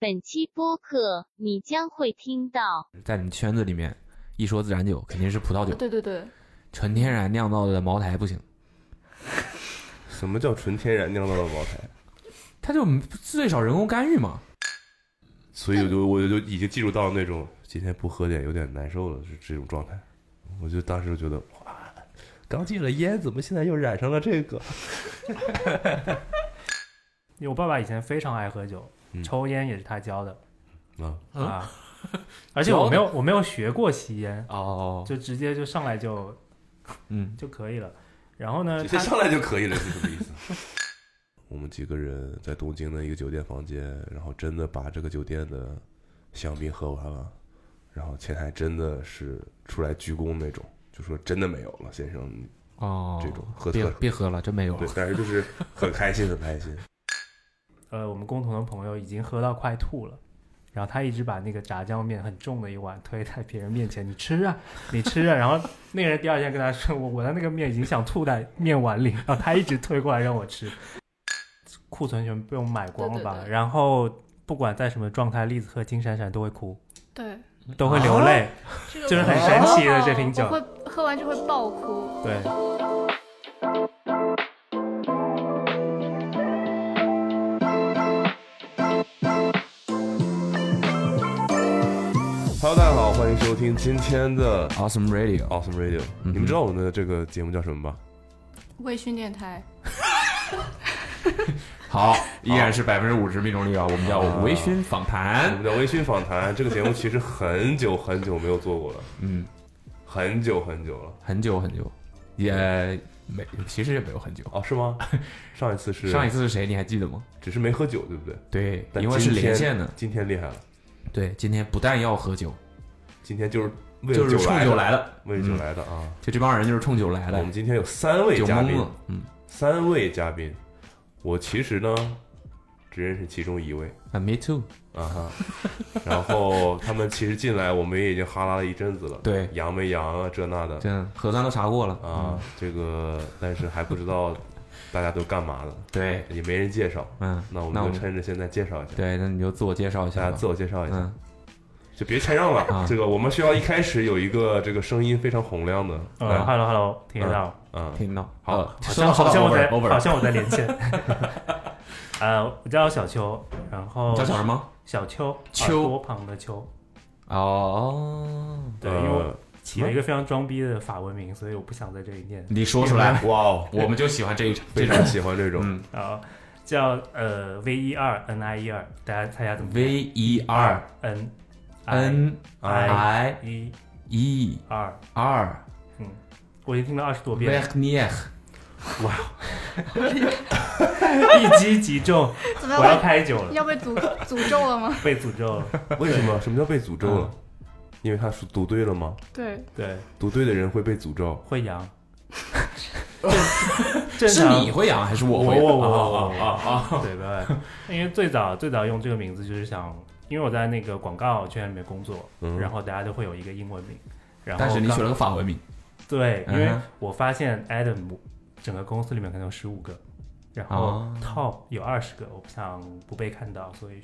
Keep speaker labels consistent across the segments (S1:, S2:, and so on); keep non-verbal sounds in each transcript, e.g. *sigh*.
S1: 本期播客你将会听到
S2: 在你们圈子里面一说自然酒，肯定是葡萄
S3: 啊
S2: 酒，
S4: 对对对，
S2: 纯天然酿造的茅台不行，
S5: 什么叫纯天然酿造的茅台？
S2: 它就最少人工干预嘛。
S5: 所以我就我就已经进入到那种今天不喝点有点难受了，是这种状态。我就当时就觉得哇，刚戒了烟，怎么现在又染上了这个？
S6: 因为我爸爸以前非常爱喝酒，
S5: 嗯
S6: 抽烟也是他教的、
S5: 啊，
S6: 啊，而且我没有我没有学过吸烟，
S2: 哦，
S6: 就直接就上来就
S2: 嗯，
S6: 就可以了。然后呢，
S5: 这
S6: 呃他
S5: 上来就可以了，是什么意思？ *laughs* 我们几个人在东京的一个酒店房间，然后真的把这个酒店的香槟喝完了，然后前台真的是出来鞠躬那种，就说真的没有了，先生，你
S2: 哦，
S5: 这种喝
S2: 别
S5: 特
S2: 别喝了，真没有
S5: 对，但是就是很开心，很开心。
S6: 呃，我们共同的朋友已经喝到快吐了，然后他一直把那个炸酱面很重的一碗推在别人面前，你吃啊，你吃啊。然后那个人第二天跟他说，我我的那个面已经想吐在面碗里，然后他一直推过来让我吃，库存全被我买光了吧？
S4: 对对对
S6: 然后不管在什么状态，栗子喝金闪闪都会哭，
S4: 对，
S6: 都
S5: 啊
S6: 会流泪，
S4: 这
S6: *laughs*
S4: 个
S6: 就是很神奇的这瓶酒
S4: 我
S3: 哦
S4: 会喝完就会爆哭。
S6: 对。
S5: Hello，大家好，欢迎收听今天的
S2: Awesome Radio，
S5: Awesome Radio。
S2: 嗯哼
S5: 你们知道我们的这个节目叫什么吧？
S4: 微醺电台，
S2: 好，依然是百分之五十命中率啊！我们叫
S5: 啊
S2: 微醺访
S5: 我
S2: 谈
S5: 们，的微醺访谈这个节目其实很久很久没有做过了，
S2: 嗯，
S5: 很久很久了。
S2: 很久很久，也没，其实也没有很久。
S5: 哦，
S2: *laughs*
S5: 是吗？上一次是
S2: 上一次是谁？你还记得吗？
S5: 只是没喝酒，对不对？
S2: 对，
S5: 但
S2: 因为是
S5: 今天
S2: 连线的。
S5: 今天厉害了，
S2: 对，今天不但要喝酒，
S5: 今天就是为
S2: 就
S5: 了
S2: 是冲
S5: 来
S2: 酒
S5: 的，
S2: 来的，
S5: 为了酒来的啊！
S2: 就这帮人就是冲酒来
S5: 我
S2: 的
S5: 们，今天有三位
S2: 酒
S5: 嘉
S2: 蒙
S5: 宾，
S2: 了。嗯，
S5: 三位嘉宾，我其实呢只认识其中一位
S2: 啊，me too。
S5: 啊哈，然后他们其实进来我们也已经哈拉了一阵子了，
S2: 对，
S5: 阳没阳啊这那的
S2: 真的核酸都查过了
S5: 啊，，这个但是还不知道大家都干嘛的，
S2: 对，
S5: 也没人介绍，
S2: 嗯，
S5: 那我
S2: 那我们
S5: 们就趁着现在介绍一下，
S2: 对，那你就自我介绍一
S5: 大
S2: 下
S5: 家
S2: 吧
S5: 自。我介绍一下。
S2: 嗯，
S5: 就别谦让了。
S2: 啊
S5: 这个我们需要一开始有一个这个声音非常洪亮的，
S6: 呃，hello hello，听得到？
S5: 嗯，
S2: 听到。
S5: 好
S2: 好，
S6: 好
S2: 说
S6: 像
S2: 到
S6: *laughs* 好像我在
S2: over，over
S6: 好像我在连线。 *laughs* 呃，我叫小秋，然后
S2: 叫小什么？
S6: 小秋，
S2: 秋
S6: 耳朵旁的秋。
S2: 哦，
S6: 对，
S5: 呃
S6: 因为我起了一个非常装逼的法文名，所以我不想在这里
S2: *laughs*
S6: 念
S2: 你说出来，
S5: 呃哇哦，
S2: 我们就喜欢这一场，
S5: 非
S2: 这
S5: 常
S2: 种。
S5: 喜欢这种。
S2: 嗯
S6: 啊，叫呃 V 一二 N I 一二，大家猜一下怎么念
S2: ，V E R
S6: N
S2: N I
S6: I 一
S2: E
S6: 二，
S2: R
S6: 嗯，我已经听了二十多
S2: v e
S6: 遍
S2: r，n i e
S6: *laughs* 一击即中，
S4: 怎么
S6: 我要
S4: 样？
S6: 开酒了，
S4: 要被诅诅咒
S6: *laughs*
S4: 了吗？
S6: 被诅咒了。
S5: 为什么？什么叫被诅咒了？
S2: 嗯
S5: 因为他是读对了吗？
S4: 对，
S6: 对，
S5: 读对的人会被诅咒。
S6: 会
S2: *laughs*
S6: 阳，正
S2: 是
S6: 常
S2: 你会养还是我
S6: 我
S2: 会
S6: 我
S2: 养？
S6: 我
S2: 啊啊啊！ *laughs*
S6: 我，对拜拜。因为最早最早用这个名字就是想，因为我在那个广告圈里面工作，
S5: 嗯
S6: 然后大家都会有一个英文名，然后
S2: 但是你
S6: 刚
S2: 选了个法文名，
S6: 对，因
S2: 嗯
S6: 为
S2: 哼
S6: 我发现 Adam 整个公司里面可能有十五个，然后
S2: 哦
S6: Top 有二十个，我不想不被看到，所以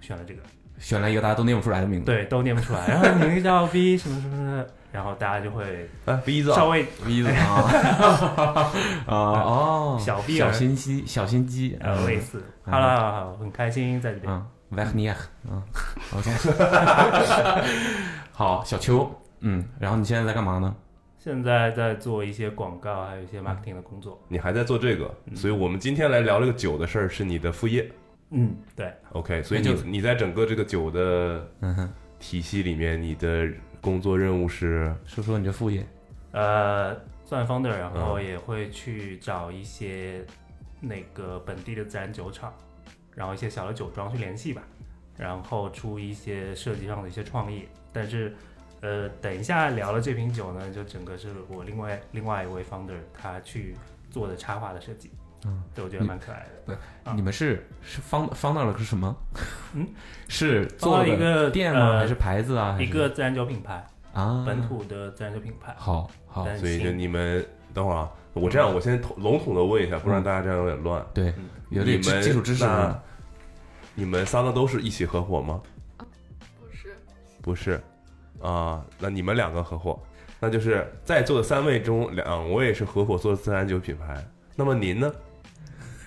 S6: 选了这个。
S2: 选了一个大家都念不出来的名字。
S6: 对，都念不出
S2: *laughs*
S6: 来，然后你名字叫 V 什么什么什么的，然后大家就会
S5: 哎，V 字
S6: 稍微
S2: 意思啊啊哦，
S6: 小 B
S2: 小
S6: 而
S2: 心机，小心机，
S6: 呃类似。好了，好了，好了很开心在这边。
S2: 嗯 v e r n i e 嗯，OK，好，
S6: *laughs*
S2: 小邱，嗯，然后你现在在干嘛呢？
S6: 现在在做一些广告，还有
S2: 嗯
S6: 一些 marketing 的工作。
S5: 你还在做这个，所以我们今天来聊这个酒的事儿是你的副业。
S6: 嗯，对，
S5: OK，所以你
S2: 那就
S5: 你在整个这个酒的
S2: 嗯哼，
S5: 体系里面，你的工作任务是
S2: 说说你这副业，
S6: 呃，算 founder，然后也会去找一些那个本地的自然酒厂，然后一些小的酒庄去联系吧，然后出一些设计上的一些创意。但是，呃，等一下聊了这瓶酒呢，就整个是我另外另外一位 founder 他去做的插画的设计，
S2: 嗯，
S6: 对我觉得蛮可爱的。啊
S2: 你们是是方方到了是什么？
S6: 嗯，
S2: 是
S6: 做
S2: 做
S6: 了一个
S2: 店吗？
S6: 呃
S2: 还是牌子啊？还
S6: 一
S2: 是
S6: 个自然酒品牌，
S2: 啊，
S6: 本土的自然酒品牌。
S2: 好好，
S6: 但
S5: 所以
S6: 新嗯
S5: 就你们等会儿啊，我这样，我先统笼统的问一下，不然大家这样有点乱。
S2: 对
S6: 嗯，
S2: 有点
S5: 你
S2: 基
S5: 们
S2: 基础知识
S5: 那你们三个都是一起合伙吗？
S4: 不是，
S5: 不是，啊、那你们两个合伙，那就是在座的三位中两位是合伙做自然酒品牌。那么您
S6: *laughs*
S5: 呢？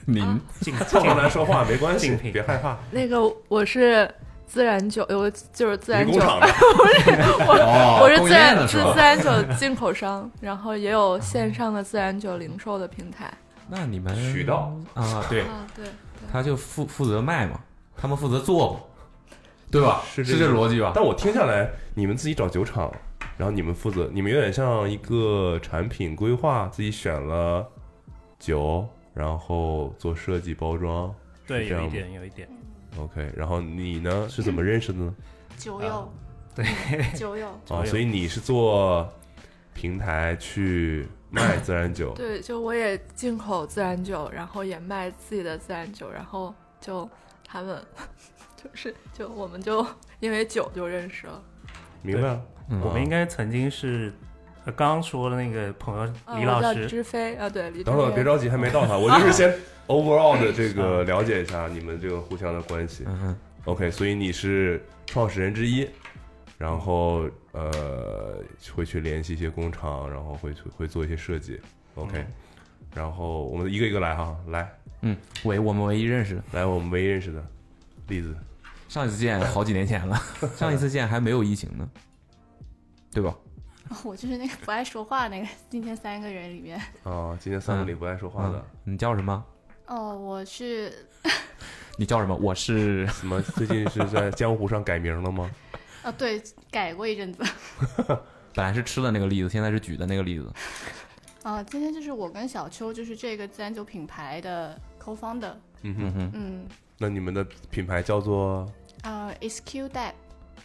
S2: 您
S4: 啊
S6: 竞
S5: 凑
S6: 竞
S5: 合来说话没关系
S6: 竞，品
S5: 别害怕。
S3: 那个我是自然酒，我就是自
S5: 你
S3: 然
S5: 工
S3: 酒，
S5: 厂的，
S2: 哦，
S3: 啊我是
S2: 供
S3: 自
S2: 应链
S3: 然
S2: 的
S3: 是
S2: 是吧
S3: 自然酒进口商， *laughs* 然后也有线上的自然酒零售的平台。，
S2: 那你们
S5: 渠道
S2: 啊，对，
S4: 啊，对，
S2: 他就负负责卖嘛，他们负责做嘛，对吧？
S5: 是这
S2: 这
S5: 个
S2: 逻辑吧？
S5: 啊但我听下来，你们自己找酒厂，然后你们负责，你们有点像一个产品规划，自己选了酒，然后做设计包装。
S6: 对，
S5: 是这
S6: 有
S5: 样
S6: 一
S5: 吗
S6: 点，有一点。
S5: OK，然后你呢是怎么认识的
S6: 嗯
S5: 呢？
S4: 酒
S2: 啊
S4: 友，
S6: 对，
S4: 酒友，
S6: 左
S5: 哦，
S6: 右
S5: 所以你是做平台去卖自然酒
S3: 对，就我也进口自然酒，然后也卖自己的自然酒，然后就他们 *laughs* 就是就我们就因为酒就认识了。
S5: 明白了？啊
S2: 嗯
S6: 我们应该曾经是，呃刚刚说的那个朋友
S3: 啊，
S6: 李
S3: 我
S6: 老
S3: 叫
S6: 师，
S3: 知飞啊，对，李知
S5: 等会儿
S3: 飞。
S5: 别着急，还没到他，我就是
S6: *laughs*
S5: 先 overall
S6: 啊
S5: 的这个了解一下你们这个互相的关系。
S2: 嗯
S5: OK，所以你是创始人之一，然后呃会去联系一些工厂，然后会去会做一些设计。OK，、
S6: 嗯
S5: 然后我们一个一个来哈，来
S2: 嗯，唯我们唯一认识的，
S5: 来，我们唯一认识的例子，
S2: 上一次见好几年前
S5: *laughs*
S2: 了，上一次见还没有疫情呢，对吧？
S4: *laughs* 我就是那个不爱说话那个，今天三个人里面，
S5: 啊，今天三个
S2: 嗯
S5: 里不爱说话的、
S2: 嗯你叫什么？
S4: 哦，我是，
S2: 你叫什么？我是
S5: *laughs* 怎么最近是 *laughs* 在江湖上改名了吗？
S4: 啊，对，改过一阵子，
S2: 本来是吃的那个栗子，现在是举的那个栗子。
S4: 啊，今天就是我跟小邱，就是这个自然酒品牌的 co-founder，
S5: 嗯
S2: 嗯
S5: 哼，
S2: 哼，
S4: 嗯，
S5: 那你们的品牌叫做
S4: 啊，excuse that，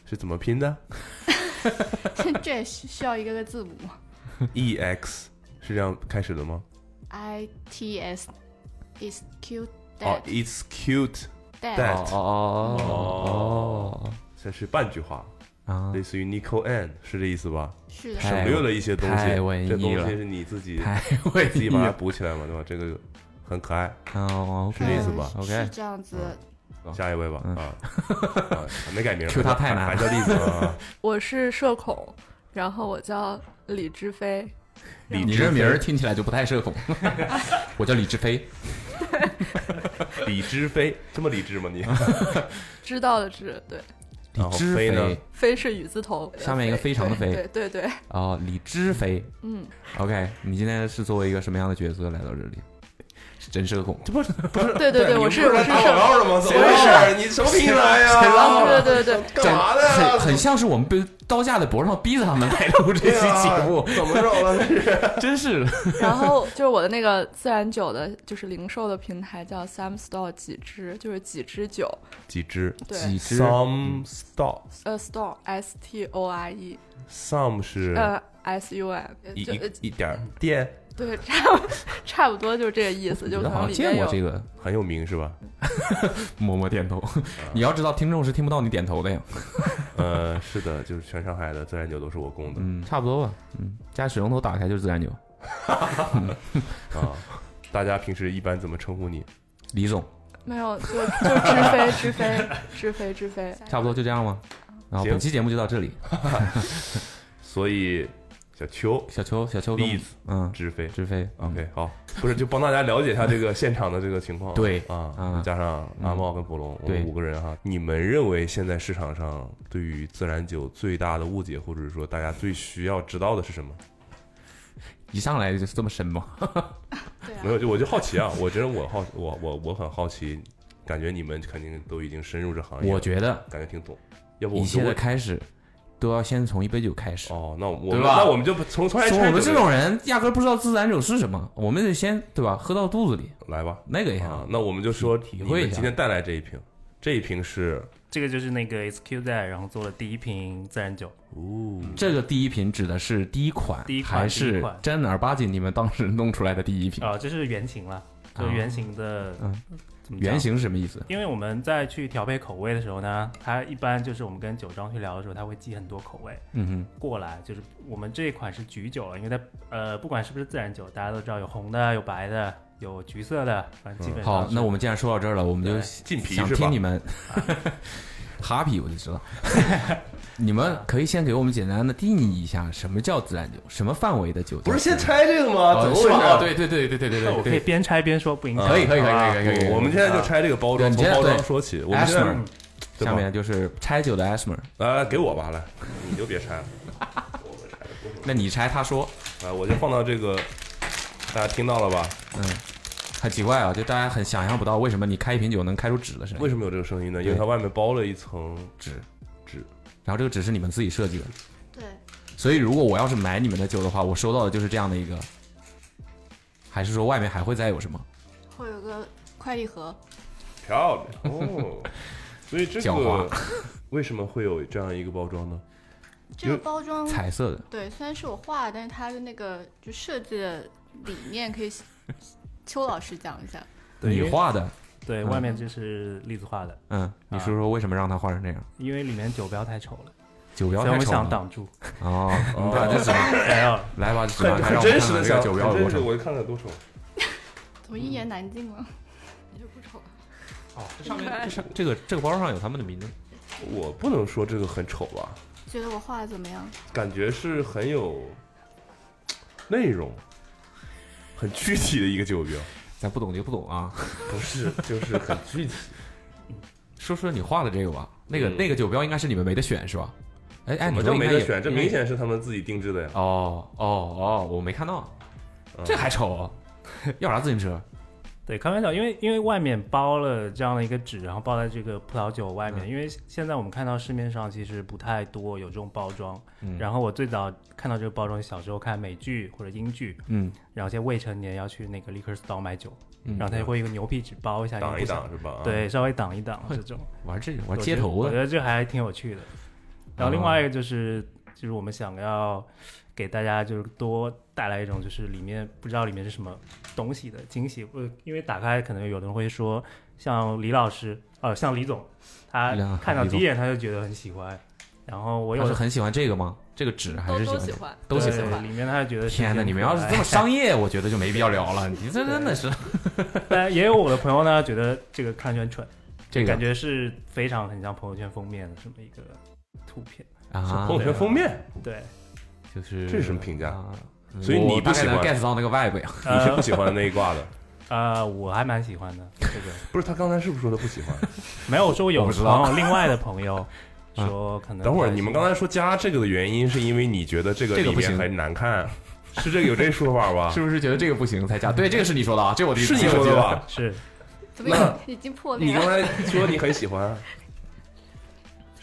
S5: 是怎么拼的
S4: *laughs* 这也需需要一个个字母吗
S5: ？E X 是这样开始的吗？
S4: ？I T S excuse
S5: 哦
S4: that
S5: ，It's cute，
S4: that，
S5: that
S2: 哦哦哦
S5: 这是半句话，
S2: 哦啊
S5: 类！似于 Nicole Ann 是这意思吧？
S4: 是的，
S2: 太
S5: 省略了一些东西，
S2: 太文艺
S5: 这东
S2: 了
S5: 西是你自己
S2: 太会
S5: 自
S2: 记
S5: 己把它
S2: 了，
S5: 补起来嘛，对吧？这个很可爱。
S2: 哦，
S5: 是这意思吧嗯
S4: 嗯
S2: OK
S4: 是这样子。
S5: 下一位吧，
S2: 嗯
S5: 啊，啊没改名
S2: Q 他太难
S5: 还叫栗子
S3: *laughs*
S5: 啊。
S3: 我是社恐，然后我叫李知飞，
S5: 李
S2: 哎你
S5: 志
S2: 这名儿听起来就不太社恐。 *laughs* 我叫李志飞，
S5: 飞，李知飞，这么理智吗你？
S2: *laughs*
S3: 知道的知，对，
S5: 然后
S2: 知
S5: 哦飞呢
S2: 飞
S3: 飞是雨字头，
S2: 下面一个非常的
S3: 对
S2: 飞
S3: 对对对，
S2: 哦，李知飞。 *laughs*
S3: 嗯，
S2: OK，你今天是作为一个什么样的角色来到这里？是真社恐，
S3: 对对对，我是我是
S5: 打广
S3: 社
S5: 告的吗？怎么回事儿？你什么平台
S3: 恐，
S2: 哦
S5: 呀？
S3: 对对对，
S5: 干嘛的呀？
S2: 很很像是我们被刀架在脖上逼着他们来录这
S5: 对
S2: 期
S5: 啊
S2: 节目，
S5: *laughs* 怎么着了？这是
S2: 真是
S3: 然后就是我的那个自然酒的，就是零售的平台叫 Sam Store 几支，就是几支酒，
S5: 几只
S2: *laughs*
S3: 对，
S2: 几只嗯
S5: ？Some stop
S3: 呃，Store S T O R E，
S5: some 是
S3: 呃 S U M，
S5: 一
S3: 就呃
S5: 一一点儿电，
S3: 对，差不 *laughs* 差不多就是这个意思，就可
S2: 好
S3: 能
S2: 像
S3: 里
S2: 见过
S3: 面有
S2: 这个，
S5: 很有名是吧？
S2: 默默点头。 *laughs* 你要知道，听众是听不到你点头的呀。
S5: 呃，是的，就是全上海的自然酒都是我供的
S2: 嗯，差不多吧。嗯，加水龙头打开就是自然酒。
S5: *laughs* 啊。大家平时一般怎么称呼你？
S2: 李总，
S3: 没有，就就知飞知飞知飞知飞，
S2: 差不多就这样吗？然后
S5: 行
S2: 本期节目就到这里。
S5: 所以小邱、
S2: 小邱，小邱跟我
S5: 栗
S2: 们，
S5: 子、
S2: 嗯，
S5: 知飞。
S2: 志飞嗯
S5: OK，好，不是就帮大家了解一下这个现场的这个情况。
S2: 对
S5: 啊
S2: 啊，
S5: 加上
S2: 嗯
S5: 阿茂跟博龙，我
S2: 对
S5: 们五个人哈。你们认为现在市场上对于自然酒最大的误解，或者是说大家最需要知道的是什么？
S2: 一上来就是这么深吗？
S4: 对
S5: 没
S4: 啊，
S5: 有，就我就好奇啊，我觉得我好，我我我很好奇，感觉你们肯定都已经深入这行业了，
S2: 我觉得
S5: 感觉挺懂。要不我
S2: 一
S5: 们就
S2: 切的
S5: 问
S2: 开始都要先从一杯酒开始。
S5: 哦，那我
S2: 对
S5: 们
S2: 吧
S5: 那我们就从从来
S2: 说
S5: 开
S2: 我
S5: 始
S2: 们这种人压根儿不知道自然酒是什么，我们得先对吧，喝到肚子里
S5: 来吧
S2: 那个一下
S5: 啊，。那我们就说
S2: 体
S5: 你
S2: 会一
S5: 们
S2: 下
S5: 今天带来这一瓶，这一瓶是
S6: 这个就是那个 SQ 在，然后做了第一瓶自然酒，
S5: 哦，
S2: 这个第一瓶指的是第一款，
S6: 第一款
S2: 还
S6: 第一
S2: 是
S6: 款
S2: 正儿八经你们当时弄出来的第一瓶？
S6: 啊，这是原型了，就是原型的
S2: 嗯，
S6: 怎么讲
S2: 原。型是什么意思？
S6: 因为我们在去调配口味的时候呢，它一般就是我们跟酒庄去聊的时候，它会寄很多口味
S2: 嗯
S6: 过来。就是我们这一款是橘酒了，因为它呃不管是不是自然酒，大家都知道有红的、有白的、有橘色的，反正基本
S2: 嗯
S6: 上
S2: 好，
S6: 是
S2: 那我们既然说到这儿了，我们就
S6: 对
S5: 进皮
S2: 想
S5: 是
S2: 听
S5: 吧
S2: 你？们哈皮，我就知道。你们可以先给我们简单的定义一下，什么叫自然酒，什么范围的酒？
S5: 不是先拆这个吗？怎
S2: 哦
S5: 么
S2: 是
S5: 回
S2: 吧？
S5: 事？
S2: 哦，对对对对对对
S6: 那我
S2: 对
S6: 可
S2: 对，
S6: 以边拆边说，不影响。
S2: 嗯可以可以可以
S6: 好吧
S2: 可以可以可以。
S5: 啊我们现在就拆这个包装，
S2: 啊对
S5: 从
S2: 你先
S5: 包装
S2: 对
S5: 说起。我们现在
S2: Ashmer
S6: 嗯
S5: 对吧
S2: 下面就是拆酒的 Asmer，
S5: 来来给我吧，来，你就别拆了，
S2: 那你拆他说，
S5: 来我就放到这个，大家听到了吧？
S2: 很奇怪啊，就大家很想象不到为什么你开一瓶酒能开出纸的声音，
S5: 为
S2: 么？
S5: 什么有这个声音呢？因为它外面包了一层
S2: 纸
S5: 纸。
S2: 然后这个纸是你们自己设计的，
S4: 对，
S2: 所以如果我要是买你们的酒的话，我收到的就是这样的一个，还是说外面还会再有什么？
S4: 会有个快递盒，
S5: 漂亮哦。所以这
S2: 狡
S5: 个
S2: 猾
S5: 为什么会有这样一个包装呢？
S4: 这个包装
S2: 彩色的，
S4: 对，虽然是我画的，但是它的那个就设计的理
S5: *laughs*
S4: 念可以邱老师讲一下。
S6: 对
S2: 你画的，
S6: 对，
S2: 嗯
S6: 外面就是栗子画的，
S2: 嗯，你说说为什么让他画成这样？
S6: 因为里面酒标太丑了，
S2: 酒标
S6: 所以我
S2: 太
S6: 们
S2: 丑
S6: 想
S2: 了
S6: 挡住。
S2: 哦，你把这纸拿
S6: 没有，
S2: 来把纸拿
S5: 很
S2: 开，让
S5: 很
S2: 我们
S5: 真
S2: 看
S5: 实的
S2: 看这个
S5: 想，
S2: 酒
S5: 很
S2: 标有
S5: 真
S2: 多
S5: 实，
S2: 丑。
S5: 我就看看有多丑。
S4: 怎么一
S5: 嗯
S4: 言难尽了？
S3: 你就不丑了。
S2: 哦，这上面这 *laughs* 上这个这个包装上有他们的名字，
S5: 我不能说这个很丑吧，
S4: 觉得我画的怎么样？
S5: 感觉是很有内容、很具体的一个酒标，
S2: 咱不懂就不懂啊。
S5: 不是，就是很具体。
S2: 说说你画的这个吧，那个
S5: 嗯
S2: 那个酒标应该是你们没得选是吧？哎 *laughs* 哎，
S5: 怎
S2: 你
S5: 么
S2: 说
S5: 叫
S2: 应
S5: 没
S2: 该
S5: 得
S2: 也
S5: 选？这明。显是他们自己定制的呀。嗯
S2: 哦哦哦，我没看到，这还丑，啊 *laughs* 要啥自行车？
S6: 对，开玩笑，因为因为外面包了这样的一个纸，然后包在这个葡萄酒外
S2: 嗯
S6: 面，因为现在我们看到市面上其实不太多有这种包装。
S2: 嗯
S6: 然后我最早看到这个包装，小时候看美剧或者英剧，
S2: 嗯，
S6: 然后一些未成年要去那个 liquor store 买酒，
S2: 嗯
S6: 然后他就会用牛皮纸包一下，因为
S5: 挡一
S6: 不想
S5: 挡，是吧？啊，
S6: 对，稍微挡一挡
S2: 会
S6: 这种。
S2: 玩这玩街头啊哦
S6: 我觉
S2: 的，
S6: 得这还挺有趣的。然后另外一个就是，就是我们想要给大家就是多带来一种就是里面不知道里面是什么东西的惊喜。呃，因为打开可能有的人会说，像李老师，呃，像李总，他
S2: 李总
S6: 看到第一眼他就觉得很喜欢。然后我有
S2: 我是很喜欢这个吗？这个纸还
S3: 都
S2: 是
S3: 都
S2: 喜
S3: 喜
S2: 欢
S3: 欢，
S2: 都喜
S6: 对
S2: 欢。
S6: 里面他就觉得是
S2: 天哪，
S6: 很
S2: 你们要是
S6: 可爱
S2: 这么，商业，我觉得就没必要聊了。你这真的是
S6: 但也有我的朋友呢觉得这个看起来很蠢，
S2: 这个
S6: 感觉是非常很像朋友圈封面的这么一个图片。
S2: 啊
S5: 朋，友圈封面，
S2: *laughs*
S6: 对，
S2: 就是
S5: 这是什么评价
S2: 啊
S5: 所以你
S2: 我大
S5: 不
S2: 概
S5: 喜
S2: 能
S5: 欢
S2: get 到那个 vibe 呀？
S5: 你是
S6: 呃
S5: 不喜欢那一挂 *laughs* 的？
S6: 呃，我还蛮喜欢的这个。
S5: 不是，他刚才是不是说他不喜欢？
S6: 没有说有
S2: 我不
S6: 朋
S2: 知道
S6: 友，另外的朋友说可能
S5: 等会儿你们刚才说加这个的原因，是因为你觉得这个
S2: 这个
S5: 里
S2: 不
S5: 面
S2: 行
S5: 很难看，是这个有这说法吧？ *laughs*
S2: 是不是觉得这个不行才加？对，这个是你说的啊，这我第一
S5: 啊是
S2: 次
S5: 你
S2: 听
S5: 说的吧？
S6: 是
S4: 怎么已经 *laughs* 破
S5: 你
S4: 裂
S5: 刚
S4: 了？
S5: 才说你很喜欢，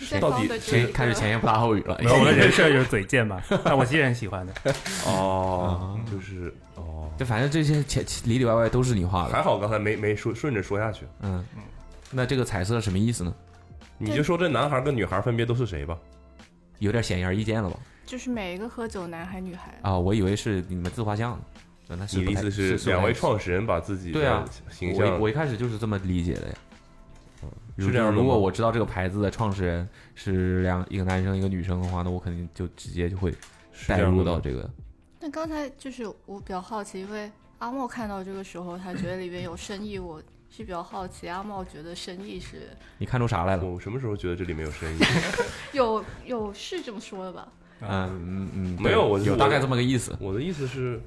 S4: 对
S5: 到
S4: 方
S5: 底
S4: 的这
S2: 谁
S4: 个
S2: 开始前言不搭后语了？
S6: 没有我的人设就是嘴贱嘛， *laughs* 但我其实很喜欢的。
S5: *laughs* 哦，就是哦，
S2: *laughs* 就反正这些前里里外外都是你画
S5: 还
S2: 的，
S5: 好刚才没没说顺着说下去，
S2: 嗯。那这个彩色什么意思呢？
S5: 你就说这男孩跟女孩分别都是谁吧。
S2: 有点显而易见了吧？
S4: 就是每一个喝酒男孩女孩，
S2: 啊，我以为是你们自画像呢，原来是
S5: 你的
S2: 不
S5: 意
S2: 太
S5: 思
S2: 是是不
S5: 两
S2: 太
S5: 位创始人把自己
S2: 对啊
S5: 的形
S2: 我
S5: 象
S2: 一我一开始就是这么理解的呀。嗯
S5: 是这样的吗
S2: 如果我知道这个牌子的创始人是两一个男生一个女生的话，那我肯定就直接就会
S5: 是这
S2: 带
S5: 样的
S2: 入
S5: 吗
S2: 到这个。
S4: 那刚才就是我比较好奇，因为阿茂看到这个时候，他觉得里面有深意，我是比较好奇，阿茂觉得深意是
S2: 你看出啥来了？
S5: 我什么时候觉得这里面有深意？
S2: *laughs*
S4: 有有是这么说的吧？
S2: 嗯嗯嗯，对
S5: 没有我
S2: 有
S5: 我
S2: 大概这么个意思。
S5: 我的意思是，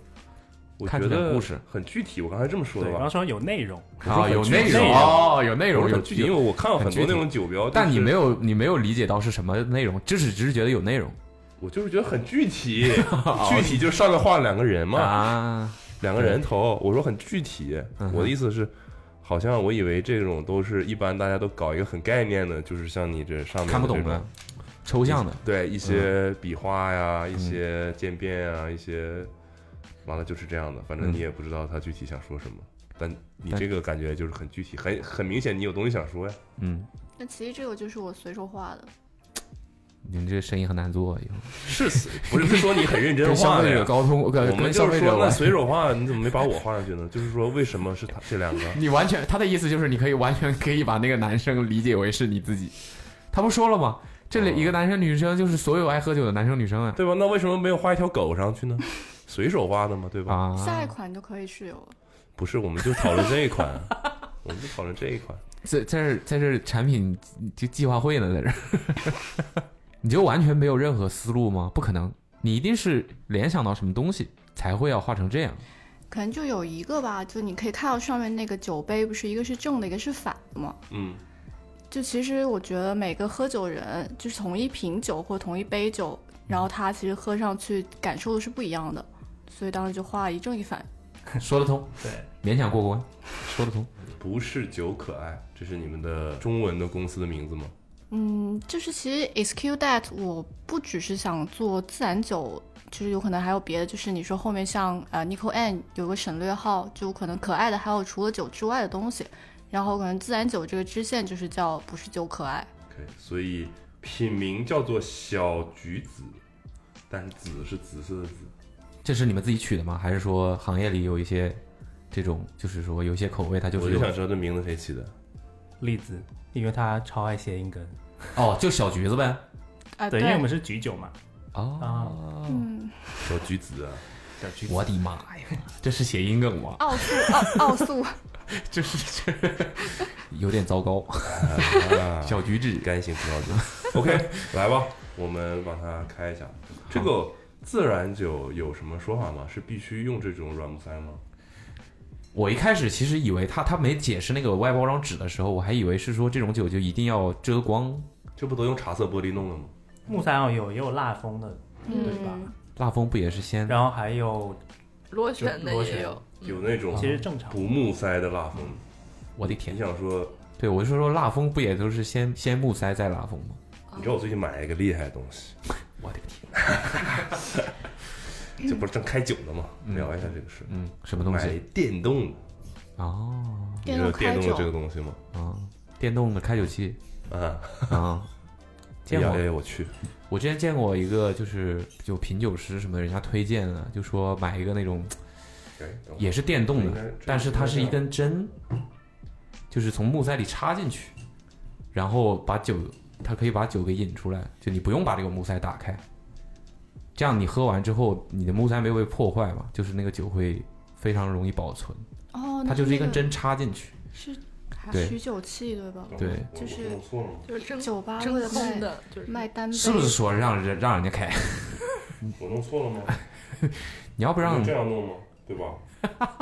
S5: 我
S2: 看
S5: 觉
S2: 出点
S5: 得
S2: 故事
S5: 很具体。我刚才这么说
S6: 对，
S5: 的
S6: 刚
S5: 吧？
S6: 说有内容，
S2: 啊，有内
S6: 内
S2: 容
S6: 容
S2: 哦，有内容
S5: 我
S2: 有
S5: 很具体，因为
S2: 有
S5: 我看了很
S2: 很具
S5: 多
S2: 体
S5: 那种酒标，
S2: 但你没
S5: 有，
S2: 有你没有理解到是什么内容，只是只是觉得有内容
S5: 我就是觉得很具
S2: *laughs*
S5: 体，具体就上面画了两个人嘛，
S2: 哦啊。
S5: 两个人头。我说很具体，
S2: 嗯哼
S5: 我的意思是。好像我以为这种都是一般大家都搞一个很概念的，就是像你这上面
S2: 看不懂
S5: 这种
S2: 的，抽象的，
S5: 对一些笔画呀、一些渐变啊、一些，完了就是这样的，反
S2: 嗯
S5: 正你也不知道他具体想说什么，但你
S2: 但
S5: 这个感觉就是很具体，很很明显，你有东西想说呀。
S2: 嗯，
S4: 那其实这个就是我随手画的，
S2: 你们这个生意很难做，以后
S5: 是死， *laughs* 不是不是说你很认真
S2: 跟消
S5: 画的
S2: 费者
S5: 呀？
S2: 沟通，呃
S5: 我
S2: 跟
S5: 们
S2: 跟
S5: 就
S2: 消
S5: 是
S2: 费
S5: 说
S2: 者
S5: 那
S2: 玩
S5: 随手画，你怎么没把我画上去呢？ *laughs* 就是说为什么是他这两个？
S2: *laughs* 你完全他的意思就是你可以完全可以把那个男生理解为是你自己，他不说了吗？这里一个男生女生就是所有爱喝酒的男生女生啊
S5: 嗯对吧？那为什么没有画一条狗上去呢？随手画的嘛，对吧？
S2: 啊，
S4: 下一款就可以是有了。
S5: 不是，我们就讨论这一款，我们就讨论这一款。
S2: 在在这在这产品就计划会呢，在这儿， *laughs* 你就完全没有任何思路吗？不可能，你一定是联想到什么东西才会要画成这样。
S4: 可能就有一个吧，就你可以看到上面那个酒杯，不是一个是正的，一个是反的嘛。
S5: 嗯，
S4: 就其实我觉得每个喝酒人，就是同一瓶酒或同一杯酒，然后他其实喝上去感受的是不一样的，所以当时就画一正一反。
S2: 说得通，
S6: 对，
S2: 勉强过关，说得通。
S5: 不是酒可爱，这是你们的中文的公司的名字吗？
S4: 嗯，就是其实 excuse that 我不只是想做自然酒，就是有可能还有别的，就是你说后面像呃 Nico N 有个省略号，就可能可爱的还有除了酒之外的东西，然后可能自然酒这个支线就是叫不是酒可爱，
S5: OK，所以品名叫做小橘子，但是紫是紫色的紫。
S2: 这是你们自己取的吗？还是说行业里有一些这种，就是说有一些口味它就
S5: 我
S2: 是
S5: 就
S2: 有
S5: 想知道这名字谁起的。
S6: 栗子，因为他超爱谐音梗，
S2: 哦，就小橘子呗。
S3: 啊
S4: 哎、
S6: 对，因为我们是橘酒嘛，
S2: 哦，
S4: 嗯，
S5: 小橘 *laughs* 子啊，
S6: 小橘子
S2: 我的妈哎呀，这是谐音梗 *laughs* 吗？
S4: 奥数奥奥数，
S2: 这是这有点糟糕。
S5: 啊
S2: 小橘子，
S5: 干性葡萄酒。OK，来 *laughs* 吧，我们把它开一下。 *laughs* 这个自然酒有什么说法吗？是必须用这种软木塞吗？
S2: 我一开始其实以为他他没解释那个外包装纸的时候，我还以为是说这种酒就一定要遮光。
S5: 这不都用茶色玻璃弄的吗？
S6: 木三哦有也有蜡封的，对吧
S3: 嗯？
S2: 蜡封不也是先？
S6: 然后还有
S3: *laughs* 螺旋的
S6: 螺
S3: 也
S6: 旋
S3: 有，
S5: 有那
S4: 嗯
S5: 种
S6: 其实正常
S5: 不木塞的蜡封。
S2: 我的
S5: 你
S2: 天！
S5: 想说，
S2: 对，我就说说蜡封不也都是先先木塞再蜡封吗？
S5: 你知道我最近买了一个厉嗯害的东西，
S2: 我的天！
S5: *laughs* 这不是正开酒呢吗？
S2: 嗯
S5: 聊一下这个事。
S2: 嗯，什么东
S5: 买
S2: 西？
S5: 电动的，
S2: 哦
S5: 你
S4: 电
S5: 知道
S4: 动
S5: 电
S4: 开
S5: 动的这个
S4: 酒，
S5: 东西吗？
S2: 啊，电动的开酒器
S5: 啊，
S2: *laughs* 啊，见
S5: 哎呀
S2: 过。
S5: 哎呀我去，
S2: 我之前见过一个，就是就品酒师什么的，人家推荐的，就说买一个那种
S5: 哎等会儿
S2: 也是电动的，但是它是一。
S5: 这应该这应该
S2: 根针，就是从木塞里插进去，然后把酒，它可以把酒给引出来，就你不用把这个木塞打开，这样你喝完之后，你的木塞没有被破坏嘛，就是那个酒会非常容易保存。
S4: 哦，
S2: 它
S4: 那
S2: 就是一根
S4: 那个
S2: 针插进去，
S4: 是
S2: 对
S4: 取酒器对吧？
S2: 对
S5: 我
S4: 就是
S5: 我弄错了吗
S3: 就是真
S4: 酒吧
S3: 真
S4: 会
S3: 空
S4: 卖
S3: 的，就是 *laughs*
S4: 卖单杯，
S2: 是不是说让人让人家开？ *laughs*
S5: 我弄错了吗？
S2: 你要不让
S5: 能，样弄吗？对吧？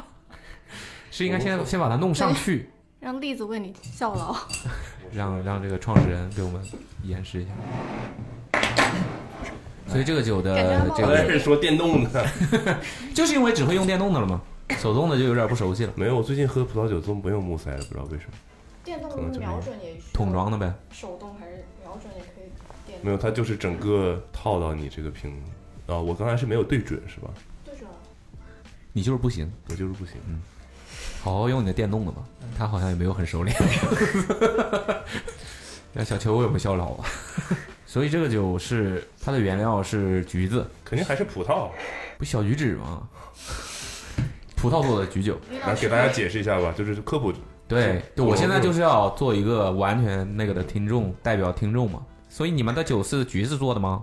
S2: 是应该
S5: 我
S2: 先
S5: 不
S2: 先把它弄上去，
S4: 让栗子为你效劳？
S2: 让让这个创始人给我们演示一下。所以这个酒
S4: 感觉
S2: 的
S4: 还冒
S2: 这
S5: 我在
S2: 个
S4: 昧
S5: 这说电动的，
S2: 就是因为只会用电动的了嘛，手动的就有点不熟悉了，
S5: *laughs* 没有，我最近喝葡萄酒都没有木塞了，不知道为什么。
S4: 电动
S5: 可能就没有瞄
S4: 准也
S2: 桶装的呗。
S4: 手动还是瞄准也可以电
S5: 没有，它就是整个套到你这个瓶子。啊，我刚才是没有对准是吧？
S4: 就是
S2: 你就是不行，
S5: 我就是不行。
S2: 好好用你的电动的嘛。他好像也没有很熟练。 *laughs* 那小球我也不效劳啊。所以这个酒是它的原料是橘子，
S5: 肯定还是葡萄。
S2: 不小橘子吗？葡萄做的橘酒。
S5: 来给大家解释一下吧，就是科普。
S2: 对，对
S5: 我
S2: 我现在就是要做一个完全那个的听众，代表听众嘛。所以你们的酒是橘子做的吗？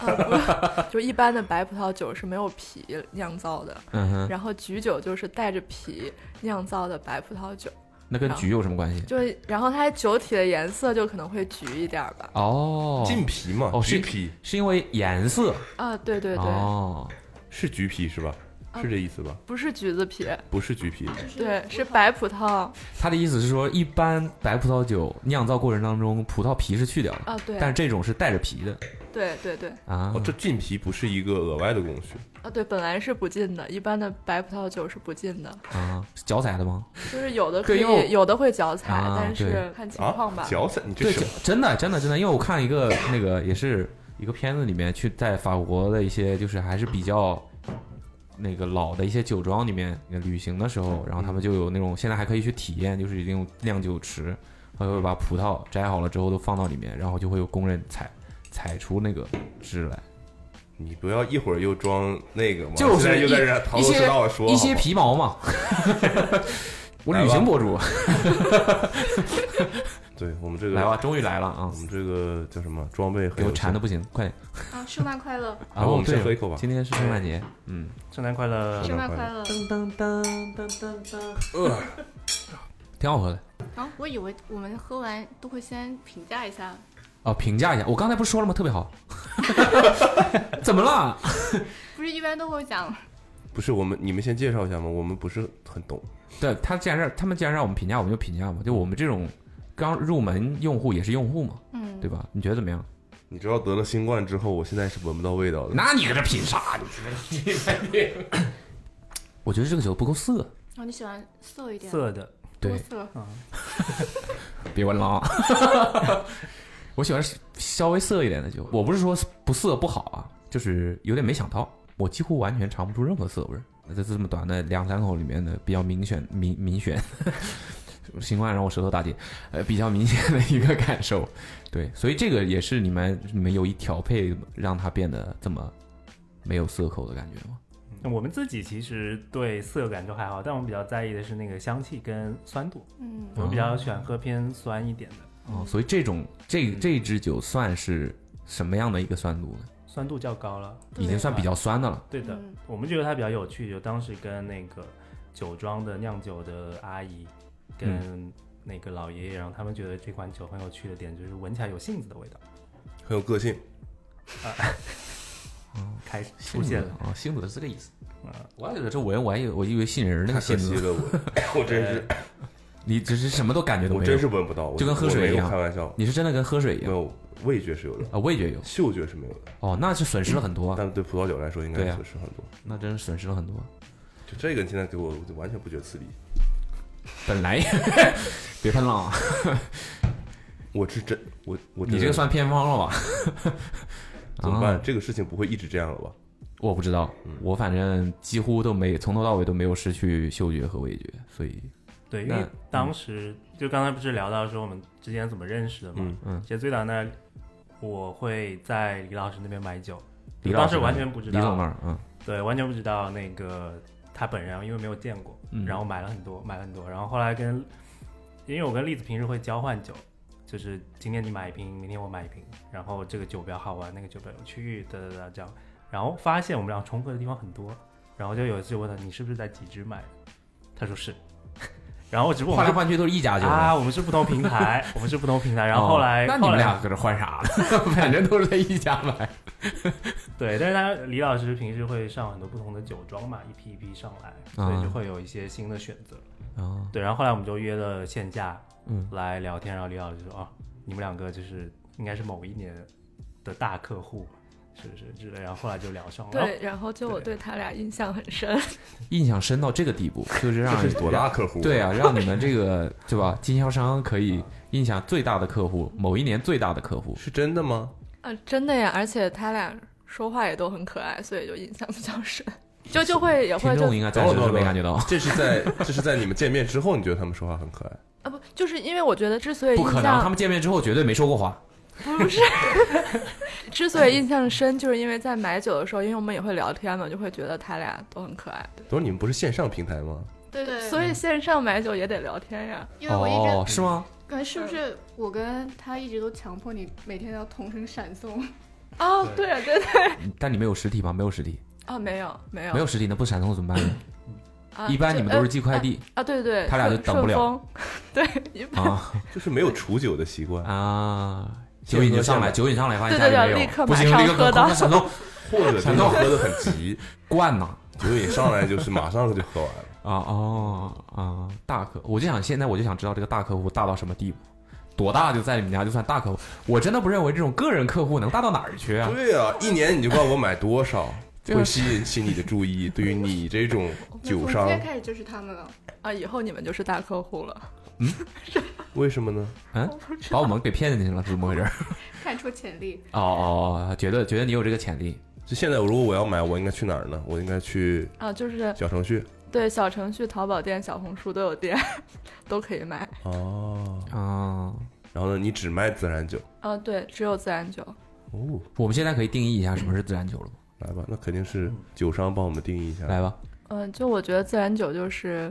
S3: 啊，不 *laughs* 是，就一般的白葡萄酒是没有皮酿造的，
S2: 嗯哼，
S3: 然后橘酒就是带着皮酿造的白葡萄酒，
S2: 那跟橘有什么关系？
S3: 就然后它酒体的颜色就可能会橘一点儿吧。
S2: 哦，
S5: 浸皮嘛，
S2: 哦
S5: 橘
S2: 是
S5: 皮
S2: 是因为颜色
S3: 啊，对对对，
S2: 哦，
S5: 是橘皮是吧？
S4: 啊
S5: 是这意思吧？
S3: 不是橘子皮，
S5: 不是橘皮，
S2: 哦
S3: 对，是白葡萄啊，
S2: 他的意思是说，一般白葡萄酒酿造过程当中，葡萄皮是去掉的，
S3: 啊对
S2: 但是这种是带着皮的
S3: 对对对，
S2: 啊
S5: 哦，。这浸皮不是一个额外的工序。
S3: 啊对，本来是不进的，一般的白葡萄酒是不进的，
S2: 啊，是脚踩的吗？
S3: 就是有的可
S2: 对因为我
S3: 以，有的会脚踩，
S2: 啊
S3: 但是
S2: 对
S3: 看情况
S5: 啊
S3: 吧，。
S5: 脚踩，你这
S2: 对，
S5: 什
S2: 脚
S5: 么？
S2: 真的真的真的，因为我看一个那个也是一个片子里面去在法国的一些就是还是比较。那个老的一些酒庄里面旅行的时候，然后他们就有那种现在还可以去体验，就是一种酿酒池，他会把葡萄摘好了之后都放到里面，然后就会有工人采采出那个汁来。
S5: 你不要一会儿又装那个嘛，
S2: 就是
S5: 现在又在
S2: 一
S5: 这逃
S2: 一
S5: 头
S2: 些
S5: 是道地说
S2: 一些
S5: 好吗
S2: 皮
S5: *laughs*
S2: 毛嘛。我
S5: 来吧
S2: 旅行博主，
S5: 对我们这个
S2: 来吧，，终于来了啊
S5: 我！们这个叫什么装备很
S2: 给
S5: 有
S2: 我馋的不行，快点！
S4: 啊，圣诞快乐，
S5: 然
S2: 啊，
S5: 后我们
S2: 对
S5: 先喝一口吧哎
S2: 今天是圣诞节，嗯，
S6: 圣诞快乐！
S5: 圣诞快
S4: 乐
S2: 挺好喝的。
S4: 啊！我以为我们喝完都会先评价一下，
S2: 哦，评价一下，我刚才不是说了吗？特别
S5: *laughs*
S2: 好。怎么了？
S4: 不是一般都会讲
S5: 不是我们你们先介绍一下嘛，我们不是很懂，
S2: 对他既然让他们既然让我们评价，我们就评价嘛。就我们这种刚入门用户也是用户嘛，
S4: 嗯
S2: 对吧？你觉得怎么样？
S5: 你知道得了新冠之后，我现在是闻不到味道的。
S2: 那你在这品啥？你觉
S5: *laughs*
S2: 得？我觉得这个酒不够涩。
S4: 哦，你喜欢涩一点，
S6: 色的，
S4: 多
S2: 对，
S4: 涩，
S2: 别问了啊！ *laughs* 我喜欢稍微涩一点的酒。我不是说不涩不好啊，就是有点没想到，我几乎完全尝不出任何涩味儿。在这么短的两三口里面的比较明显明明显， *laughs* 新冠让我舌头打结，呃，比较明显的一个感受。对，所以这个也是你们你们有意调配让它变得这么没有涩口的感觉吗？
S6: 那我们自己其实对涩感都还好，但我们比较在意的是那个香气跟酸度。
S4: 嗯，
S6: 我比较喜欢喝偏酸一点的，
S2: 哦，所以这种这这支酒算是什么样的一个酸度呢？
S6: 酸度较高了。
S4: 对
S2: 已经算比较酸的了。
S6: 对的，
S4: 嗯
S6: 我们觉得它比较有趣，就当时跟那个酒庄的酿酒的阿姨
S2: 嗯
S6: 跟那个老爷爷，然后他们觉得这款酒很有趣的点就是闻起来有杏子的味道，
S5: 很有个性，
S6: 开始出现了。
S2: 啊，杏子是这个意思。
S6: 嗯，
S2: 我也觉得这闻，我还以为我以为杏仁儿那
S5: 太
S2: 个
S5: 可
S2: 杏
S5: 惜
S2: 子，
S5: 了，我 *laughs* 我真
S2: *laughs*
S5: 是
S2: 你只是什么都感觉都
S5: 我
S2: 没
S5: 真
S2: 有
S5: 是，闻不到，我
S2: 就跟喝
S5: 我
S2: 水一
S5: 没有
S2: 样
S5: 开玩笑，
S2: 你是真的跟喝水一
S5: 没
S2: 样
S5: 有味觉是有的，
S2: 啊，味觉有
S5: 嗅觉是没有的，
S2: 哦，那是损失了很多，
S5: 但对葡萄酒来说应
S2: 对
S5: 该
S2: 啊
S5: 损失很多。
S2: 那真是损失了很多。
S5: 就这个你现在给我，我就完全不觉刺鼻，
S2: 本来别喷了，啊，
S5: 我是真我我
S2: 你
S5: 真
S2: 这
S5: 的
S2: 个算偏方了吧？
S5: 怎么办
S2: 啊？？
S5: 这个事情不会一直这样了吧？
S2: 我不知道，我反正几乎都没从头到尾都没有失去嗅觉和味觉，所以
S6: 对，因
S2: 那嗯
S6: 为当时就刚才不是聊到说我们之间怎么认识的嘛，
S5: 嗯
S2: 嗯
S6: 其实最早呢，我会在李老师那边买酒，
S2: 李
S6: 当
S2: 老
S6: 时
S2: 师
S6: 完全不知
S2: 李总那
S6: 道，
S2: 儿，嗯
S6: 对，完全不知道那个他本人，因为没有见过，
S2: 嗯，
S6: 然后买了很多，买了很多，然后后来跟，因为我跟栗子平时会交换酒，就是今天你买一瓶，明天我买一瓶，然后这个酒比较好玩，那个酒比较有趣，哒哒哒这样，然后发现我们俩重合的地方很多，然后就有一次就问他你是不是在几支买的，他说是， *laughs* 然后只不过我
S2: 换来
S6: 们
S2: 换去都是一家酒
S6: 啊，我们是不同平台，我们是不同平台，然后后来、
S2: 哦那你
S6: 后
S2: 们
S6: 来
S2: 俩搁这换啥呢？ *laughs* 反正都是在一家买。
S6: 对，但是他李老师平时会上很多不同的酒庄嘛，一批一批上来，所以就
S2: 啊
S6: 会有一些新的选择。
S2: 哦，
S6: 对，然后后来我们就约了线下，
S2: 嗯
S6: 来聊天，然后李老师说啊，你们两个就是应该是某一年的大客户，是不是之类的，然后后来就聊上了。
S3: 对，然后就我对他俩印象很深，
S2: 印象深到这个地步， *laughs* 就是让
S5: 这是多大客户？
S2: *laughs* 对，啊，让你们这个对吧？经销商可以印象最大的客户，某一年最大的客户，
S5: 是真的吗？
S3: 啊，真的呀，而且他俩说话也都很可爱，所以就印象比较深，就就会也
S2: 听
S3: 会就
S2: 众应该暂时是没感觉到。
S5: 这是在这是在你们见面之后，你觉得他们说话很可爱？
S3: 啊不，就是因为我觉得之所以
S2: *laughs* 不
S3: 印
S2: 可能，他
S3: 象
S2: 们见面之后绝对没说过话。
S3: 不是， *laughs* 之所以印象深，就是因为在买酒的时候，因为我们也会聊天嘛，就会觉得他俩都很可爱。
S5: 都是你们不是线上平台吗？
S4: 对对，
S3: 所以线上买酒也得聊天呀。
S4: 因为我一直
S2: 哦，是吗？
S4: 感觉是不是我跟他一直都强迫你每天要同声闪送，
S3: 哦，对啊，对对，
S2: 但你们有实体吗？没有实体，
S3: 哦，没有没有
S2: 没有实体，那不闪送怎么办呢？
S3: *laughs* 啊
S2: 一般你们都是寄快
S3: *laughs*
S2: 递
S3: 呃啊，对对，
S2: 他俩就等不了
S3: 顺顺丰 *laughs* 对，一般
S2: 啊
S5: 就是没有储酒的习惯，
S2: *laughs* 啊！酒瘾就上来，酒瘾上来发现家
S3: 对对
S2: 里
S3: 对
S2: 没
S3: 立刻
S2: 有，
S3: 马
S2: 不行，
S3: 上
S2: 立
S3: 喝
S2: 刻
S3: 到
S2: 空闪送
S5: 或者就是喝的很急，
S2: 灌呐
S5: 酒瘾上来就是马上就喝完了。
S2: 啊哦啊！大客，我就想现在我就想知道这个大客户大到什么地步，多大就在你们家就算大客户？我真的不认为这种个人客户能大到哪儿去啊！
S5: 对啊，一年你就管我买多少，
S2: *laughs* 对啊
S5: 会吸引起你的注意。对于你这种酒
S4: 从
S5: 商
S4: 今，天开始就是他们了。
S3: 啊，以后你们就是大客户了。
S5: 为什么呢？
S2: 嗯，把我们给骗进去了，是怎么回事？
S4: *laughs* 看出潜力，
S2: 哦哦，哦觉得觉得你有这个潜力，
S5: 就现在，如果我要买，我应该去哪儿呢？我应该去
S3: 啊，就是
S5: 小程序。
S3: 对小程序、淘宝店、小红书都有店， *laughs* 都可以买。
S5: 哦，
S2: 嗯，
S5: 然后呢，你只卖自然酒。
S3: 啊，对，只有自然酒。
S5: 哦，
S2: 我们现在可以定义一下什么是自然酒了吗？
S5: 来吧，那肯定是
S2: 嗯
S5: 酒商帮我们定义一下。
S2: 来吧，
S3: 嗯，就我觉得自然酒就是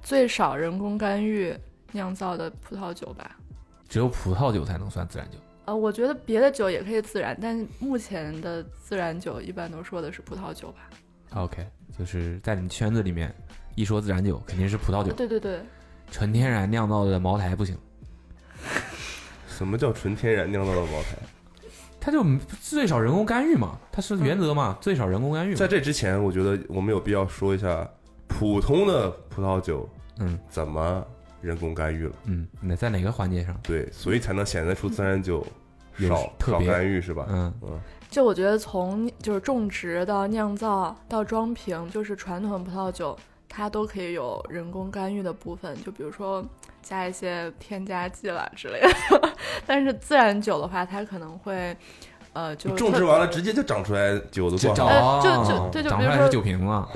S3: 最少人工干预酿造的葡萄酒吧。
S2: 只有葡萄酒才能算自然酒。
S3: 呃，我觉得别的酒也可以自然，但目前的自然酒一般都说的是葡萄酒吧？
S2: OK，就是在你们圈子里面，一说自然酒肯定是葡萄酒，
S3: 呃对对对，
S2: 纯天然酿造的茅台不行，
S5: 什么叫纯天然酿造的茅台？
S2: 它就最少人工干预嘛，它是原则嘛，最少人工干预嘛。
S5: 在这之前，我觉得我们有必要说一下，普通的葡萄酒
S2: 嗯
S5: 怎么人工干预了？
S2: 嗯，那在哪个环节上？
S5: 对，所以才能显得出自然酒
S2: 嗯有
S5: 少
S2: 特
S5: 少
S2: 别
S5: 干预是吧？
S2: 嗯，
S5: 嗯，
S3: 就我觉得从就是种植到酿造到装瓶，就是传统葡萄酒，它都可以有人工干预的部分，就比如说加一些添加剂啦之类的。但是自然酒的话，它可能会，呃，就
S5: 你种植
S3: 特
S5: 完了直接就啊长出来酒的罐好，
S3: 呃就就对就
S2: 长
S3: 比
S2: 出
S3: 如
S2: 来
S3: 说
S2: 是酒瓶
S3: *laughs*
S2: 了，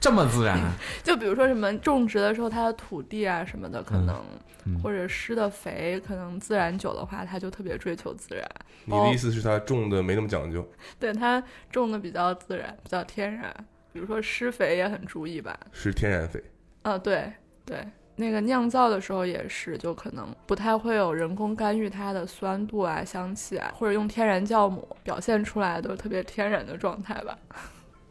S2: 这么自然，啊
S3: 就比如说什么种植的时候，它的土地啊什么的，可
S2: 嗯
S3: 能、
S2: 嗯
S3: 或者施的肥，可能自然酒的话，它就特别追求自然。
S5: 你的意思是它种的没那么讲究，
S3: 对它种的比较自然，比较天然。比如说施肥也很注意吧。
S5: 是天然肥？
S3: 啊，对对，那个酿造的时候也是，就可能不太会有人工干预它的酸度啊、香气啊，或者用天然酵母表现出来都是特别天然的状态吧。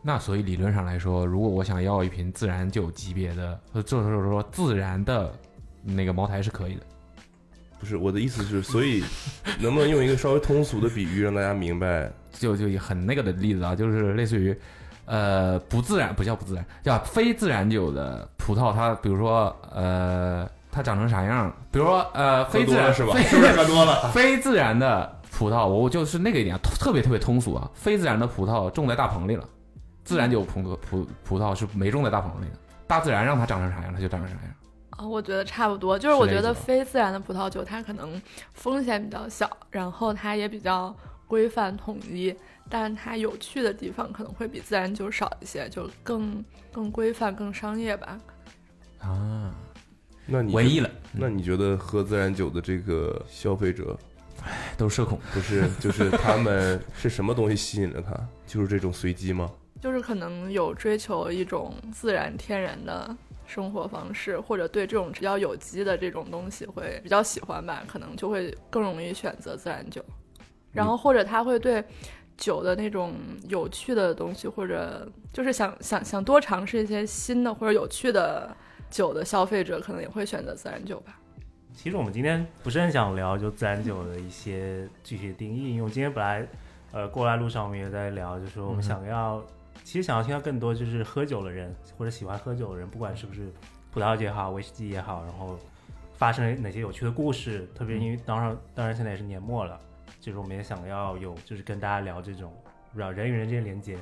S2: 那所以理论上来说，如果我想要一瓶自然酒级别的，呃就是说自然的那个茅台是可以的。
S5: 不是我的意思是，所
S2: *laughs*
S5: 以能不能用一个稍微通俗的比喻让大家明白？
S2: 就就很那个的例子啊，就是类似于，呃，不自然不叫不自然，叫非自然酒的葡萄，它比如说呃，它长成啥样？比如说呃，
S5: 喝
S2: 非自
S5: 多了
S2: 然 *laughs*
S5: 是吧？
S2: 非
S5: 是不是喝多了？
S2: 非自然的葡萄，我就是那个一点，特别特别通俗啊。非自然的葡萄种在大棚里了，自然酒葡葡葡萄是没种在大棚里的，大自然让它长成啥样，它就长成啥样。
S3: 啊，我觉得差不多，就是
S2: 是
S3: 我
S2: 这
S3: 觉
S2: 意思
S3: 得
S2: 吧
S3: 非自然的葡萄酒，它可能风险比较小，然后它也比较规范统一，但它有趣的地方可能会比自然酒少一些，就更更规范、更商业吧。
S2: 啊，
S5: *laughs* 那你
S2: 文艺了，
S5: 那你觉得喝自然酒的这个消费者，
S2: 都是社恐。
S5: 不是就是他们是什么东西吸引了他？就是这种随机吗？
S3: 就是可能有追求一种自然天然的生活方式，或者对这种比较有机的这种东西会比较喜欢吧，可能就会更容易选择自然酒。然后或者他会对酒的那种有趣的东西，或者就是想想想多尝试一些新的或者有趣的酒的消费者，可能也会选择自然酒吧。
S6: 其实我们今天不是很想聊就自然酒的一些具体的定义，因为我今天本来呃过来路上我们也在聊，就是我们想要、其实想要听到更多就是喝酒的人或者喜欢喝酒的人，不管是不是葡萄酒也好，威士忌也好，然后发生了哪些有趣的故事，特别因为当然当然现在也是年末了，就是我们也想要有就是跟大家聊这种不知道人与人之间连接，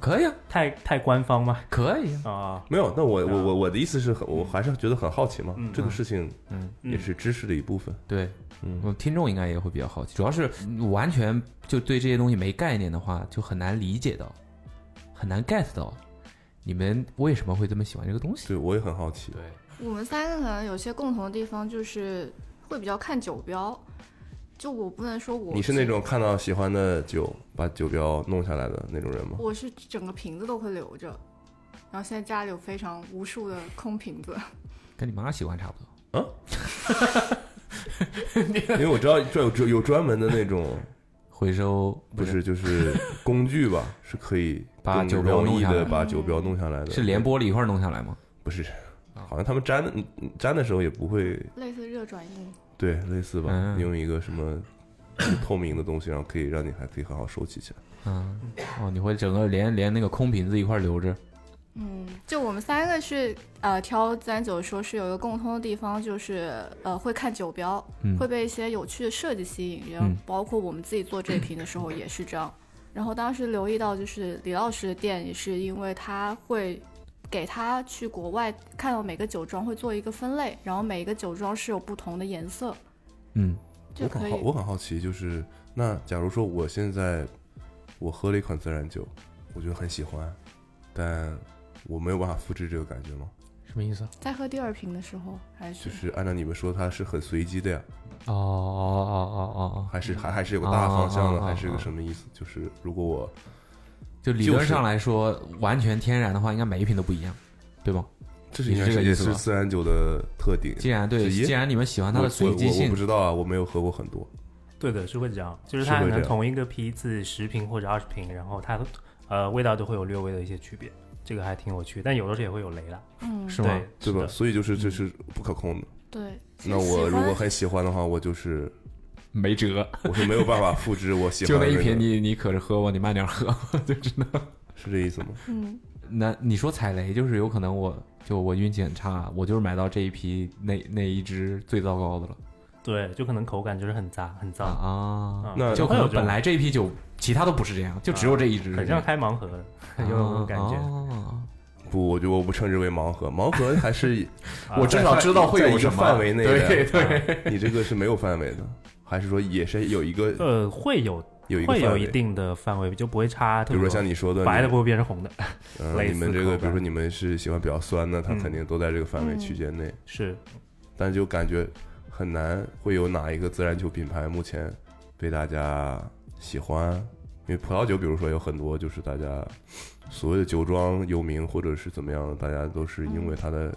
S2: 可以啊，
S6: 太太官方吗？
S2: 可以啊，
S6: 啊、
S5: 没有，那我我
S6: 啊
S5: 我我的意思是很，我还是觉得很好奇嘛。
S6: 嗯
S5: 这个事情
S2: 嗯，
S6: 嗯
S5: 也是知识的一部分。
S2: 对，
S5: 嗯，
S2: 嗯，听众应该也会比较好奇，主要是嗯完全就对这些东西没概念的话，就很难理解到，很难 get 到，你们为什么会这么喜欢这个东西？
S5: 对，我也很好奇。
S2: 对，
S4: *laughs* 我们三个可能有些共同的地方，就是会比较看酒标。就我不能说我
S5: 你是那种看到喜欢的酒，把酒标弄下来的那种人吗？
S4: 我是整个瓶子都会留着，然后现在家里有非常无数的空瓶子。
S2: 跟你妈喜欢差不多。
S5: 因为我知道这有有有专门的那种，
S2: 回收
S5: 不是就是工具吧，是可以
S2: 把
S5: 更
S2: 酒标
S5: 容
S2: 弄
S5: 易
S2: 下
S5: 的
S2: 来
S5: 把酒标弄下来的，
S2: 是连玻璃一块儿弄下来吗？
S5: 不是，好像他们粘的嗯嗯粘的时候也不会，
S4: *laughs* 类似热转印，
S5: 对，类似吧，
S2: 嗯
S5: 你用一个什么透明的东西，然后可以让你还可以很好收集起来。
S2: 嗯，哦，你会整个连连那个空瓶子一块儿留着。
S4: 嗯，就我们三个是呃挑自然酒的时候是有一个共通的地方，就是呃会看酒标，
S2: 嗯
S4: 会被一些有趣的设计吸引，然后
S2: 嗯
S4: 包括我们自己做这一瓶的时候也是这样。然后当时留意到就是李老师的店也是因为他会。给他去国外看到每个酒庄会做一个分类，然后每一个酒庄是有不同的颜色，
S2: 嗯
S4: 就
S5: 我
S4: 可
S5: 很
S4: 以
S5: 好，哦我很好奇，就是那假如说我现在我喝了一款自然酒，我觉得很喜欢，但我没有办法复制这个感觉吗？
S2: 什么意思？
S4: 在喝第二瓶的时候还是
S5: 就是按照你们说，它是很随机的呀，
S2: 哦哦哦哦哦，
S5: 还是还还是有个大方向的，
S2: 啊啊啊啊
S5: 还是个什么意思？就是如果我
S2: 就理论上来说，完全天然的话，应该每一瓶都不一样，对吗？
S5: 这是
S2: 你
S5: 应
S2: 是
S5: 该
S2: 这个意
S5: 也
S2: 思
S5: 是
S2: 吧
S5: 自然酒的特点。
S2: 既然对，
S5: 之一
S2: 既然你们喜欢它
S5: 我
S2: 的随机
S5: 我我我
S2: 性
S5: 不，知道啊，我没有喝过很多。
S6: 对的，是会这样，就是
S5: 是
S6: 它
S5: 会
S6: 可
S5: 这
S6: 能
S5: 样
S6: 同一个批次十瓶或者二十瓶，然后它呃味道都会有略微的一些区别，这个还挺有趣，但有的时候也会有雷啦，
S4: 嗯，
S2: 是嗯吗
S6: 对？
S5: 对吧？
S6: 的
S5: 所以就是这是不可控的。
S4: 对。
S5: 那
S4: 喜
S5: 我
S4: 欢
S5: 如果很喜欢的话，我就是
S2: 没辙，
S5: 我是没有办法复制我喜
S2: 就
S5: 欢
S2: 那
S5: 的
S2: 一
S5: 个
S2: 瓶，你你可是喝吧，你慢点喝 *laughs* 吧，就知道。
S5: 是这意思吗？
S4: 嗯，
S2: 那你说踩雷，就是有可能我就我运气很差，我就是买到这一批那那一只最糟糕的了
S6: 对，就可能口感就是很杂很
S2: 啊
S6: 脏，
S2: 啊！
S6: 嗯
S5: 那
S2: 就可
S6: 会有
S2: 能
S6: 这种
S2: 本来这一批酒，其他都不是这样，就只有这一只是这
S6: 很
S2: 样，
S6: 像开盲盒的，很有那种感觉。
S5: 哦
S2: 啊
S5: 不，我就我不称之为盲盒，盲盒
S2: *laughs*
S5: 还是
S6: 啊
S2: 我
S5: 在
S2: 至少
S5: 范
S2: 知道会有
S5: 在一
S2: 什
S5: 个
S2: 么
S5: 范围内的，啊
S2: 对
S5: 对，你这个是没有范围的，还是说也是有一个
S6: 呃，会有
S5: 有一个
S6: 会
S5: 范
S6: 有
S5: 围
S6: 一？定的范围，就不会差
S5: 比
S6: 特别
S5: 如
S6: 多。
S5: 说像你说的，
S6: 白的
S5: 你
S6: 不会变成红
S5: *laughs*
S6: 的，
S5: 呃，
S6: 类
S5: 你
S6: 似
S5: 们这个，
S6: 口
S5: 比如
S6: 感
S5: 说你们是喜欢比较酸的，它
S6: 嗯
S5: 肯定都在这个范围
S4: 嗯
S5: 区间内，
S6: 是
S5: 但就感觉很难会有哪一个自然酒品牌目前被大家喜欢，因为葡萄酒，比如说有很多就是大家所谓的酒庄有名或者是怎么样的，大家都是因为它的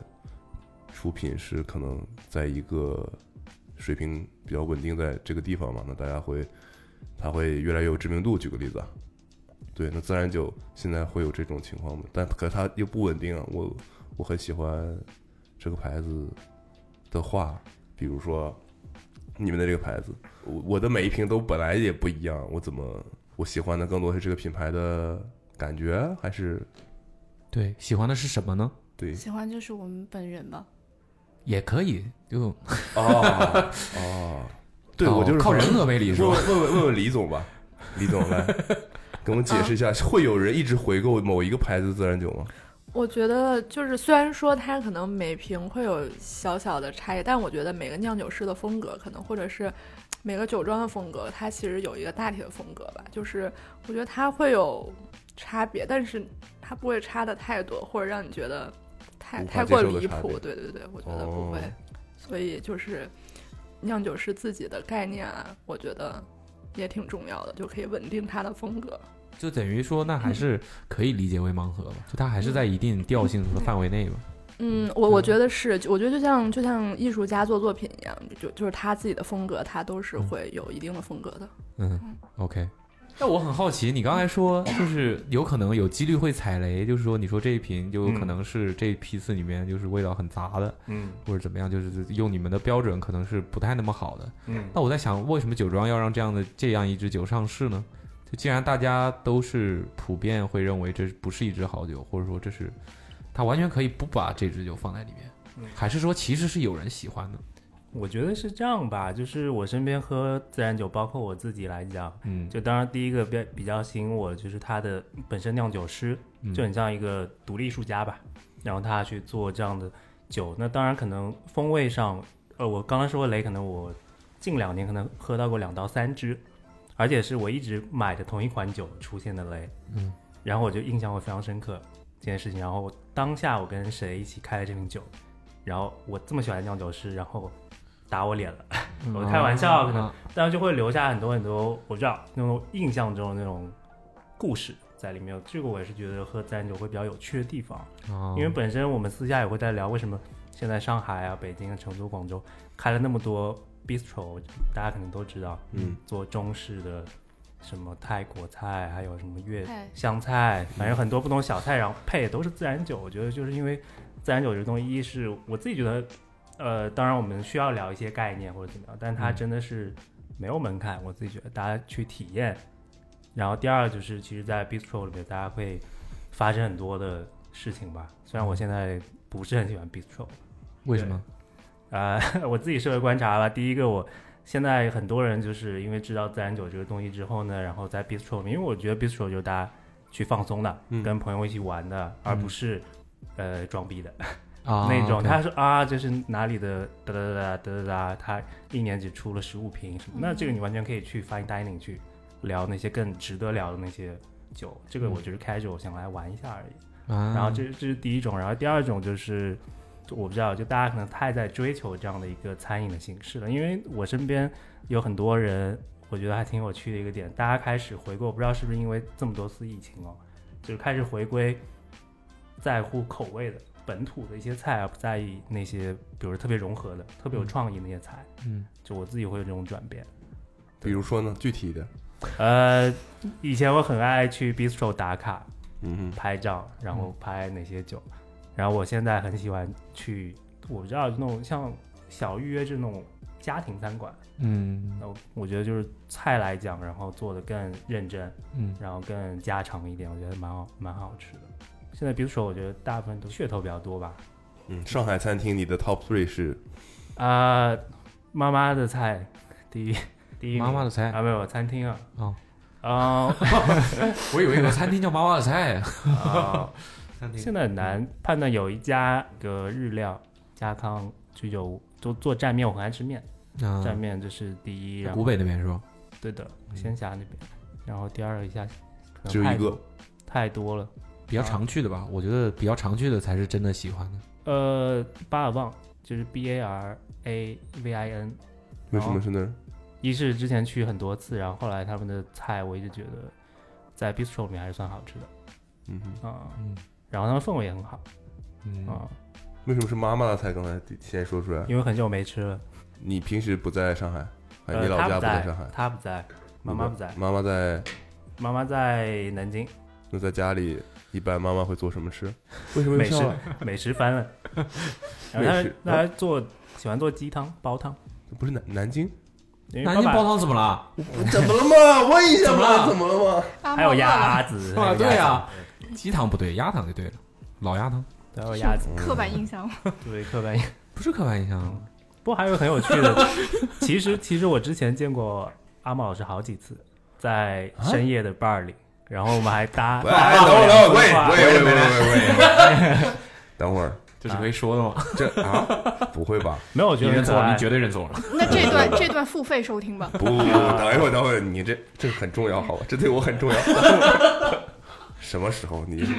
S5: 出品是可能在一个水平比较稳定在这个地方嘛，那大家会它会越来越有知名度。举个例子啊，对，那自然酒现在会有这种情况吗？但可它又不稳定啊。我我很喜欢这个牌子的话，比如说你们的这个牌子，我我的每一瓶都本来也不一样，我怎么我喜欢的更多是这个品牌的感觉，啊还是
S2: 对，喜欢的是什么呢？ *laughs*
S5: 对
S4: 喜欢就是我们本人吧。
S2: 也可以，就
S5: 哦哦，对
S2: 哦
S5: 我就是
S2: 靠
S5: 好像
S2: 人格魅力是
S5: 问
S2: 吧？
S5: 问问问问问李总吧，李总
S2: *laughs*
S5: 来给我们解释一下，
S2: 啊
S5: 会有人一直回购某一个牌子自然酒吗？
S3: 我觉得就是，虽然说它可能每瓶会有小小的差异，但我觉得每个酿酒师的风格可能，或者是每个酒庄的风格，它其实有一个大体的风格吧。就是我觉得它会有差别，但是它不会差的太多，或者让你觉得太
S5: 无法
S3: 太
S5: 接
S3: 过
S5: 受的
S3: 离
S5: 差
S3: 谱
S5: 别。
S3: 对对对，我觉得不会。
S5: 哦
S3: 所以就是酿酒师自己的概念啊，我觉得也挺重要的，就可以稳定它的风格。
S2: 就等于说，那还是可以理解为盲盒吧，就它还是在一定调性和范围内吧。
S3: 嗯，我我
S2: 对
S3: 觉得是，就我觉得就像就像艺术家做作品一样，就就是他自己的风格，他都是
S2: 嗯
S3: 会有一定的风格的。
S2: 嗯，OK。那我很好奇，你刚才说就是有可能有几率会踩雷，就是说你说这一瓶就有可能是这一批次里面就是味道很杂的，
S6: 嗯
S2: 或者怎么样，就是用你们的标准可能是不太那么好的。
S6: 嗯
S2: 那我在想，为什么酒庄要让这样的这样一支酒上市呢？就既然大家都是普遍会认为这不是一支好酒，或者说这是他完全可以不把这支酒放在里面
S6: 嗯，
S2: 还是说其实是有人喜欢的？
S6: 我觉得是这样吧，就是我身边喝自然酒，包括我自己来讲，
S2: 嗯，
S6: 就当然第一个比比较吸引我的就是它的本身酿酒师
S2: 嗯
S6: 就很像一个独立艺术家吧，然后他去做这样的酒，那当然可能风味上，呃，我刚刚说的雷，可能我近两年可能喝到过两到三支，而且是我一直买的同一款酒出现的雷，
S2: 嗯，
S6: 然后我就印象会非常深刻这件事情，然后我当下我跟谁一起开了这瓶酒，然后我这么喜欢的酿酒师，然后打我脸了。我开玩笑可
S2: 嗯
S6: 能
S2: 啊
S6: 但就会留下很多很多，我不知道那种印象中的那种故事在里面。这个我也是觉得喝自然酒会比较有趣的地方，
S2: 啊
S6: 因为本身我们私下也会在聊为什么现在上海啊、北京啊、成都、广州开了那么多 bistro，大家可能都知道，
S5: 嗯，
S6: 做中式的什么泰国菜，还有什么粤
S4: 哎，
S6: 湘菜，反正很多不同小菜，然后配的都是自然酒。我觉得就是因为自然酒这东西，一是我自己觉得，呃，当然我们需要聊一些概念或者怎么样，但它
S2: 嗯
S6: 真的是没有门槛，我自己觉得大家去体验。然后第二就是，其实，在 bistro 里面，大家会发生很多的事情吧。虽然我现在不是很喜欢 bistro，
S2: 为什么？
S6: 呃， *laughs* 我自己社会观察吧。第一个，我现在很多人就是因为知道自然酒这个东西之后呢，然后在 bistro 里面，因为我觉得 bistro 就是大家去放松的，
S5: 嗯
S6: 跟朋友一起玩的，而不是呃装逼的、
S2: 啊，
S6: 那种。
S2: 对
S6: 他说啊，这是哪里的哒哒哒哒哒哒，他一年只出了十五瓶什么，那这个你完全可以去 fine dining 去聊那些更值得聊的那些酒。这个我就是 casual 想来玩一下而已。
S2: 啊
S6: 然后这这是第一种，然后第二种就是就我不知道，就大家可能太在追求这样的一个餐饮的形式了，因为我身边有很多人，我觉得还挺有趣的一个点，大家开始回归，我不知道是不是因为这么多次疫情哦，就是开始回归在乎口味的本土的一些菜，而不在意那些比如特别融合的、特别有创意的那些菜。
S2: 嗯，
S6: 就我自己会有这种转变。
S5: 比如说呢，具体一点，
S6: 呃，以前我很爱去 bistro 打卡
S5: 嗯哼，
S6: 拍照，然后拍哪些酒，然后我现在很喜欢去，我不知道那种像小预约制那种家庭餐馆，
S2: 嗯
S6: 那我我觉得就是菜来讲，然后做的更认真，
S2: 嗯
S6: 然后更家常一点，我觉得蛮好，蛮好吃的。现在 bistro 我觉得大部分都噱头比较多吧，
S5: 嗯，上海餐厅你的 top three 是
S6: 啊、妈妈的菜第一，第一
S2: 妈妈的菜
S6: 菜啊，没有餐厅啊，
S2: 哦
S6: 啊、
S2: 我以为有个餐厅叫妈妈的菜，
S6: *laughs* 啊
S2: 餐
S5: 嗯
S2: 厅
S6: 现在很难判断有一家个日料家康居酒屋，就做蘸面，我很爱吃面，
S5: 嗯
S2: 啊
S6: 蘸面这是第一，然
S2: 古
S6: 后
S2: 北那边是吧？
S6: 对的仙侠那边，然后第二一下
S2: 嗯
S6: 可
S5: 嗯
S6: 能
S5: 只有
S6: 太
S5: 一个
S6: 多，太多了，
S2: 比较常去的吧，我觉得比较常去的才是真的喜欢的。
S6: 呃，巴尔旺就是 B A R A V I N，
S5: 为
S2: 哦
S5: 什么是那儿？
S6: 一是之前去很多次，然后后来他们的菜我一直觉得在 bistro 里面还是算好吃的
S5: 嗯哼，
S6: 啊、
S2: 嗯
S6: 然后他们氛围也很好
S2: 嗯
S6: 啊、
S5: 为什么是妈妈的菜？刚才先说出来，
S6: 因为很久没吃了，
S5: 你平时不在上海，哎，
S6: 呃
S5: 你老
S6: 他
S5: 家
S6: 不
S5: 不在上海，
S6: 他不在，妈妈不在，
S5: 妈妈在，
S6: 妈妈在南京。
S5: 那在家里一般妈妈会做什么吃？为什么
S6: 美
S5: 笑
S6: 食
S5: 啊？
S6: 美食翻了，然
S5: 美
S6: 后
S5: 食
S6: 他他还做喜欢做鸡汤煲汤，
S5: 不是南南京？
S6: 因为
S2: 南京
S6: 爸爸
S2: 煲汤怎么了？
S5: *laughs* 怎么了嘛？问一下
S2: 嘛
S5: 么了哦嘛？
S4: 啊
S6: 还有
S4: 妈妈了
S6: 鸭
S5: *laughs*
S6: 子，还
S2: *laughs*
S6: 有鸭子
S2: 对啊，鸡汤不对，鸭汤就对了，老鸭汤
S6: 还有
S5: *laughs*
S6: 鸭子，
S4: 刻板印象，
S6: 对刻板印象。
S2: 不是刻板印象。
S6: 不过还有很有趣
S5: *laughs*
S6: 的，其实其实我之前见过阿茂老师好几次，在深夜的 bar 里，然后我们还搭，
S5: 哎，
S6: 搭
S5: 等会儿，等会
S6: 了两
S5: 儿，
S6: 幅
S5: 喂
S6: 画
S5: 喂喂喂喂喂，
S6: *laughs*
S5: 等会儿，
S2: 这是可以说的吗？
S5: 这啊，不会吧？
S6: 没有，我
S2: 你
S6: 觉得
S2: 认
S6: 很
S2: 错
S6: 可
S2: 了，
S6: 爱
S2: 你。绝对认错了。
S4: *laughs* *laughs* 那这段这段付费收听吧。 *laughs*
S5: 不，等一会儿，等会儿，你这这很重要，好吧？这对我很重要。 *laughs* 什么时候你？
S6: *laughs*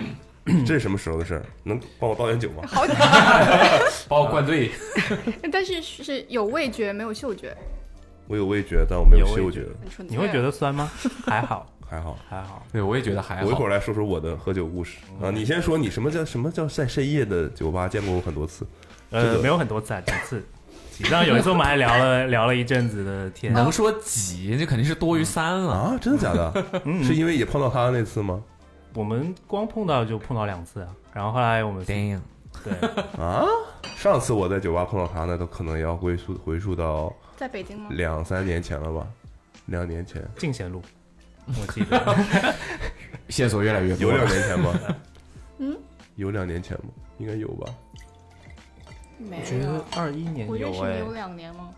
S5: 这是什么时候的事儿？能帮我倒点酒吗？
S4: 好，
S2: *laughs* 把我灌醉。
S4: 但是是有味觉没有嗅觉，
S5: 我有味觉，但我没有
S6: 有味
S5: 嗅
S6: 觉
S5: 觉，
S4: 很纯粹。
S6: 你会觉得
S5: *laughs*
S6: 酸吗？还好，
S5: 还好。
S6: 还好。嗯
S2: 对，我也觉得还
S5: 我一
S2: 好
S5: 会儿。来说说我的喝酒故事啊！你先说，你什么叫什么叫在深夜的酒吧见过我很多次？这
S6: 呃，
S5: 个
S6: 没有很多次，啊，几次。
S5: *laughs*
S6: 然后有一次我们还聊了聊了一阵子的天，
S2: 能说几，这肯定是多于三了。
S5: 啊，真的假
S6: *laughs*
S5: 的？
S6: 嗯
S5: 是因为也碰到他那次吗？
S6: 我们光碰到就碰到两次啊，然后后来我们对
S2: Damn，
S5: 啊，上次我在酒吧碰到他，那都可能要回溯回溯到
S4: 在北京吗？
S5: 两三年前了吧？两年前，
S6: 进
S5: *laughs*
S6: 贤路，我记 *laughs* 得
S2: 线索越来越多
S5: 有两
S2: 了。
S5: 年前吗？
S4: 嗯，
S5: 有两年前吗？应该有吧。
S4: 没
S6: 我觉得
S4: 有。
S6: 二一年
S4: 我认识
S6: 有
S4: 你
S6: 哎
S4: 有，两年吗？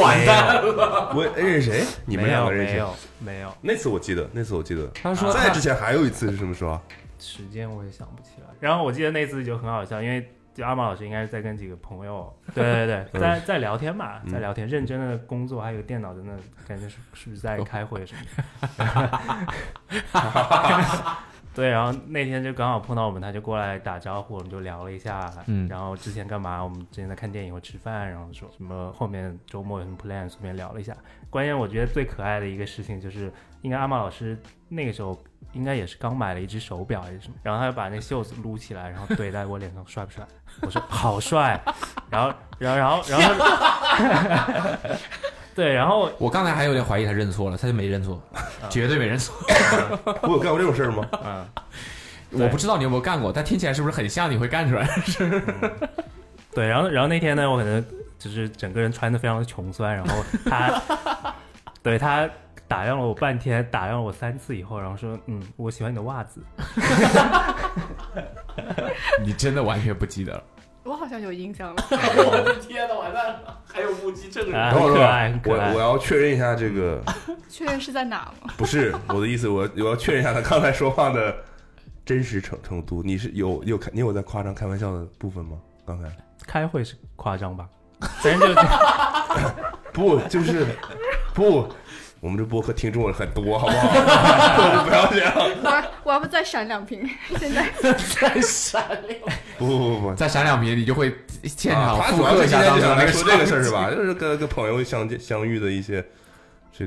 S6: 完蛋了，
S5: 我认识哎谁？你们
S6: 没
S5: 两
S6: 有
S5: 个认
S6: 没
S5: 识？
S6: 有没有，
S5: 那次我记得，那次我记
S6: *laughs*
S5: 得。
S2: 他说
S5: 在
S2: 他
S5: 之前还有一次是什么时候啊？
S6: 时间我也想不起来。然后我记得那次就很好笑，因为就阿毛老师应该是在跟几个朋友，对 *laughs* 对对，在在聊天嘛，在聊天，认真的工作，还有电脑在那，感觉是是不是在开会什么的。对，然后那天就刚好碰到我们，他就过来打招呼，我们就聊了一下，
S2: 嗯
S6: 然后之前干嘛？我们之前在看电影或吃饭，然后说什么后面周末有什么 plan，随便聊了一下。关键我觉得最可爱的一个事情就是，应该阿茂老师那个时候应该也是刚买了一只手表还是什么，然后他就把那袖子撸起来，然后怼在我脸上，帅不帅？我说好帅，然后然后然后然后，对，然后
S2: 我刚才还有点怀疑他认错了，他就没认错，绝对没认错。
S5: 我有干过这种事
S6: *laughs*
S5: 儿吗？
S6: 嗯，对
S2: 我不知道你有没有干过，但听起来是不是很像你会干出 *laughs* 来？
S6: 对，然后然后那天呢，我可能就是整个人穿的非常的穷酸，然后他 *laughs* 对他打量了我半天，打量了我三次以后，然后说嗯，我喜欢你的袜子，
S2: 你真的完全不记得了。
S4: 我好像有印象了。
S2: 我的天呐，完蛋了，还有目击证
S6: 啊、
S5: 等
S6: 很
S5: 会
S6: 可爱，
S5: 儿
S6: 很，
S5: 我
S6: 可爱
S5: 我。要确认一下这个
S4: 确认是在哪吗？ *laughs*
S5: 不是我的意思，我我要确认一下他刚才说话的真实程程度。你是有有开你有在夸张开玩笑的部分吗？刚才
S6: 开会是夸张吧？反正就
S5: 不就是不，我们这播客听众很多，好不好？ *laughs* 我们不要这样，
S4: 我还我要不再闪两瓶？现在
S2: 再闪亮，
S5: 不不不不。
S2: 再闪两瓶，你就会现场
S5: 啊他
S2: 复
S5: 主要
S2: 刻
S5: 是
S2: 一
S5: 今
S2: 下当
S5: 天就
S2: 时
S5: 想
S2: 那
S5: 来
S2: 个
S5: 说这个事儿是吧？就是跟跟朋友相见相遇的一些这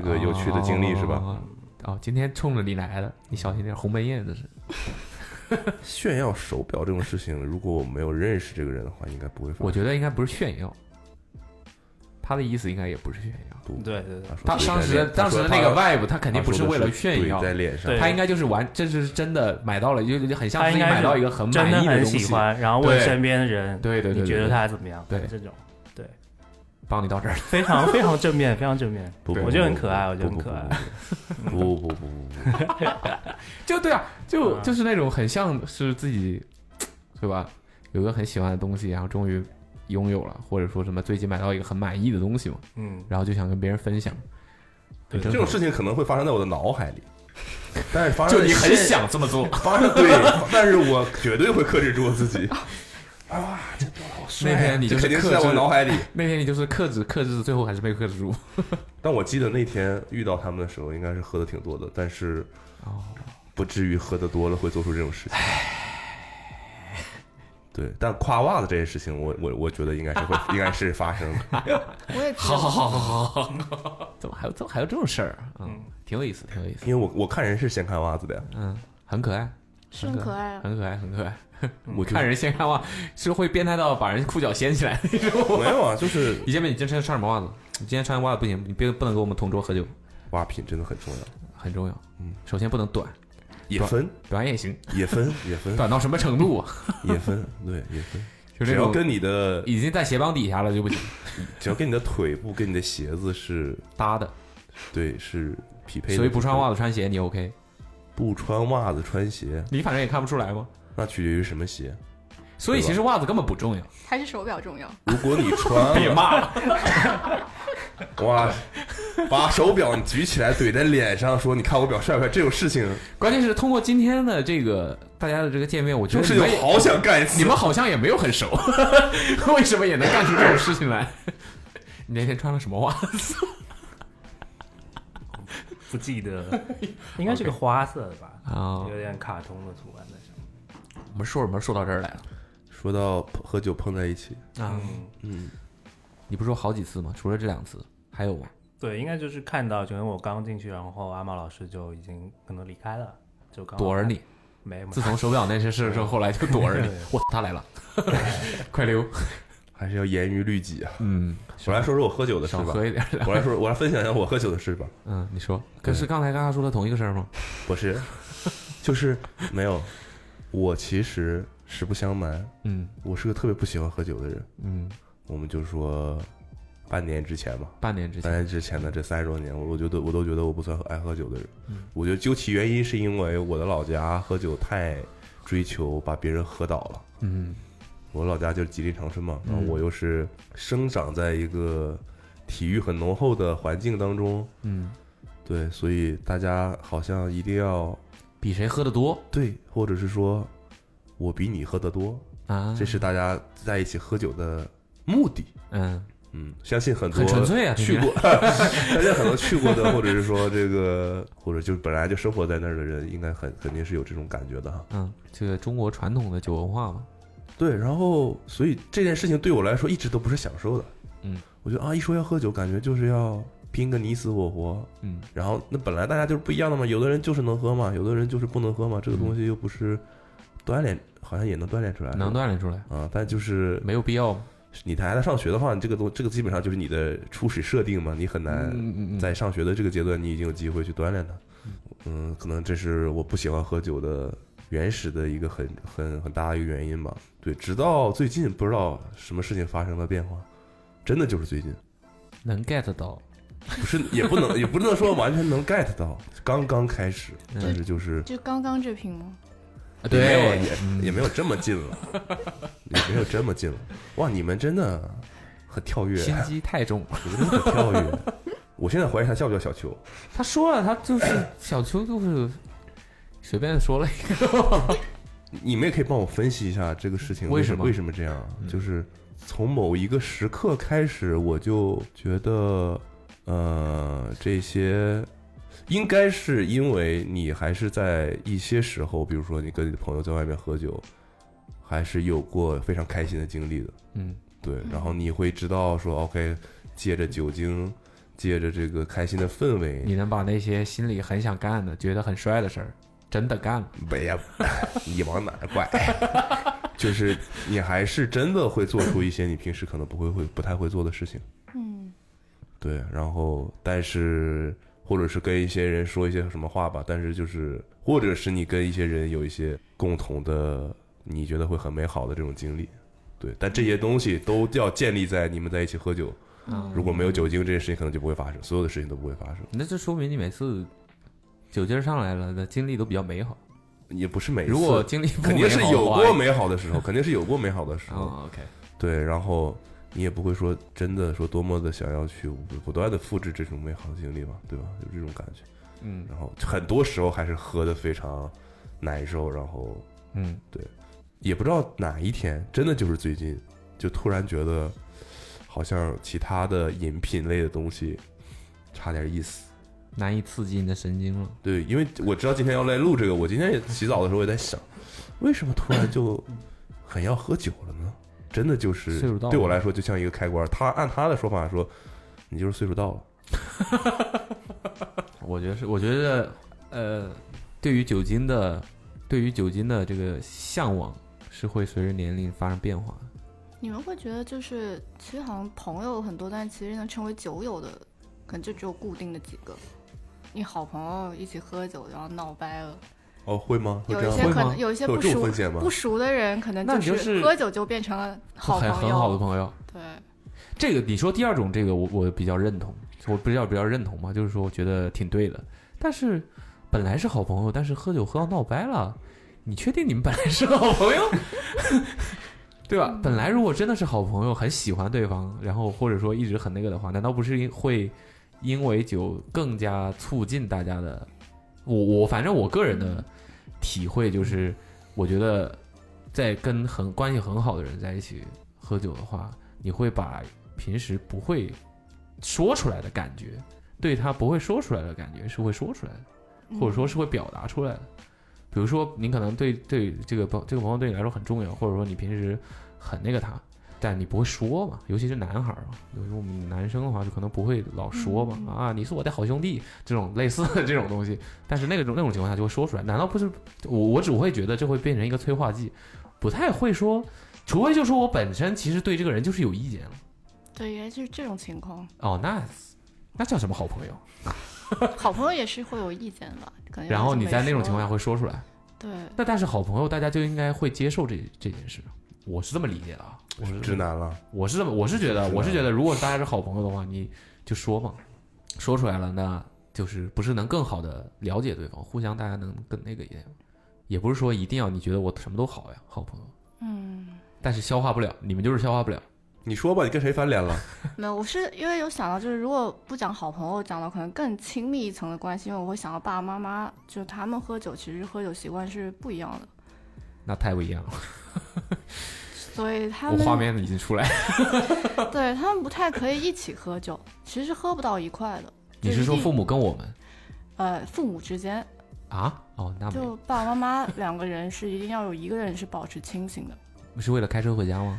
S2: 这
S5: 个有趣的经历是吧？？
S2: 哦哦，今天冲着你来的，你小心点，鸿门宴这是。
S5: 炫耀手表这种事情，如果我没有认识这个人的话，应该不会发生。
S2: 我觉得应该不是炫耀，他的意思应该也不是炫耀。
S5: 不
S2: *laughs*
S6: 对对对，
S5: 他
S2: 他
S5: 说
S2: 当
S5: 的是
S2: 时
S5: 在脸
S2: 当时的那个 vibe，他肯定不是为了炫
S5: 怼
S2: 耀，
S5: 在脸上
S6: 对，
S2: 他应该就是玩，这是真的买到了，就就很像
S6: 他
S2: 自
S6: 应
S2: 己
S6: 该是
S2: 买到一个很
S6: 真
S2: 满
S6: 的
S2: 意的
S6: 很
S2: 东
S6: 喜
S2: 西。
S6: 欢，然后问
S2: 对
S6: 身边的人，
S2: 对对对，
S6: 你觉得
S2: 对
S6: 他怎么样？
S2: 对
S6: 这种
S2: 帮你到这儿了？
S6: 非常非常正面，非常正面。
S5: 不，不
S6: 我觉得很可爱，我觉得很
S5: 不
S6: 可。爱。
S5: 不不不不不不不不
S6: *laughs*
S5: 不不，
S2: 就对啊，就
S6: 嗯
S2: 就是那种很像是自己，对吧？有一个很喜欢的东西，然后终于拥有了，或者说什么最近买到一个很满意的东西嘛，
S6: 嗯，
S2: 然后就想跟别人分享。
S6: 对
S2: 这
S5: 这种事情可能会发生在我的脑海里，但是发生
S2: 就
S5: 在
S2: 你很
S5: 现
S2: 想这么做，
S5: *laughs* 发生对，但是我绝对会克制住自己。 *laughs* 啊，这多好帅啊！
S2: 那天你
S5: 这
S2: 就是
S5: 肯定是
S2: 克
S5: 在
S2: 制
S5: 我脑海里。
S2: *laughs* 那天你就是克制克制，最后还是被克制住。
S5: 但我记得那天遇到他们的时候，应该是喝的挺多的，但是
S2: 哦，
S5: 不至于喝的多了会做出这种事情。对，但跨袜子这件事情，我我我觉得应该是会，应该是发生的。 *laughs*
S4: 我也
S2: *laughs*
S4: 觉
S2: 好
S4: 得
S2: 好好好好好好，怎么还有怎么还有这种事儿啊？嗯，挺有意思，挺有意思
S5: 因。为我我看人是先看袜子的呀， *laughs*
S2: 嗯，很可爱，
S4: 是很可爱啊。
S2: 很可爱，很可爱。 *laughs*
S5: 我就
S2: 看人先看袜，是会变态到把人裤脚掀起来。 *laughs*
S5: 没有啊，就是
S2: 你见没？你今天穿什么袜子？你今天穿袜子不行，你别不能跟我们同桌喝酒，
S5: 袜品真的很重要，
S2: 很重要。嗯，首先不能短，
S5: 也分
S2: 短也行，*laughs*
S5: 也分也分
S2: 短到什么程度啊？ *laughs*
S5: 也分，对也分，
S2: 就
S5: 只
S2: 这
S5: 要
S2: 种
S5: 跟你的
S2: 已经在鞋帮底下了就不行，
S5: 只要跟你的腿部跟你的鞋子是
S2: 搭的。
S5: 对是匹配的，
S2: 所以不穿袜
S5: 子，
S2: 子穿鞋你 OK，
S5: 不穿袜子
S2: *laughs*
S5: 穿鞋，
S2: 你反正也看不出来嘛。
S5: 那取决于什么鞋。
S2: 所以其实袜子根本不
S5: *laughs*
S2: 重要。
S4: 还是手表重要。
S5: 如果你穿
S2: 别
S5: 了
S2: 骂了，
S5: 哇，把手表举起来怼在脸上说：“你看我表帅不帅？”这种事情
S2: *laughs* 关键是通过今天的这个大家的这个见面，我觉
S5: 就
S2: 得
S5: 是
S2: 你
S5: 有
S2: 们
S5: *laughs*
S2: 也
S5: 好想干一次。
S2: 你们好像也没有很熟， *laughs* 为什么也能干出这种事情来？ *laughs* 你那天穿了什么袜 *laughs* 子？
S6: 不记得了， *laughs* 应该是个花色的吧，
S2: 啊
S6: 有点卡通的图案在上面。
S2: 我们说什么说到这儿来了
S5: 说到喝酒碰在一起，
S2: 啊？
S6: 嗯，
S2: 你不是说好几次吗？除了这两次，还有吗？
S6: 对，应该就是看到，就因为我刚进去，然后阿茂老师就已经可能离开了，就刚好
S2: 躲着你。
S6: 没有没有
S2: 自从手表那些事之后，后来就躲着你。我操，他来了， *laughs* 快溜！
S5: 还是要严于律己啊。
S2: 嗯，
S5: 我来说说我喝酒的事
S2: 少
S5: 吧
S2: 喝。一点。
S5: 我来说，我来分享一下我喝酒的事吧。
S2: 嗯，你说，可是刚才刚刚说的同一个事儿吗？
S5: 不是，就是没有。我其实实不相瞒，
S2: 嗯
S5: 我是个特别不喜欢喝酒的人。
S2: 嗯，
S5: 我们就说半年之前吧，
S2: 半年之
S5: 半
S2: 前，
S5: 年之前的这三十多年，我我觉得我都觉得我不算爱喝酒的人。我觉得究其原因是因为我的老家喝酒太追求把别人喝倒了。
S2: 嗯
S5: 我老家就是吉林长春嘛，然后
S2: 嗯
S5: 我又是生长在一个体育很浓厚的环境当中，
S2: 嗯，
S5: 对，所以大家好像一定要
S2: 比谁喝的多
S5: 对，或者是说我比你喝得多，
S2: 啊？
S5: 这是大家在一起喝酒的目的。
S2: 嗯，
S5: 嗯，相信很多
S2: 很纯粹啊，
S5: 去过， *laughs* 大家可能去过的，或者是说这个，或者就本来就生活在那儿的人，应该很肯定是有这种感觉的哈。
S2: 嗯，这个中国传统的酒文化嘛，
S5: 对，然后所以这件事情对我来说一直都不是享受的。
S2: 嗯，
S5: 我觉得啊，一说要喝酒，感觉就是要拼个你死我活。
S2: 嗯，
S5: 然后那本来大家就是不一样的嘛，有的人就是能喝嘛，有的人就是不能喝嘛，这个东西又不是锻炼，好像也能锻炼出来，
S2: 嗯能锻炼出来，
S5: 啊，但就是
S2: 没有必要。
S5: 你还在上学的话，你这个东这个基本上就是你的初始设定嘛，你很难
S2: 嗯嗯
S5: 哎在上学的这个阶段，你已经有机会去锻炼它。嗯，可能这是我不喜欢喝酒的原始的一个很很很大的一个原因吧。对，直到最近不知道什么事情发生了变化，真的就是最近，
S2: 能 get 到，
S5: 不是也不能也不能说完全能 get 到，刚刚开始，
S2: 嗯
S5: 但是就是
S4: 就刚刚这瓶吗？
S2: 啊
S5: 也没有
S2: 嗯
S5: 也也没有这么近了，也没有这么近了。哇，你们真的很跳跃，
S2: 心机太重。
S5: 你们真的很跳跃。我现在怀疑他叫不叫小秋，
S2: 他说了，他就是小秋，就是随便说了一个。
S5: 你们也可以帮我分析一下这个事情
S2: 为什
S5: 什
S2: 么嗯
S5: 为什么这样啊？就是从某一个时刻开始，我就觉得，呃，这些应该是因为你还是在一些时候，比如说你跟你的朋友在外面喝酒，还是有过非常开心的经历的。
S2: 嗯，
S5: 对，然后你会知道说，OK，借着酒精，借着这个开心的氛围，
S2: 你能把那些心里很想干的、觉得很帅的事儿，真的干了。
S5: 不也，你往哪儿拐？ *laughs* 就是你还是真的会做出一些你平时可能不会会不太会做的事情。
S4: 嗯，
S5: 对，然后但是或者是跟一些人说一些什么话吧，但是就是或者是你跟一些人有一些共同的，你觉得会很美好的这种经历，对，但这些东西都要建立在你们在一起喝酒，如果没有酒精，这件事情可能就不会发生，所有的事情都不会发生，
S2: 那这说明你每次酒劲儿上来了的经历都比较美好。
S5: 也不是每次
S2: 如果经历不
S5: 肯定是
S2: 美好的
S5: 有
S2: 话
S5: 过美好的时候，肯定是有过美好的时候，
S2: 啊，OK，
S5: 对，然后你也不会说真的说多么的想要去不不断的复制这种美好的经历吧，对吧？有这种感觉。
S2: 嗯
S5: 然后很多时候还是喝的非常难受，然后
S2: 嗯，
S5: 也不知道哪一天，真的就是最近，就突然觉得好像其他的饮品类的东西差点意思。
S2: 难以刺激你的神经了。
S5: 对，因为我知道今天要来录这个，我今天也洗澡的时候也在想，为什么突然就很要喝酒了呢？真的就是
S2: 岁数到了
S5: 对我来说就像一个开关。他按他的说法说，你就是岁数到了。
S2: 我觉得是，我觉得呃，对于酒精的，对于酒精的这个向往是会随着年龄发生变化的。
S4: 你们会觉得就是其实好像朋友很多，但其实能成为酒友的，可能就只有固定的几个。你好朋友一起喝酒，然后闹掰了，
S5: 哦，会吗？会
S4: 有
S5: 这
S4: 一
S5: 样
S4: 些
S5: 吗？
S2: 会
S4: 可
S2: 吗
S4: 能有一些
S5: 会有
S4: 不
S5: 这种
S4: 熟
S5: 风险吗
S4: 不熟的人，可能
S2: 那你就是是
S4: 喝酒就变成了好
S2: 很
S4: 朋
S2: 很好的
S4: 友。
S2: 朋友，
S4: 对，
S2: 这个你说第二种这个我我比较认同，我比较比较认同嘛，就是说我觉得挺对的。但是本来是好朋友，但是喝酒喝到闹掰了，你确定你们本来是好朋友？ *laughs* 对吧？本来如果真的是好朋友，很喜欢对方，然后或者说一直很那个的话，难道不是因会因为酒更加促进大家的？我我反正我个人的体会就是，我觉得在跟很关系很好的人在一起喝酒的话，你会把平时不会说出来的感觉，对他不会说出来的感觉是会说出来的，或者说是会表达出来的。比如说，你可能对对这个朋这个朋友对你来说很重要，或者说你平时很那个他，但你不会说嘛，尤其是男孩儿嘛，尤其我们男生的话，就可能不会老说嘛，啊，你是我的好兄弟这种类似的 *laughs* 这种东西，但是那个种那种情况下就会说出来，难道不是？我我只会觉得这会变成一个催化剂，不太会说，除非就说我本身其实对这个人就是有意见了。
S4: 对，原来是这种情况。
S2: 哦，那那叫什么好朋友？
S4: 好朋友也是会有意见吧？可能有
S2: 然后
S4: 人
S2: 你
S4: 会
S2: 在那种
S4: 说
S2: 情况下会说出来，
S4: 对，
S2: 那但是好朋友大家就应该会接受这这件事，我是这么理解的啊，我是
S5: 直男了，
S2: 我是这么我是觉得我是觉得，如果大家是好朋友的话，你就说嘛，说出来了，那就是不是能更好的了解对方，互相大家能更那个一点，也不是说一定要你觉得我什么都好呀，好朋友，
S4: 嗯，
S2: 但是消化不了，你们就是消化不了，
S5: 你说吧，你跟谁翻脸了？
S4: *laughs* 没有，我是因为有想到，就是如果不讲好朋友，讲到可能更亲密一层的关系，因为我会想到爸爸妈妈，就是他们喝酒其实喝酒习惯是不一样的，
S2: 那太不一样了，
S4: 所以他
S2: 我画
S4: 们
S2: 面已经出来了，
S4: 对他们不太可以一起喝酒，其实是喝不到一块的。
S2: 你
S4: *laughs* 就是
S2: 说
S4: 一定
S2: 父母跟我们
S4: 呃父母之间，
S2: 啊？哦，那没有
S4: 就爸爸妈妈两个人是一定要有一个人是保持清醒的，
S2: 是为了开车回家吗？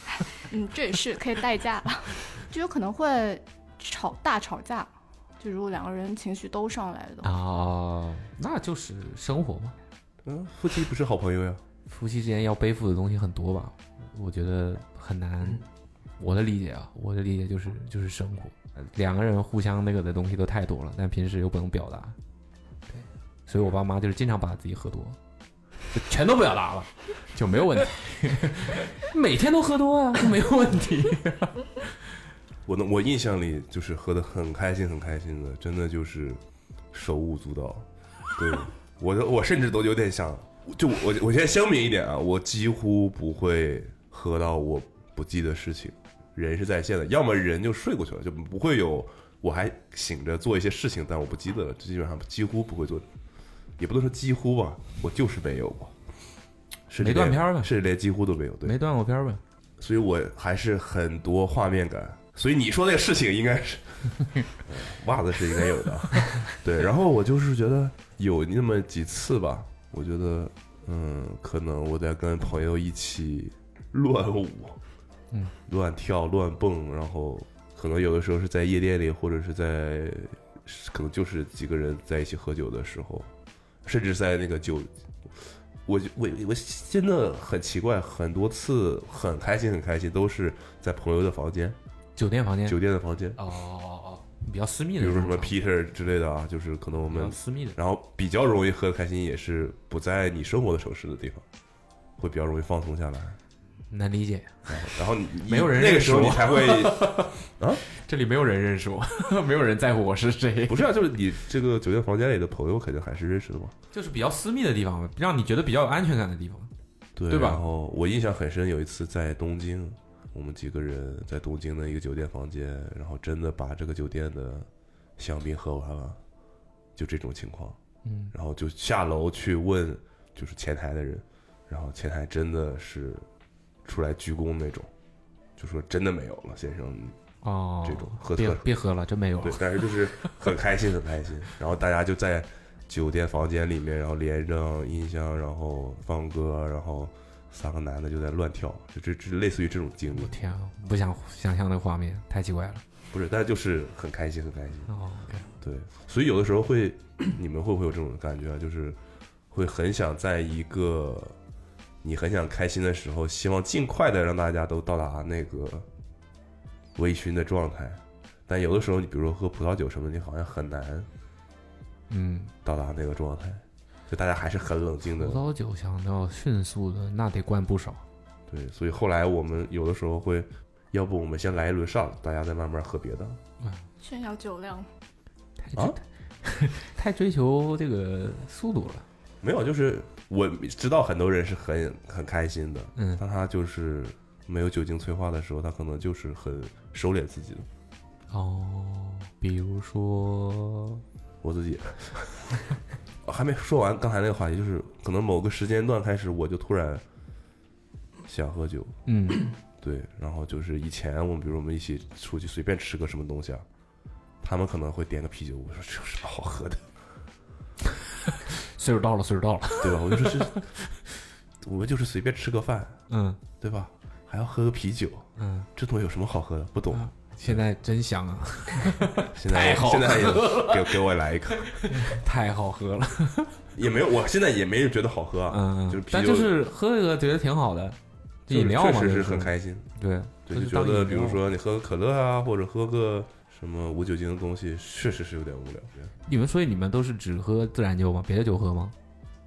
S4: *laughs* 嗯，这也是可以代驾， *laughs* 就有可能会吵大吵架，就如果两个人情绪都上来的话。
S2: 啊，那就是生活嘛。
S5: 嗯，夫妻不是好朋友呀。
S2: 夫妻之间要背负的东西很多吧，我觉得很难。我的理解啊，我的理解就是就是生活，呃两个人互相那个的东西都太多了，但平时又不能表达。对，所以我爸妈就是经常把自己喝多，就全都表达了，就没有问题。 *laughs* 每天都喝多啊，就没有问题。
S5: 我能，我印象里就是喝的很开心，很开心的，真的就是手舞足蹈。对我都，我甚至都有点想，就我我现在相比一点啊，我几乎不会喝到我不记得事情，人是在线的，要么人就睡过去了，就不会有我还醒着做一些事情，但我不记得了，基本上几乎不会做，也不能说几乎吧，我就是没有过，是
S2: 没断片儿吧
S5: 是连几乎都没有，
S2: *laughs*
S5: 对，
S2: 没断过片儿吧？
S5: 所以我还是很多画面感。所以你说那个事情应该是， *laughs* 袜子是应该有的啊，对。然后我就是觉得有那么几次吧，我觉得，嗯，可能我在跟朋友一起乱舞，
S2: 嗯，
S5: 乱跳乱蹦，然后可能有的时候是在夜店里，或者是在，可能就是几个人在一起喝酒的时候，甚至在那个酒，我我我真的很奇怪，很多次很开心很开心，都是在朋友的房间、
S2: 酒店房间。
S5: 酒店的房间，
S2: 哦哦哦哦，比较私密
S5: 比
S2: 的那
S5: 如
S2: 种
S5: 说
S2: 场
S5: 什么
S2: 合，
S5: Peter 之类的啊，就是可能我
S2: 比较
S5: 们，
S2: 私密的。
S5: 然后比较容易喝的开心，也是不在你生活的城市的地方，会比较容易放松下来。
S2: 难理解，
S5: 然后你
S2: 没有人
S5: 那个
S2: 认识
S5: 时候你
S2: 我 *laughs*
S5: 才会
S2: 这里没有人认识我， *laughs* 没有人在乎我是谁，
S5: 不是啊，就是你这个酒店房间里的朋友肯定还是认识的嘛，
S2: 就是比较私密的地方，让你觉得比较有安全感的地方。
S5: 对
S2: 对吧
S5: 然后我印象很深，有一次在东京，我们几个人在东京的一个酒店房间，然后真的把这个酒店的香槟喝完了，就这种情况，
S2: 嗯，
S5: 然后就下楼去问就是前台的人，然后前台真的是出来鞠躬那种，就说真的没有了，先生，
S2: 哦，
S5: 这种喝
S2: 别
S5: 特
S2: 别喝了，真没有
S5: *laughs* 对
S2: 了，，
S5: 但是就是很开心，很开心。然后大家就在酒店房间里面，然后连上音箱，然后放歌，然后三个男的就在乱跳，就这这类似于这种经历
S2: 我，天啊，不想想象那个画面，太奇怪了。
S5: 不是，但就是很开心，很开心。
S2: 哦，OK，
S5: 对，所以有的时候会，你们会不会有这种感觉啊？就是会很想在一个你很想开心的时候，希望尽快的让大家都到达那个微醺的状态。但有的时候，你比如说喝葡萄酒什么的，你好像很难
S2: 嗯，
S5: 到达那个状态，就大家还是很冷静
S2: 葡
S5: 的。
S2: 萄酒想要迅速的，那得灌不少。
S5: 对，所以后来我们有的时候会，要不我们先来一轮上，大家再慢慢喝别的。
S4: *laughs* 炫耀酒量，
S2: 太
S5: 啊
S2: 追 *laughs* 太追求这个速度了。
S5: 没有，就是我知道很多人是很很开心的，
S2: 嗯，
S5: 当他就是没有酒精催化的时候，他可能就是很收敛自己的。
S2: 哦，比如说，
S5: 我自 *laughs* 己哦还没说完刚才那个话题，就是可能某个时间段开始，我就突然想喝酒，
S2: 嗯，
S5: 对，然后就是以前我们比如我们一起出去随便吃个什么东西啊，他们可能会点个啤酒，我说这有啥好喝的， *laughs*
S2: 岁数到了，岁数到了。
S5: 对吧？我就说这，我们就是随便吃个饭，
S2: 嗯
S5: 对吧？还要喝个啤酒，
S2: 嗯，
S5: 这东西有什么好喝的？
S2: *laughs*
S5: 不懂。
S2: 嗯现在真香啊， *laughs*
S5: 现
S2: 太
S5: 在
S2: 好
S5: 现在
S2: 喝
S5: 也给给我来一个，
S2: 太好喝了。
S5: 也没有，我现在也没觉得好喝啊，
S2: 嗯，
S5: 就是啤酒
S2: 但就是喝一个觉得挺好的，这饮料嘛，
S5: 确实
S2: 就是
S5: 很开心。
S2: 对，
S5: 对，就
S2: 就
S5: 觉
S2: 当饮
S5: 得
S2: 料
S5: 比如说你喝个可乐啊，或者喝个什么无酒精的东西，确实是有点无聊。
S2: *clears throat* 你们，所以你们都是只喝自然酒吗？别的酒喝吗？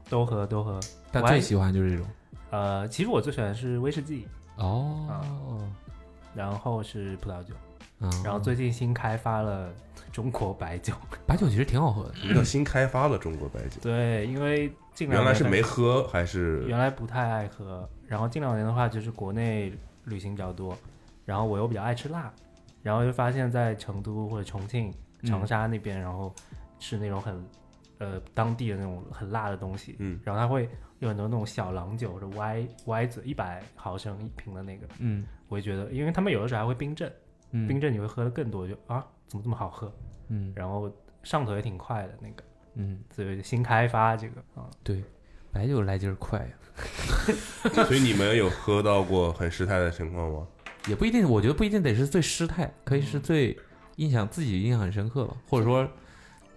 S6: 都喝都喝。
S2: 但
S6: 我还
S2: 最喜欢就是这种。
S6: 呃，其实我最喜欢是威士忌，
S5: 啊
S2: 哦，
S6: 然后是葡萄酒，
S2: 嗯，
S6: 然后最近新开发了中国白酒。 *laughs*
S2: 白
S6: 白
S2: 酒其实挺好喝的，
S5: 比较新开发的中国白酒，
S6: 对，因为近
S5: 原
S6: 两年
S5: 来是
S6: 的
S5: 没喝还是
S6: 原来不太爱喝，然后近两年的话就是国内旅行比较多，然后我又比较爱吃辣，然后就发现在成都或者重庆、长沙那边，然后吃那种很呃当地的那种很辣的东西，
S5: 嗯，
S6: 然后它会有很多那种小郎酒或者歪歪嘴一百毫升一瓶的那个，
S2: 嗯
S6: 我就觉得，因为他们有的时候还会冰镇，
S2: 嗯
S6: 冰镇你会喝的更多，就啊怎么这么好喝，
S2: 嗯
S6: 然后上头也挺快的那个，
S2: 嗯，
S6: 所以新开发这个啊。
S2: 对，白酒来劲儿快呀，
S5: 所以你们有喝到过很失态的情
S3: *laughs*
S5: 况吗？
S2: 也不一定，我觉得不一定得是最失态，可以
S6: 嗯
S2: 是最印象自己印象很深刻吧，或者说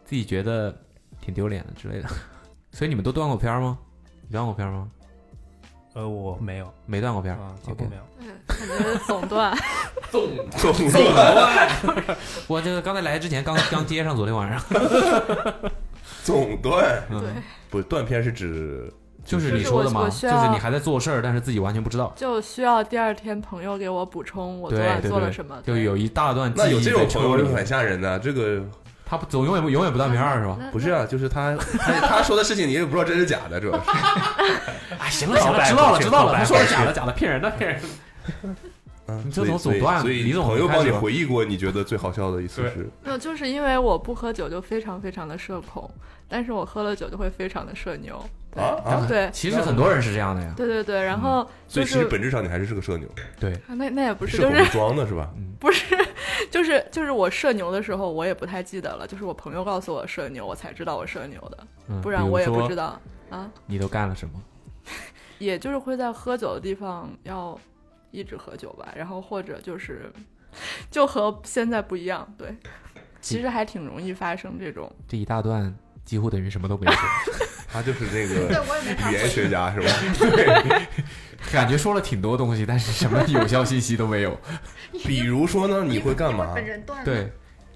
S2: 自己觉得挺丢脸的之类的。 *laughs* 所以你们都断过片儿吗？你断过片儿吗？
S6: 呃，我没有
S2: 没断过片儿哦
S6: 啊，，几乎
S2: OK
S6: 没有。
S3: 嗯，感觉总
S4: *laughs*
S3: 断。
S5: 总断，
S3: *laughs*
S2: 我这个刚才来之 *coughs* 前刚刚接上，昨天晚 *coughs* 上。
S5: 总断，
S2: 嗯
S3: 对，
S5: 不断片是指
S2: 就是你
S3: 就是
S2: 说的
S3: 我
S2: 嘛，
S3: 我
S2: 就
S3: 需
S2: 是
S3: 要
S2: 你还在做事儿，但是自己完全不知道。
S3: 就需要第二天朋友给我补充我昨
S2: 对
S3: 晚
S2: 对
S3: 做了
S2: 对
S3: 什么。，
S2: 就有一大段记
S5: 那有
S2: 忆
S5: 这种
S2: 在
S5: 朋友
S2: 抽
S5: 就
S2: 离。
S5: 很吓人的，这个
S2: 他不总永远不永远不断片儿是吧？
S3: 那
S5: 不是啊，就是他他他说的事情你也不知道真是假的，主要是。
S2: *laughs* 啊，行了
S6: 告
S2: 行了，
S6: 白
S2: 知道了
S6: 回去
S2: 知道
S6: 告
S2: 了，
S6: 白
S2: 他说
S6: 回
S2: 的
S6: 去
S2: 假的假的，骗人的骗人的。
S5: 嗯
S2: 你这
S5: 所以
S2: 种
S5: 所以
S2: 总断
S5: 所以
S2: 李总
S5: 朋友
S2: 开
S5: 帮
S2: 始
S5: 你
S2: 吧
S5: 回忆过你觉得最好笑的一次
S6: 对
S5: 是
S3: 没有，就是因为我不喝酒就非常非常的社恐，但是我喝了酒就会非常的社牛。
S5: 啊啊，
S3: 对
S2: 其实很多人是这样的呀，
S3: 对对对，然
S2: 嗯
S3: 后就
S5: 所以其实
S3: 是
S5: 本质上你还是是个社牛，
S2: 对，
S3: 啊那那也不
S5: 你
S3: 是，
S5: 社
S3: 就
S5: 恐
S3: 是
S5: 是装的是吧？
S3: 就是就是我社牛的时候，我也不太记得了，就是我朋友告诉我社牛，我才知道我社牛的，
S2: 嗯
S3: 不然我也不知
S2: 道
S3: 道啊。
S2: 你都干了什么。
S3: 也就是会在喝酒的地方要一直喝酒吧，然后或者就是就和现在不一样，对，其实还挺容易发生这种。
S2: 这一大段几乎等于什么都没说，
S5: 他就是那
S3: 对
S5: 个
S3: 我也没看
S5: 语言学家
S3: *laughs*
S5: 是吧？
S2: *laughs* 感觉说了挺多东西，但是什么有效信息都没
S3: *laughs*
S2: 有。
S5: 比如说呢，你会干嘛？
S4: 人段
S2: 对，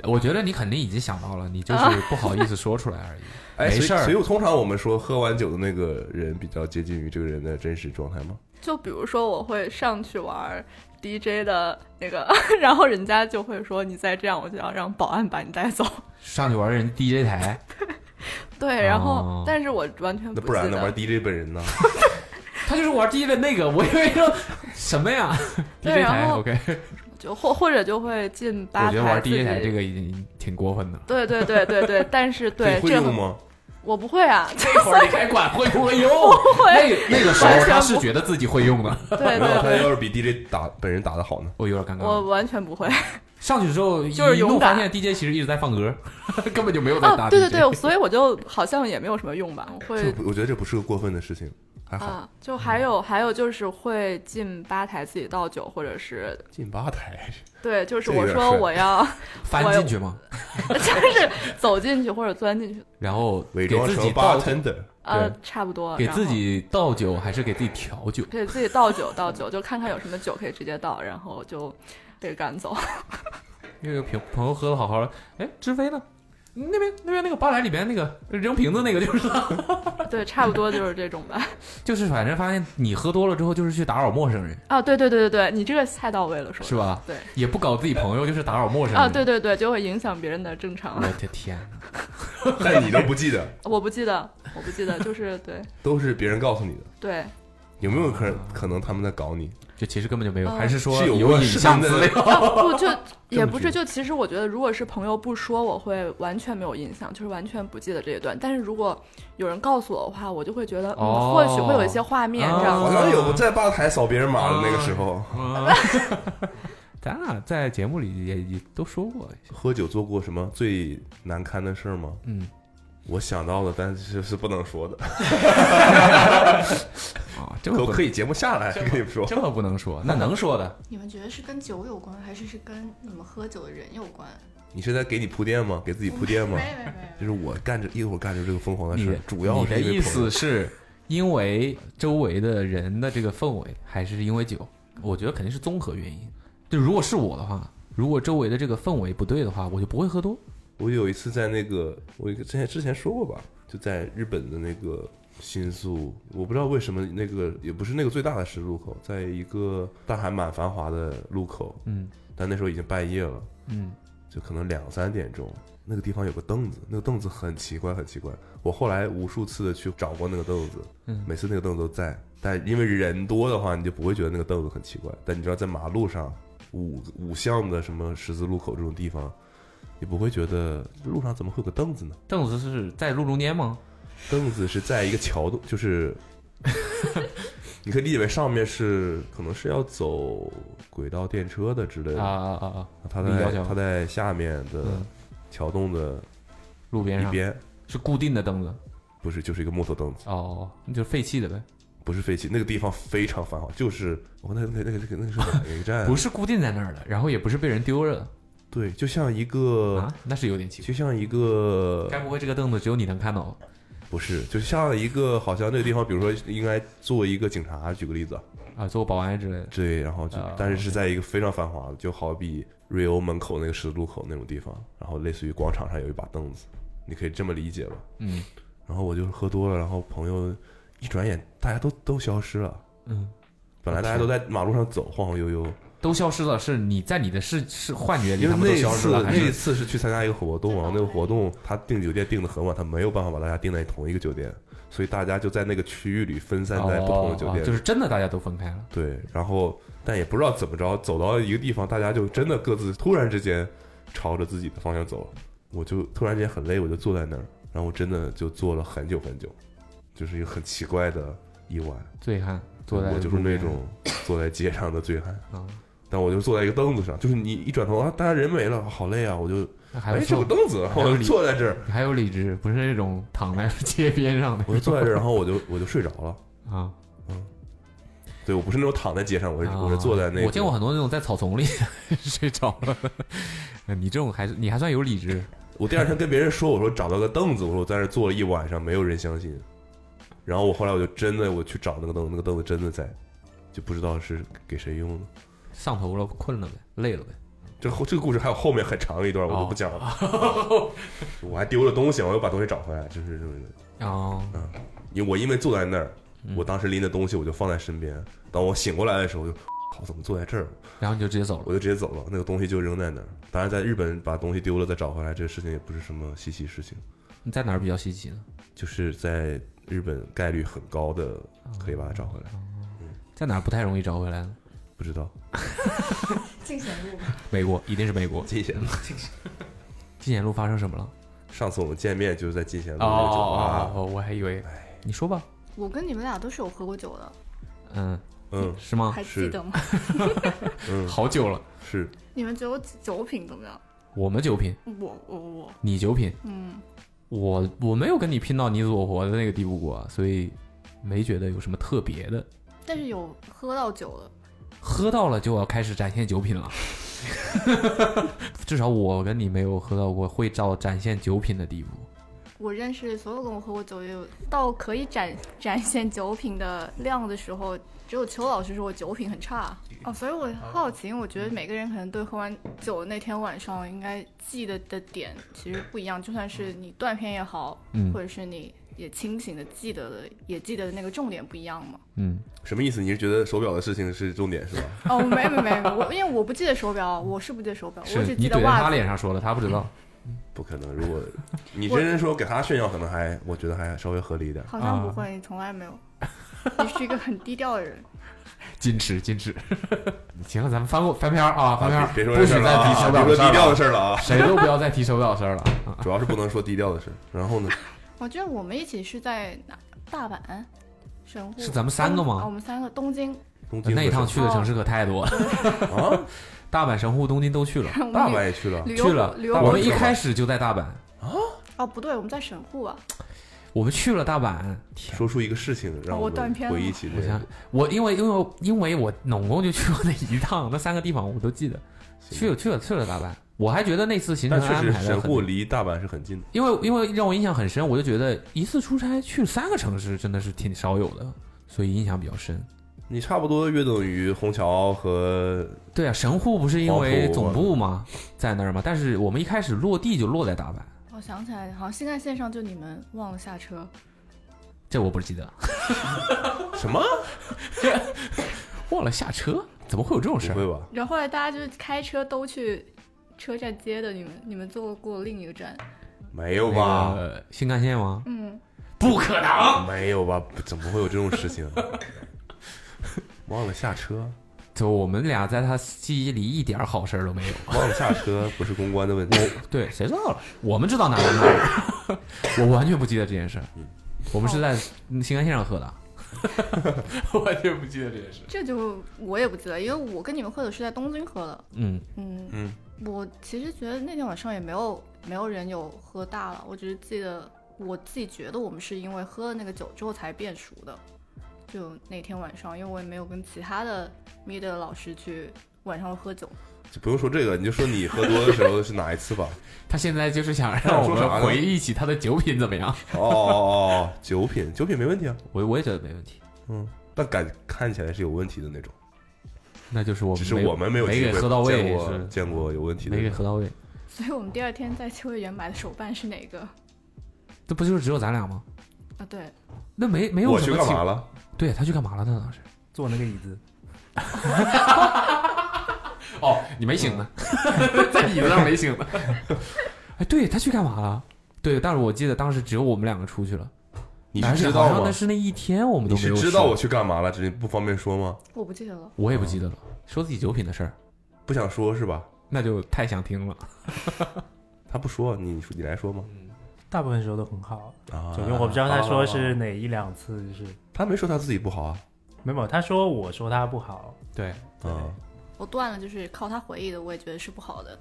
S2: 我觉得你肯定已经想到了，你就是不好意思说出来而已。 *laughs*
S5: 哎，
S2: 没
S5: 所以
S2: 事儿
S5: 所以通常我们说喝完酒的那个人比较接近于这个人的真实状态吗？
S3: 就比如说，我会上去玩 DJ 的那个， *laughs* 然后人家就会说：“你再这样，我就要让保安把你带走。
S2: 上去玩人 DJ 台，”
S3: 对，然后、
S2: 哦
S3: 但是我完全
S5: 那
S3: 不
S5: 不
S3: 记
S5: 然
S3: 得
S5: 呢？玩 DJ 本人呢？
S2: 他就是玩 DJ 的那个，我以为说什么
S3: *laughs*
S2: 呀
S3: 对
S2: ？DJ
S3: 然
S2: 台
S3: 后
S2: ，OK。
S3: 就或或者就会进吧
S2: 我觉
S3: 台。
S2: 得玩 DJ 台
S3: 自己
S2: 这个已经挺过分的了。
S3: 对对对对对，但是对
S5: 你会
S3: 这
S5: 用吗？
S3: 我不会
S2: *laughs*
S3: 啊，
S2: 那会儿你还管会不会用？那那个时候他是觉得自己会用的，
S3: 对
S5: 没
S3: 对
S5: 有，他
S3: 对，
S5: 要是比 DJ 打本人打的好呢？
S2: 我有点尴
S3: 我
S2: 尬。
S3: 完全不会。
S2: 上去之后
S3: 就是
S2: 一
S3: 勇
S2: 路
S3: 敢
S2: 发现 DJ 其实一直在放歌， *laughs* 根本就没有在
S3: 啊，
S2: 打。
S3: 对对对，，所以我就好像也没有什么用吧，我
S5: 这
S3: 会
S5: 不我觉得这不是个过分的事情，还好。
S3: 啊，就还有还有就是会进吧台自己倒酒，或者是
S5: 进吧台，
S3: 对，就是
S5: 这个
S3: 我
S5: 有点
S3: 说
S5: 帅
S3: 我要 *laughs*
S2: 翻进去嘛，
S3: 就是走进去呃或者钻进去，
S2: 然后
S5: 伪
S2: 给
S5: 装
S2: 自
S5: 成
S2: 己倒
S5: bartender，
S3: 呃
S2: 对，
S3: 差不多
S2: 给
S3: 然
S2: 自
S3: 后
S2: 己倒酒还是给自己调酒？
S3: 给自己倒酒倒酒，就看看有什么酒可以直接倒，然后就被赶走。 *laughs*
S2: 因为有朋朋友喝的好好的，哎，知飞呢？那边那边那个吧台里边那个扔瓶子那个就是他，
S3: 对，差不多就是这种吧。
S2: 就是反正发现你喝多了之后就是去打扰陌生人，
S3: 啊，对对对对对，你这个太到位了，说的
S2: 是吧？
S3: 对。
S2: 也不搞自己朋友，就是打扰陌生人。
S3: 啊，对，对对，就会影响别人的正常
S2: 我。的天，啊
S5: 但你都不记得，
S3: 我不记得，我不记得，就是对
S5: 都是别人告诉你的。
S3: 对，
S5: 有没有可可能他们在搞你？
S2: 就其实根本就没有，
S3: 嗯
S2: 还是说
S5: 是有
S2: 有
S5: 过
S2: 影
S5: 视频
S2: 像
S5: 的
S2: 资料？
S3: 啊不就也
S5: 证
S3: 不是，
S5: 据
S3: 就其实我觉得，如果是朋友不说，我会完全没有印象，就是完全不记得这一段。但是如果有人告诉我的话，我就会觉得，嗯，
S2: 哦
S3: 或许会有一些画面这样
S5: 好
S3: 子。
S5: 像有在吧台扫别人码的那
S3: 啊
S5: 个时候，
S2: 咱俩在节目里也也都说过，
S5: 喝酒做过什么最难堪的事儿吗？
S2: 嗯
S5: 我想到了，但是是不能说的，
S2: 啊，这
S5: 都
S2: 么
S5: 可
S2: 以，
S5: 以节目下来跟你说。
S2: 这么不能说，那能说的
S4: 你们觉得是跟酒有关，还是是跟你们喝酒的人有关？
S5: 你是在给你铺垫吗？给自己铺垫吗？
S4: 没没没
S5: 就是我干着一会儿干着这个疯狂的
S2: 你
S5: 事儿，主要
S2: 你
S5: 是
S2: 的
S5: 因为
S2: 意
S5: 朋
S2: 思
S5: 友
S2: 是因为周围的人的这个氛围，还是因为酒？我觉得肯定是综合原因。就如果是我的话，如果周围的这个氛围不对的话，我就不会喝多。
S5: 我有一次在那个，我一个之前之前说过吧，就在日本的那个新宿，我不知道为什么那个也不是那个最大的十字路口，在一个但还蛮繁华的路口，
S2: 嗯
S5: 但那时候已经半夜了，
S2: 嗯，
S5: 就可能两三点钟。那个地方有个凳子，那个凳子很奇怪，很奇怪。我后来无数次的去找过那个凳子，
S2: 嗯
S5: 每次那个凳子都在，但因为人多的话，你就不会觉得那个凳子很奇怪。但你知道，在马路上五五巷的什么十字路口这种地方，你不会觉得路上怎么会有个凳子呢？
S2: 凳子是在路中间吗？
S5: 凳子是在一个桥洞，就是
S2: *laughs*
S5: 你可以理解为上面是可能是要走轨道电车的之类
S2: 啊
S5: 的，
S2: 啊啊啊！
S5: 它
S2: 立交
S5: 在
S2: 桥
S5: 它在下面的
S2: 嗯
S5: 桥洞的
S2: 路边
S5: 一
S2: 上
S5: 边，
S2: 是固定的凳子
S5: 不是就是一个木头凳子，
S2: 哦，那就是废弃的呗，
S5: 不是废弃，那个地方非常繁华，就是我、那那那个那个那个是哪一个站啊？
S2: 不是固定在那儿的，然后也不是被人丢了
S5: 对，就像一
S2: 的
S5: 个、
S2: 啊，那是有点奇怪。
S5: 就像一个
S2: 该不会这个凳子只有你能看到吧？
S5: 不是，就像一个好像那个地方，比如说应该做一个警察，举个例子啊，
S2: 啊？做个保安之类的。
S5: 对，然后就、
S2: 啊
S5: 但是是在一个非常繁华的，就好比瑞欧门口那个十字路口那种地方，然后类似于广场上有一把凳子，你可以这么理解吧。
S2: 嗯
S5: 然后我就喝多了，然后朋友一转眼大家都都消失了，
S2: 嗯，
S5: 本来大家都在马路上走晃晃悠悠，
S2: 都消失了，是你在你的视视幻觉里
S5: 因为
S2: 他们
S5: 那
S2: 都
S5: 一
S2: 消失
S5: 次
S2: 了，还
S5: 那一
S2: 是
S5: 次是去参加一个活动，然后那个活动他订酒店订的很晚，他没有办法把大家订在同一个酒店，所以大家就在那个区域里分散在不同的酒
S2: 哦
S5: 店，
S2: 就是真的大家都分开了。
S5: 对，然后但也不知道怎么着，走到一个地方，大家就真的各自突然之间朝着自己的方向走了。我就突然间很累，我就坐在那儿，然后我真的就坐了很久很久，就是一个很奇怪的意外。
S2: 醉汉坐在
S5: 我就是
S2: 路边
S5: 那种坐在街上的醉汉，
S2: 啊，
S5: 但我就坐在一个凳子上，就是你一转头啊，大家人没了，好累啊，我就
S2: 那还
S5: 哎
S2: 不
S5: 这有
S2: 错
S5: 个，凳子，
S2: 还有
S5: 我就
S2: 理
S5: 坐在这儿，
S2: 还有理智，不是那种躺在街边上的。
S5: 我就坐在这儿，然后我就我就睡着了。
S2: 啊，
S5: 对我不是那种躺在街上，我是我是
S2: 啊
S5: 坐在那个，
S2: 我见过很多那种在草丛里 *laughs* 睡着
S5: *laughs*
S2: 了的。你这种还是你还算有理智，
S5: 我第二天跟别人说，我说找到个凳子，我说我在那儿坐了一晚上，没有人相信。然后我后来我就真的我去找那个凳子，那个凳子真的在，就不知道是给谁用的。
S2: 上头了，困了呗，累了呗。
S5: 这后这个故事还有后面很长一段，我就不讲了。 *laughs* 我还丢了东西，我又把东西找回来，真是这么的。
S2: 哦，
S5: 因为我因为坐在那儿，
S2: 嗯
S5: 我当时拎的东西我就放在身边。当我醒过来的时候，我就 *laughs* 我怎么坐在这儿？
S2: 然后你就直接走了
S5: 我。就直接走了，那个东西就扔在那儿。当然，在日本把东西丢了再找回来，这个事情也不是什么稀奇事情，
S2: 你在哪儿比较稀奇呢？
S5: 就是在日本概率很高的可以把它找回来。
S2: 哦在哪儿不太容易找回来呢？
S5: 不
S2: *laughs*
S5: 知道，
S7: 进贤路吧。
S2: 美国，一定是美国。
S5: 进贤路。
S2: 金贤路发生什么了？
S5: 上次我们见面就是在进贤路啊那个酒吧，
S2: 哦，我还以为，
S5: 哎
S2: 你说吧。
S4: 我跟你们俩都是有喝过酒的，
S2: 嗯，
S5: 嗯
S2: 是吗？
S4: 还记得吗？ *laughs*
S5: 嗯，
S2: 好久了，
S5: 是
S3: 你们觉得我酒品怎么样？
S2: 我们九品，
S3: 我我我，
S2: 你九品，
S3: 嗯，
S2: 我我没有跟你拼到你死我活的那个地步过，所以没觉得有什么特别的。
S4: 但是有喝到酒的，
S2: 喝到了就要开始展现酒品 *laughs* 了，至少我跟你没有喝到过会到展现酒品的地步。
S4: 我认识所有跟我喝过酒也有到可以展展现酒品的量的时候，只有邱老师说我酒品很差哦，所以我好奇，因为我觉得每个人可能对喝完酒的那天晚上应该记得的点其实不一样，就算是你断片也好，
S2: 嗯
S4: 或者是你也清醒的记得的也记得的那个重点不一样嘛。
S2: 嗯，
S5: 什么意思？你是觉得手表的事情是重点是吧？
S4: 哦，没没没，我因为我不记得手表，我是不记得手表，我
S2: 是
S4: 只
S2: 你
S4: 记
S2: 怼在
S4: 得
S2: 他
S4: 袜
S2: 脸
S4: 子。
S2: 上说的，他不知
S4: *laughs*
S2: 道。
S5: 不可
S2: *laughs*
S5: 能，如果你真是说给他炫耀，可能还我觉得还稍微合理一点。
S4: 好像不
S2: 啊
S4: 会，你从来没有，你是一个很低调的人。
S2: 矜持，矜持。行了，咱们翻过翻篇儿啊，翻篇
S5: 啊
S2: 儿，
S5: 别别说
S2: 不许
S5: 这事儿了
S2: 再提
S5: 啊，
S2: 手
S5: 别
S2: 表的
S5: 说
S2: 事
S5: 低
S2: 儿
S5: 调的
S2: 了，
S5: 事儿了啊，
S2: 谁都不要再提手表的事
S5: *laughs*
S2: 儿了。啊
S5: 主要是不能说低调的事。然后呢，
S4: 我记得哦我们一起是在哪？大阪、神户
S2: 是咱们三个吗
S4: 啊，我们三个东京，
S5: 东京
S2: 那一
S5: 和
S2: 趟去的城市可太多了，
S5: 上海
S2: *laughs*
S5: 啊，
S2: 大阪、神户、东京都去了，
S4: 我们
S5: 大阪也去了
S4: 旅
S2: 去
S4: 游
S2: 了
S4: 旅游。
S2: 我们一开始就在大阪，
S4: 哦，不对，我们在神户啊。
S2: 我们去了大阪。天，
S5: 说出一个事情让
S4: 哦我断
S5: 们
S4: 片
S5: 回
S4: 了
S5: 忆起
S2: 我
S5: 这
S2: 想
S5: 个。
S2: 我因为因为因为我总共就去过那一趟，那三个地方我都记得，去了去了去了大阪。我还觉得那次行程
S5: 但确
S2: 安
S5: 实
S2: 排的
S5: 神户
S2: 很，
S5: 离大阪是很近的，
S2: 因为因为让我印象很深，我就觉得一次出差去三个城市真的是挺少有的，所以印象比较深。
S5: 你差不多约等于虹桥和
S2: 对啊，神户不是因为
S5: 黄埔
S2: 总部吗，在那儿吗？但是我们一开始落地就落在大阪，
S4: 我想起来，好像新干线上就你们忘了下车，
S2: 这我不记得了，
S5: 什么？
S2: 忘了下车，怎么会有这种
S5: 不
S2: 事
S5: 会
S2: 儿？
S5: 吧？
S4: 然后后来大家就是开车都去车站接的你们，你们坐过另一个站。
S5: 没有
S2: 那
S5: 吧？
S2: 个新干线吗？
S4: 嗯，
S2: 不可能！
S5: 没有吧？不怎么会有这种事情？啊 *laughs* 忘了下车，
S2: 就我们俩在他记忆里一点好事儿都没有。
S5: 忘了下车不是公关的问题。
S2: 对，谁知道了？我们知道哪儿哪儿，我完全不记得这件事儿。我们是在新干线上 *laughs* 喝的，完全不记得这件事。
S4: 这就我也不记得，因为我跟你们喝酒是在东京喝的。
S2: 嗯，
S4: 嗯，
S5: 嗯，
S4: 我其实觉得那天晚上也没有没有人有喝大了，我只是记得我自己觉得我们是因为喝了那个酒之后才变熟的。就那天晚上，因为我也没有跟其他的 meet 的老师去晚上喝酒， *laughs*
S5: 就不用说这个，你就说你喝多的时候是哪一次吧。
S2: 他现在就是想让我
S5: *laughs* 说啥
S2: 们
S5: 呢
S2: 回忆起他的酒品怎么样？
S5: 哦哦哦，酒品，酒品没问题啊，
S2: 我我也觉得没问题。
S5: 嗯，但感看起来是有问题的那种，
S2: 那就是我们
S5: 只是
S2: 没有
S5: 我们没有
S2: 没
S5: 机
S2: 给
S5: 会
S2: 喝到位，
S5: 见过
S2: 是
S5: 见过有问题的
S2: 没给
S5: 人，
S2: 喝到位，
S4: 所以我们第二天在秋叶原买的手办是哪个？
S2: 这不就是只有咱俩吗？
S4: 啊，对，
S2: 那没没有
S5: 我
S2: 什
S5: 去
S2: 么
S5: 干
S2: 情
S5: 嘛？了？
S2: 对他去干嘛了呢？当时
S6: 坐那个椅子，
S2: 哦，你没醒呢，嗯 *laughs* 在椅子上没醒呢。哎，对他去干嘛了？对，但是我记得当时只有我们两个出去了，
S5: 你
S2: 而
S5: 是
S2: 且
S5: 知
S2: 好
S5: 道
S2: 像
S5: 吗
S2: 那？是那一天我们
S5: 你
S2: 都没
S5: 是
S2: 有
S5: 知道
S2: 睡
S5: 我去干嘛了，只是不方便说吗？
S4: 我不记得了。
S2: 我也不记得了。说自己酒品的事儿，
S5: 不想说是吧？
S2: 那就太想听了。
S5: 他不说，你你来说吗？
S6: 大部分时候都很好。
S5: 啊
S6: 就因为我不知道他说是
S5: 啊
S6: 哪一两次，就是
S5: 他没说他自己不好啊，
S6: 没有，他说我说他不好，
S2: 对，
S5: 啊，
S4: 我断了，就是靠他回忆的，我也觉得是不好的。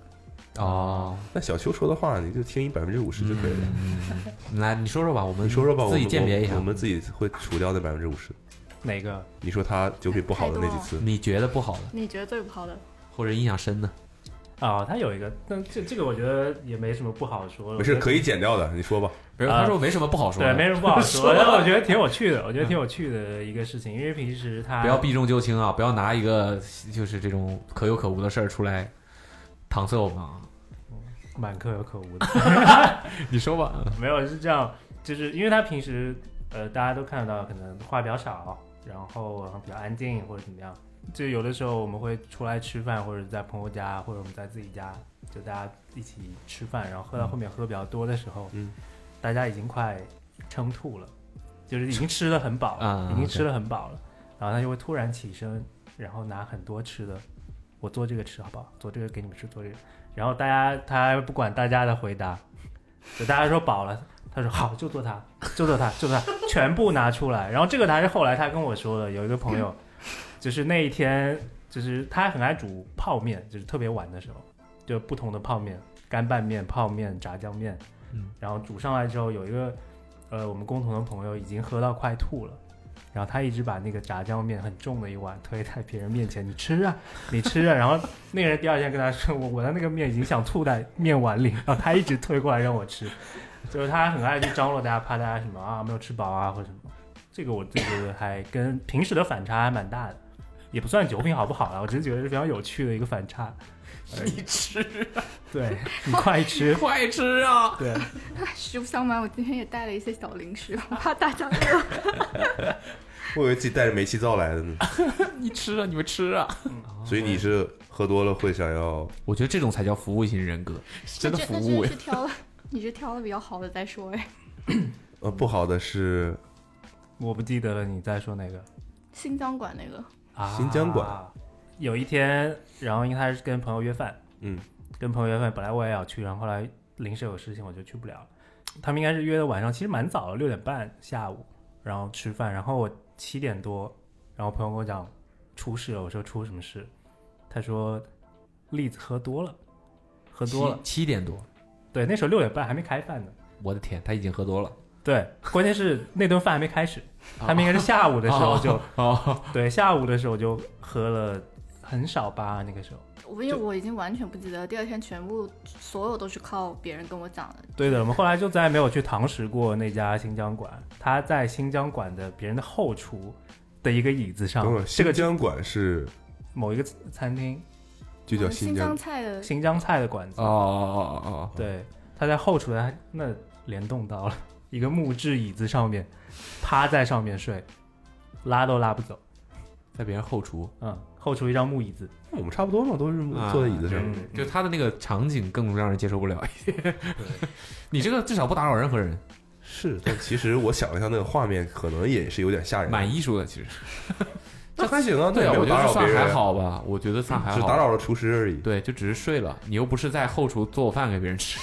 S2: 哦，
S5: 那小秋说的话你就听百分之五十就可以了。
S6: 嗯
S2: 来你说说吧，我们
S5: 嗯你说说吧，我
S2: 自
S5: 们
S2: 己鉴别一
S5: 我
S2: 下
S5: 我，们自己会除掉那百分之五十。
S6: 哪个
S5: 你说他酒品不好的那几次，
S2: 你觉得不好的
S4: *laughs* 你觉得最不好的？
S2: 或者印象深的，
S6: 哦，它有一个，但这这个我觉得也没什么不好说的。
S5: 没事，可
S6: 以。
S5: 以剪掉的，你说吧。
S2: 不是，他说没什么不好说
S6: 对，
S2: 的，
S6: 没什么不好
S2: 说
S5: *laughs*
S6: 说，但我觉得挺有趣的，我觉得挺有趣的一个事情，因为平时它
S2: 不要避重就轻啊，不要拿一个就是这种可有可无的事儿出来搪塞我们啊。
S6: 蛮可有可无的， *laughs*
S2: 你说吧，
S6: 没有是这样，就是因为他平时呃大家都看得到，可能话比较少，然后然后比较安静或者怎么样，就有的时候我们会出来吃饭，或者在朋友家，或者我们在自己家，就大家一起吃饭，然后
S2: 嗯
S6: 喝到后面喝比较多的时候，
S5: 嗯，
S6: 大家已经快撑吐了，就是
S2: *laughs*
S6: 已经吃的很饱，
S2: 啊
S6: 了，已经吃的很饱了，然后他就会突然起身，然后拿很多吃的，我做这个吃好不好？做这个给你们吃，做这个，然后大家他不管大家的回答，就大家说饱了。他 *laughs* 说好，就做它，就做它，就做它，全部拿出来。然后这个他是后来他跟我说的，有一个朋友， *laughs* 就是那一天，就是他很爱煮泡面，就是特别晚的时候，就不同的泡面，干拌面、泡面、炸酱面，
S2: 嗯，
S6: 然后煮上来之后，有一个呃我们共同的朋友已经喝到快吐了。然后他一直把那个炸酱面很重的一碗推在别人面前，你吃啊， *laughs* 你吃啊。然后那个人第二天跟他说，我我的那个面已经想吐在面碗里，然后他一直推过来让我吃，就是他很爱去张罗大家，怕大家什么啊没有吃饱啊或者什么。这个我自己觉得还跟平时的反差还蛮大的，也不算酒品好不好啦，我只是觉得是非常有趣的一个反差。
S2: *laughs* 你吃，
S6: 对你快吃，
S2: *laughs* 快吃啊！ *laughs*
S6: 对，
S4: 实不相瞒，我今天也带了一些小零 *laughs* 食，我怕大家饿。
S5: 我以为自己带着煤气灶来的呢，
S2: *laughs*
S5: 嗯
S2: 你吃啊！你们吃啊！
S5: 所以你是喝多了会想要
S2: 我觉得这种才叫服务型人格， *laughs* 真的
S4: 那
S2: 服
S4: 那
S2: 务
S4: 真
S2: 哎
S4: 是。挑了，你是挑了比较好的再说哎。
S5: 呃不好的是
S6: 我不记得了，你在说哪个？
S4: 新疆馆那个，
S6: 啊
S5: 新疆馆。
S6: 有一天，然后因为他是跟朋友约饭，
S5: 嗯，
S6: 跟朋友约饭，本来我也要去，然后后来临时有事情我就去不了了。他们应该是约的晚上，其实蛮早的，六点半下午，然后吃饭，然后我七点多，然后朋友跟我讲出事了，我说出什么事？他说栗子喝多了，喝多了。
S2: 七七点多，
S6: 对，那时候六点半还没开饭呢。
S2: 我的天，他已经喝多了。
S6: 对，关键是那顿饭还没开始，他们应该是下午的时候就，
S2: 哦，
S6: 对，下午的时候就喝了很少吧，那个时候。
S4: 我因为我已经完全不记得了，第二天全部所有都是靠别人跟我讲的。
S6: 对的，我们后来就再也没有去堂食过那家新疆馆。他在新疆馆的别人的后厨的一个椅子上
S5: 等会儿，
S6: 啊这
S5: 新
S6: 个
S5: 疆馆是
S6: 某一个餐厅
S5: 就
S4: 我
S5: 叫
S4: 们啊新
S5: 疆
S4: 疆，菜的
S6: 新疆菜的馆子。
S2: 哦哦哦哦，
S6: 对，他在后厨的那联动到了一个木质椅子上面，趴在上面睡，拉都拉不走。
S2: 在别人后厨，
S6: 嗯，后厨一张木椅子，
S5: 我们差不多嘛，都是
S2: 啊
S5: 坐在椅子上。
S6: 嗯
S2: 就他的那个场景更让人接受不了一些。 *laughs* 你这个至少不打扰任何人，
S5: 是，但其实我想了一下，那个画面可能也是有点吓人。
S2: 蛮艺术的其实。
S5: 那还行啊，
S2: 对啊，
S5: 那
S2: 我
S5: 没
S2: 觉
S5: 有打
S2: 得
S5: 扰别
S2: 算
S5: 人
S2: 还，好吧，我觉得算还
S5: 只
S2: 好。
S5: 打扰了厨师而已。
S2: 对，就只是睡了，你又不是在后厨做饭给别人吃，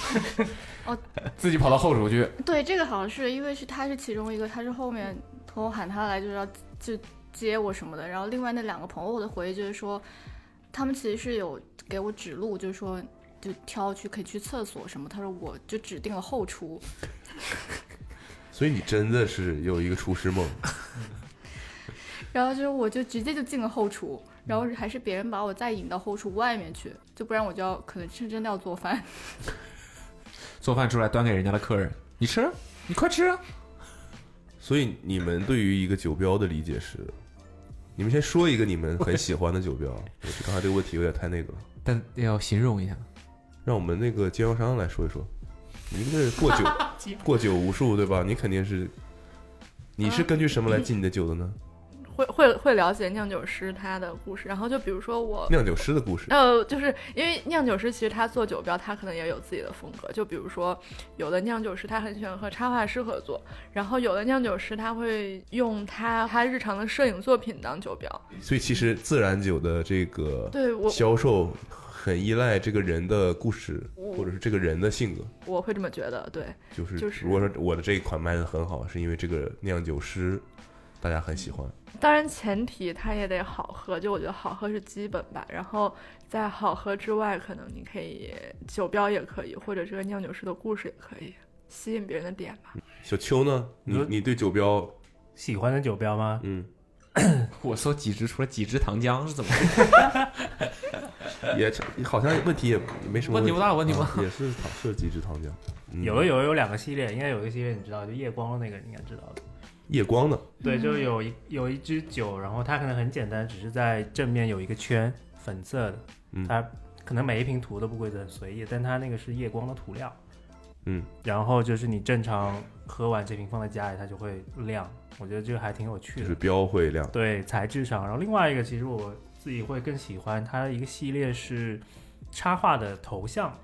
S4: 哦，
S2: 自己跑到后厨去，
S4: 对，这个好像是因为是他是其中一个，他是后面朋友喊他来就是要就接我什么的，然后另外那两个朋友的回忆就是说，他们其实是有给我指路，就是说就挑去可以去厕所什么，他说我就指定了后厨，
S5: 所以你真的是有一个厨师梦，
S4: 然后就是我就直接就进了后厨，然后还是别人把我再引到后厨外面去，就不然我就要可能是真的要做饭。
S2: 做饭出来端给人家的客人，你吃，你快吃啊！
S5: 所以你们对于一个酒标的理解是，你们先说一个你们很喜欢
S2: *laughs*
S5: 的酒标。我觉得刚才这个问题有点太那个了，
S2: 但要形容一下，
S5: 让我们那个经销商来说一说。你这过
S2: *laughs*
S5: 酒过酒无数对吧？你肯定是，你是根据什么
S2: 嗯
S5: 来进你的酒的呢？
S3: 会会会了解酿酒师他的故事，然后就比如说我
S5: 酿酒师的故事。
S3: 呃，就是因为酿酒师其实他做酒标，他可能也有自己的风格。就比如说，有的酿酒师他很喜欢和插画师合作，然后有的酿酒师他会用他他日常的摄影作品当酒标。
S5: 所以其实自然酒的这个
S3: 对我
S5: 销售很依赖这个人的故事，或者是这个人的性格。
S3: 我会这么觉得，对
S5: 就是
S3: 嗯就是
S5: 如果说我的这一款卖的很好，是因为这个酿酒师大家很喜欢。
S3: 当然前提它也得好喝，就我觉得好喝是基本吧。然后在好喝之外，可能你可以酒标也可以，或者这个酿酒师的故事也可以吸引别人的点吧。
S5: 小秋呢？你
S6: 嗯
S5: 你对酒标，
S6: 喜欢的酒
S2: *laughs*
S6: 标吗？
S5: 嗯，
S2: 我说几支，除了几支糖浆是怎么？
S5: 也好像问题也没什么
S2: 问题不大问题不
S5: 啊也是糖设计制糖浆，嗯
S6: 有的有的有两个系列，应该有一个系列你知道，就夜光的那个你应该知道的。
S5: 夜光的，
S6: 对，就有一有一支酒，然后它可能很简单，只是在正面有一个圈，粉色的，
S5: 嗯
S6: 它可能每一瓶涂的不规则很随意，但它那个是夜光的涂料，
S5: 嗯，
S6: 然后就是你正常喝完这瓶放在家里，它就会亮，我觉得这个还挺有趣
S5: 就
S6: 的
S5: 是。标会亮，
S6: 对材质上，然后另外一个其实我自己会更喜欢它的一个系列是插画的头像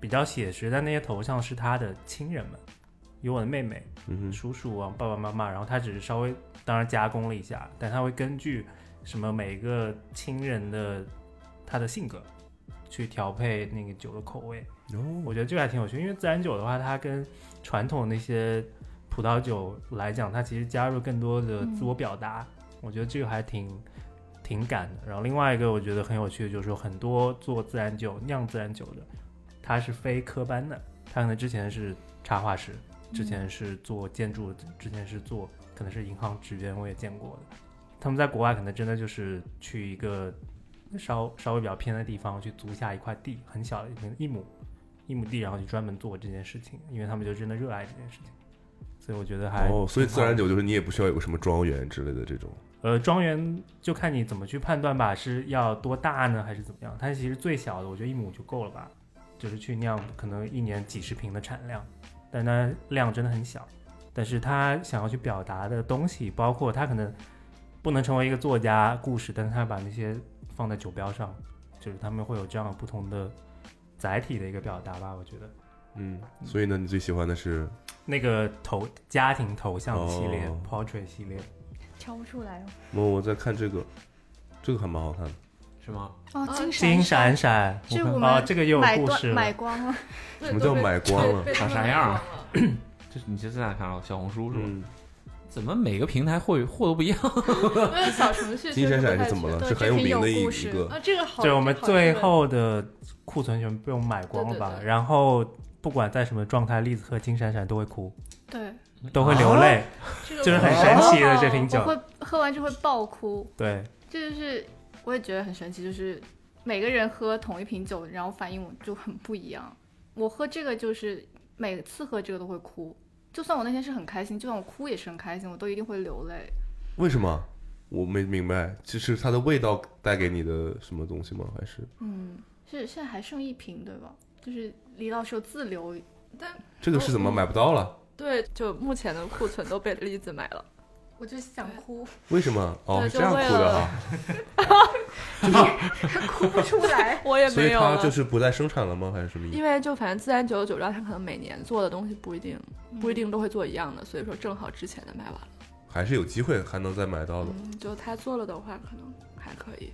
S6: 比较写实，但那些头像是他的亲人们，有我的妹妹、
S5: 嗯哼，
S6: 叔叔啊、爸爸妈妈，然后他只是稍微当然加工了一下，但他会根据什么每个亲人的他的性格去调配那个酒的口味。
S5: 哦，
S6: 我觉得这个还挺有趣，因为自然酒的话，它跟传统那些葡萄酒来讲，它其实加入更多的自我表达，我觉得这个还挺挺感的。然后另外一个我觉得很有趣的就是说，很多做自然酒、酿自然酒的，他是非科班的，他可能之前是插画师，之前是做建筑，之前是做可能是银行职员，我也见过的。他们在国外可能真的就是去一个稍稍微比较偏的地方去租下一块地，很小的一亩一亩地，然后就专门做这件事情，因为他们就真的热爱这件事情。所以我觉得还
S2: 哎
S5: 哦，所以
S6: 挺
S5: 自
S6: 好
S5: 然
S6: 的
S5: 酒就是你也不需要有个什么庄园之类的这种，
S6: 呃，庄园就看你怎么去判断吧，是要多大呢，还是怎么样？它其实最小的，我觉得一亩就够了吧，就是去酿可能一年几十瓶的产量，但它量真的很小。但是他想要去表达的东西，包括他可能不能成为一个作家故事，但是他把那些放在酒标上，就是他们会有这样不同的载体的一个表达吧。我觉得
S5: 嗯，所以呢，你最喜欢的是
S6: 那个头家庭头像系列、
S5: 哦
S6: portrait 系列，
S7: *laughs* 挑不出来哦。
S5: 我我在看这个，这个还蛮好看的，
S2: 是吗？
S4: 哦，
S3: 啊
S4: 金
S6: 金
S4: 闪
S6: 闪闪，
S4: 这
S6: 看
S4: 我
S6: 哦
S4: 们
S6: 这个也有
S4: 买
S6: 故
S4: 断
S6: 事了
S4: 买光了，
S5: 什么叫买光了
S3: 被被他们
S2: 长啥样
S3: 买
S2: 啊
S3: 光了？
S2: 这你这是哪看到小红书是吧？
S5: 嗯，
S2: 怎么每个平台货货都不一样？
S3: 因为小程序
S5: 金
S3: 确实
S5: 闪闪
S3: 不
S5: 是
S3: 太
S5: 怎么
S3: 确
S5: 了？
S3: 定
S5: 是很有
S4: 这瓶
S5: 名的
S4: 有
S5: 一
S4: 故
S5: 一
S4: 事
S5: 个，
S3: 啊，这个好，
S6: 对，我们
S3: 这个好
S6: 最
S3: 对
S6: 后的库存全部被我们买光了吧？
S3: 对对对
S6: 然后不管在什么状态，栗子和金闪闪都会哭，
S4: 对，哦
S6: 都会流泪，
S3: 这个
S6: 就是很
S3: 我
S6: 神奇的这瓶酒
S4: 我。会喝完就会爆哭，
S6: 对，
S4: 这就是我也觉得很神奇，就是每个人喝同一瓶酒，然后反应就很不一样。我喝这个就是每次喝这个都会哭，就算我那天是很开心，就算我哭也是很开心，我都一定会流泪。
S5: 为什么？我没明白，就是它的味道带给你的什么东西吗？还是
S4: 嗯，是现在还剩一瓶对吧？就是李老师有自留，
S5: 这个是怎么买不到了？
S3: *laughs* 对，就目前的库存都被栗子买了。
S4: 我就想哭，
S5: 为什么？哦，
S3: 对
S5: 是这样
S3: 就为
S5: 哭的
S3: 了
S5: 哈，
S4: *laughs* 哭不出来。
S3: 我也
S5: 所以
S3: 没有
S5: 它
S3: 了，
S5: 就是不再生产了吗？还是什么意思？
S3: 因为就反正自然酒的酒标，它可能每年做的东西不一定不一定都会做一样的，所以说正好之前的卖完了。
S5: 还是有机会还能再买到的。
S3: 嗯，就他做了的话，可能还可以。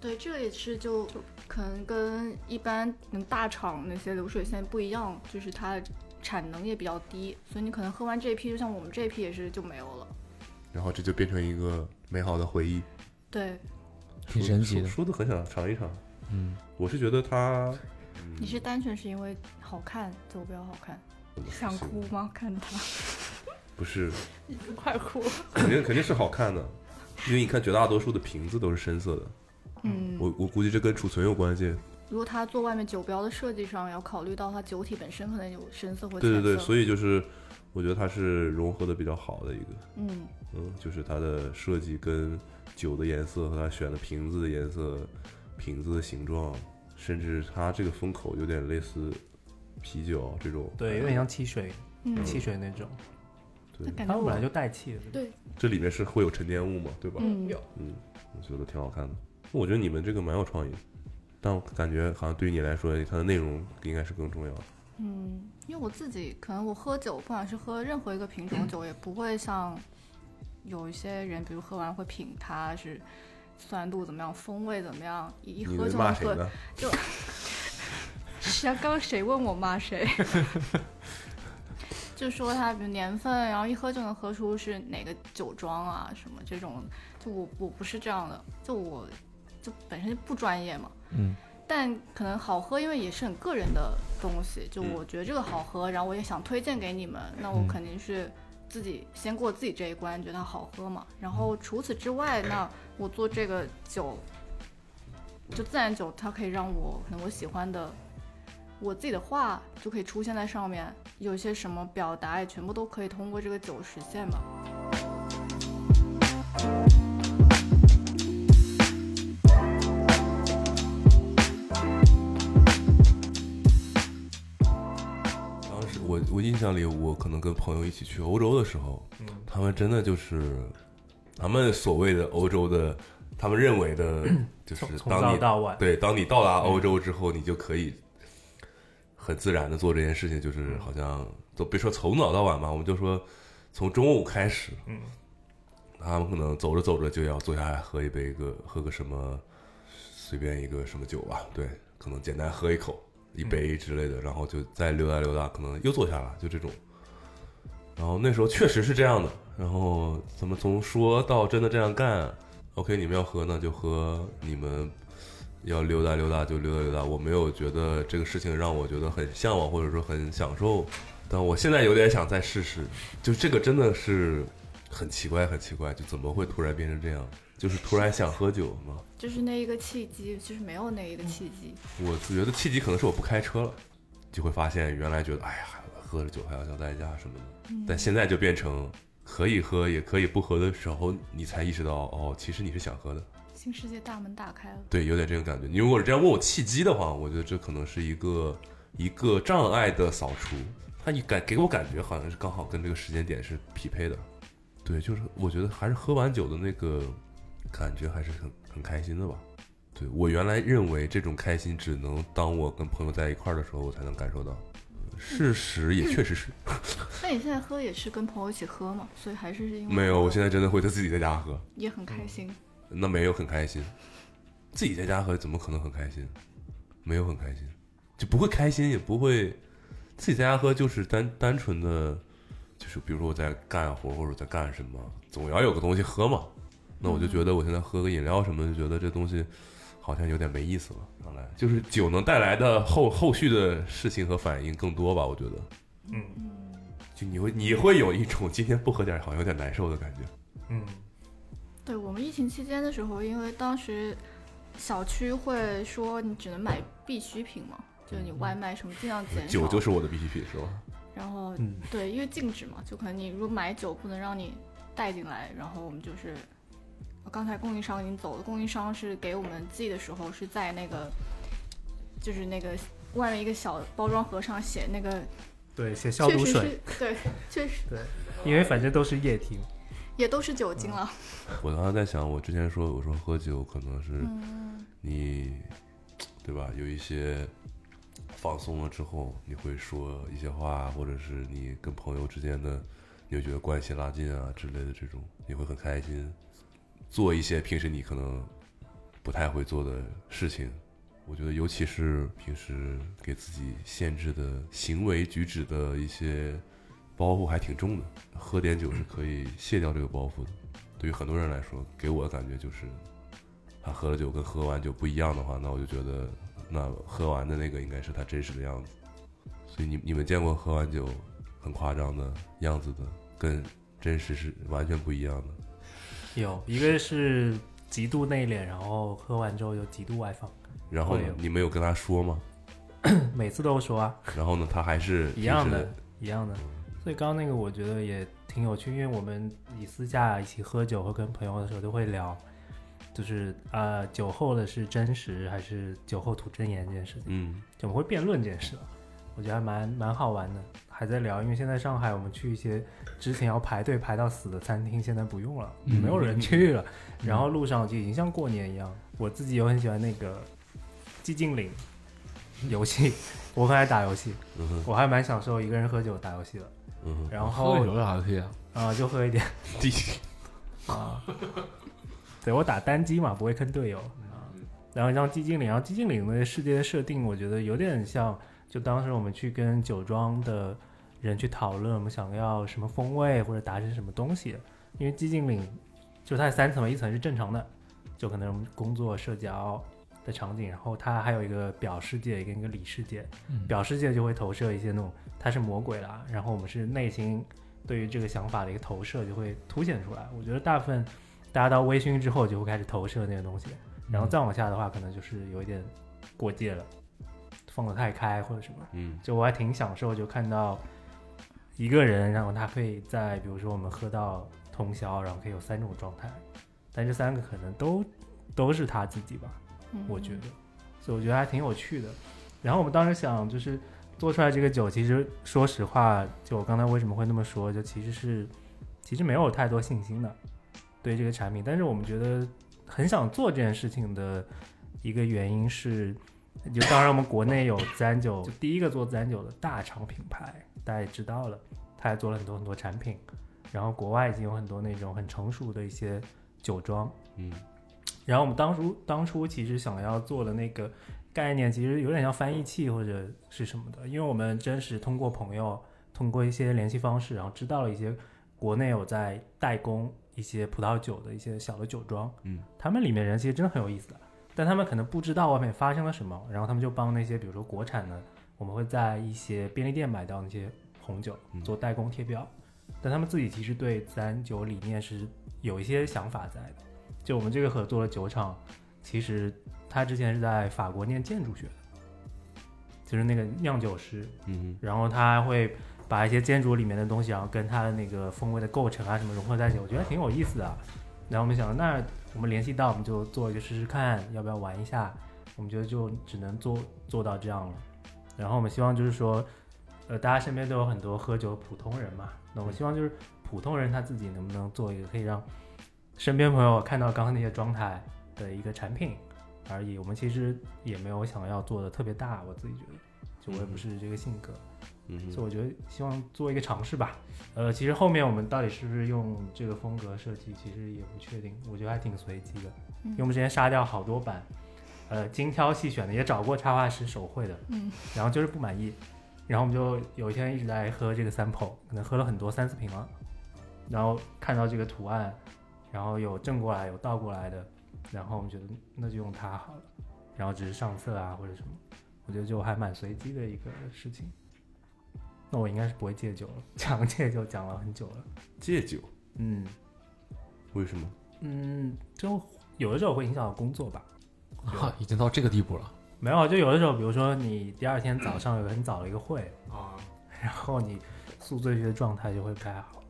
S4: 对，这个也是就可能跟一般能大厂那些流水线不一样，就是它的产能也比较低，所以你可能喝完这一批，就像我们这一批也是就没有了。
S5: 然后这就变成一个美好的回忆，
S4: 对，
S2: 挺神奇的
S5: 说的很想尝一尝。
S2: 嗯，
S5: 我是觉得它，
S4: 你是单纯是因为好看，酒标好看，想哭吗？看它，
S5: 不是，
S3: 快哭！
S5: 肯定肯定是好看的，因为你看绝大多数的瓶子都是深色的。
S4: 嗯，
S5: 我我估计这跟储存有关系。
S4: 如果它做外面酒标的设计上，也要考虑到它酒体本身可能有深色或
S5: 对对对，
S4: 以
S5: 所以就是我觉得它是融合的比较好的一个，
S4: 嗯，
S5: 嗯，就是它的设计跟酒的颜色和它选的瓶子的颜色、瓶子的形状，甚至它这个封口有点类似啤酒这种。哎
S6: 对，有点像汽水，
S4: 嗯
S6: 汽水那种，
S5: 对，
S4: 感
S6: 它
S4: 觉
S6: 本来就带气的。
S3: 对
S5: 这里面是会有沉淀物嘛，对吧？
S4: 嗯
S3: 有
S5: 嗯，我觉得挺好看的。我觉得你们这个蛮有创意的，但我感觉好像对于你来说，哎它的内容应该是更重要的。
S4: 嗯，因为我自己可能我喝酒，不管是喝任何一个品种酒，也不会像有一些人，比如喝完会品它是酸度怎么样，风味怎么样，一一
S5: 你
S4: 喝
S5: 在
S4: 就
S5: 骂
S4: 能
S5: 谁
S4: 喝。
S5: 呢？
S4: 谁刚刚谁问我骂谁？就说它比如年份，然后一喝就能喝出是哪个酒庄啊什么这种，就我我不是这样的，就我就本身就不专业嘛，
S2: 嗯，
S4: 但可能好喝，因为也是很个人的东西，就我觉得这个好喝，然后我也想推荐给你们，那我
S2: 嗯
S4: 肯定是自己先过自己这一关，觉得它好喝嘛，然后除此之外，那我做这个酒就自然酒，它可以让我可能我喜欢的，我自己的话就可以出现在上面，有些什么表达也全部都可以通过这个酒实现吧。
S5: 当时我我印象里，我可能跟朋友一起去欧洲的时候，
S6: 嗯
S5: 他们真的就是他们所谓的欧洲的，他们认为的，就是
S6: 从从
S5: 当
S6: 早
S5: 你
S6: 到晚，
S5: 对，当你到达欧洲之后，你就可以很自然的做这件事情，就是好像都别说从早到晚吧，我们就说从中午开始，
S6: 嗯，
S5: 他们可能走着走着就要坐下来喝一杯个喝个什么随便一个什么酒吧，对，可能简单喝一口一杯之类的，然后就再溜达溜达，可能又坐下了，就这种。然后那时候确实是这样的，然后怎么从说到真的这样干？OK，你们要喝那就喝，你们要溜达溜达就溜达溜达。我没有觉得这个事情让我觉得很向往，或者说很享受，但我现在有点想再试试。就这个真的是很奇怪，很奇怪，就怎么会突然变成这样？就是突然想喝酒吗？
S4: 就是那一个契机，就是没有那一个契机，
S5: 我觉得契机可能是我不开车了，就会发现原来觉得哎呀，喝了酒还要叫代驾什么的，但现在就变成可以喝也可以不喝的时候，你才意识到哦，其实你是想喝的。
S4: 新世界大门打开了。
S5: 对，有点这种感觉。你如果是这样问我契机的话，我觉得这可能是一个一个障碍的扫除。它你感给我感觉好像是刚好跟这个时间点是匹配的。对，就是我觉得还是喝完酒的那个感觉还是很很开心的吧。对我原来认为这种开心只能当我跟朋友在一块儿的时候我才能感受到，事实也确实是 *laughs*
S4: 那你现在喝也是跟朋友一起喝嘛？所以还是因为
S5: 没有。我现在真的会在自己在家喝，
S4: 也很开心。
S5: 那没有很开心，自己在家喝怎么可能很开心？没有很开心，就不会开心，也不会自己在家喝，就是单单纯的，就是比如说我在干活或者在干什么，总要有个东西喝嘛。那我就觉得我现在喝个饮料什么，就觉得这东西好像有点没意思了。看来就是酒能带来的后后续的事情和反应更多吧，我觉得。
S6: 嗯
S5: 就你会你会有一种今天不喝点儿好像有点难受的感觉。
S6: 嗯
S4: 对我们疫情期间的时候，因为当时小区会说你只能买必需品嘛，就是你外卖什么尽量减少。
S5: 酒就是我的必需品，是吧？
S4: 然后
S6: 嗯
S4: 对，因为禁止嘛，就可能你如果买酒不能让你带进来，然后我们就是，呃刚才供应商已经走了，供应商是给我们寄的时候是在那个，就是那个外面一个小包装盒上写那个，
S6: 对，写消
S4: 确
S6: 毒
S4: 实
S6: 水，
S4: 是对，确实
S6: 因为反正都是液体，
S4: 也都是酒精了，
S5: 我刚才在想，我之前说我说喝酒可能是
S4: 嗯，
S5: 你，对吧？有一些放松了之后，你会说一些话，或者是你跟朋友之间的，你会觉得关系拉近啊之类的这种，你会很开心，做一些平时你可能不太会做的事情。我觉得，尤其是平时给自己限制的行为举止的一些包袱还挺重的，喝点酒是可以卸掉这个包袱的。对于很多人来说，给我的感觉就是他喝了酒跟喝完酒不一样的话，那我就觉得那喝完的那个应该是他真实的样子。所以你你们见过喝完酒很夸张的样子的，跟真实是完全不一样的。
S6: 有一个是极度内敛，然后喝完之后又极度外放，
S5: 然后呢
S6: 会有
S5: 你没有跟他说吗？
S6: 每次都说啊，
S5: 然后呢，他还是
S6: *laughs* 一样
S5: 平时
S6: 的，一样的。所以刚刚那个我觉得也挺有趣，因为我们以私啊下一起喝酒和跟朋友的时候都会聊，就是呃酒后的是真实还是酒后吐真言这件事情，
S5: 嗯
S6: 就我们会辩论这件事，啊我觉得还蛮蛮好玩的，还在聊。因为现在上海我们去一些之前要排队排到死的餐厅，现在不用了，
S5: 嗯
S6: 没有人去了。然后路上就已经像过年一样。我自己也很喜欢那个寂静岭游戏，我很爱打游戏。
S5: 嗯哼
S6: 我还蛮享受一个人喝酒打游戏的，
S5: 嗯哼，
S6: 然后
S2: 哦喝酒有啥游戏啊？
S6: 啊、就喝一点
S5: 第
S6: 啊。对我打单机嘛，不会坑队友啊。
S2: 嗯
S6: 然后像寂静岭，然后寂静岭的世界的设定，我觉得有点像，就当时我们去跟酒庄的人去讨论，我们想要什么风味或者达成什么东西。因为寂静岭就它的三层嘛，一层是正常的，就可能我们工作、社交的场景，然后它还有一个表世界跟一个里世界。
S2: 嗯
S6: 表世界就会投射一些那种他是魔鬼啦，然后我们是内心对于这个想法的一个投射就会凸显出来。我觉得大部分大家到微醺之后就会开始投射那个东西，然后再往下的话，可能就是有一点过界了，放得太开或者什么。
S5: 嗯
S6: 就我还挺享受，就看到一个人，然后他可以在比如说我们喝到通宵，然后可以有三种状态，但这三个可能都都是他自己吧，
S4: 嗯
S6: 嗯我觉得，所以我觉得还挺有趣的。然后我们当时想，就是做出来这个酒，其实说实话，就我刚才为什么会那么说，就其实是其实没有太多信心的对这个产品，但是我们觉得很想做这件事情的一个原因是，就当然我们国内有自然酒，就第一个做自然酒的大厂品牌，大家也知道了，他也做了很多很多产品，然后国外已经有很多那种很成熟的一些酒庄，
S5: 嗯
S6: 然后我们当初当初其实想要做的那个概念，其实有点像翻译器或者是什么的，因为我们真实通过朋友，通过一些联系方式，然后知道了一些国内有在代工一些葡萄酒的一些小的酒庄，
S5: 嗯，
S6: 他们里面人其实真的很有意思的，但他们可能不知道外面发生了什么，然后他们就帮那些比如说国产的，我们会在一些便利店买到那些红酒
S5: 嗯
S6: 做代工贴标，但他们自己其实对自然酒理念是有一些想法在的。就我们这个合作的酒厂，其实他之前是在法国念建筑学的，就是那个酿酒师，
S5: 嗯
S6: 然后他会把一些建筑里面的东西，然后啊跟它的那个风味的构成啊什么融合在一起，我觉得挺有意思的。然后我们想，那我们联系到，我们就做一个试试看，要不要玩一下？我们觉得就只能做做到这样了。然后我们希望就是说，呃，大家身边都有很多喝酒的普通人嘛，那我希望就是普通人他自己能不能做一个可以让身边朋友看到刚刚那些状态的一个产品而已。我们其实也没有想要做的特别大，我自己觉得，就我也不是这个性格。
S5: 嗯
S6: 所以我觉得希望做一个尝试吧。呃，其实后面我们到底是不是用这个风格设计，其实也不确定，我觉得还挺随机的，因为我们之前杀掉好多版，呃，精挑细选的，也找过插画师手绘的，
S3: 嗯，
S6: 然后就是不满意，然后我们就有一天一直在喝这个 sample，可能喝了很多三四瓶了，然后看到这个图案，然后有正过来有倒过来的，然后我们觉得那就用它好了，然后只是上色啊或者什么，我觉得就还蛮随机的一个事情。那我应该是不会戒酒了，讲戒酒讲了很久了。
S5: 戒酒
S6: 嗯
S5: 为什么？
S6: 嗯，就有的时候会影响到工作吧。
S2: 啊，已经到这个地步了
S6: 没有，就有的时候，比如说你第二天早上有个很早的一个会，
S2: 啊！
S6: 然后你宿醉时的状态就会不太好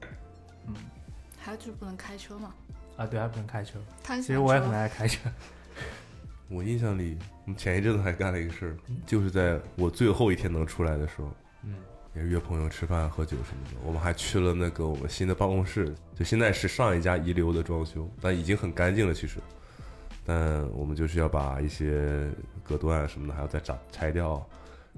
S4: 还有就是不能开车嘛，
S6: 啊。对，还不能开车，
S4: 他
S6: 其实我也很爱开车。
S5: 我印象里，我们前一阵子还干了一个事儿，就是在我最后一天能出来的时候，
S2: 嗯，
S5: 也是约朋友吃饭喝酒什么的。我们还去了那个我们新的办公室，就现在是上一家遗留的装修，但已经很干净了其实。但我们就是要把一些隔断啊什么的还要再拆拆掉，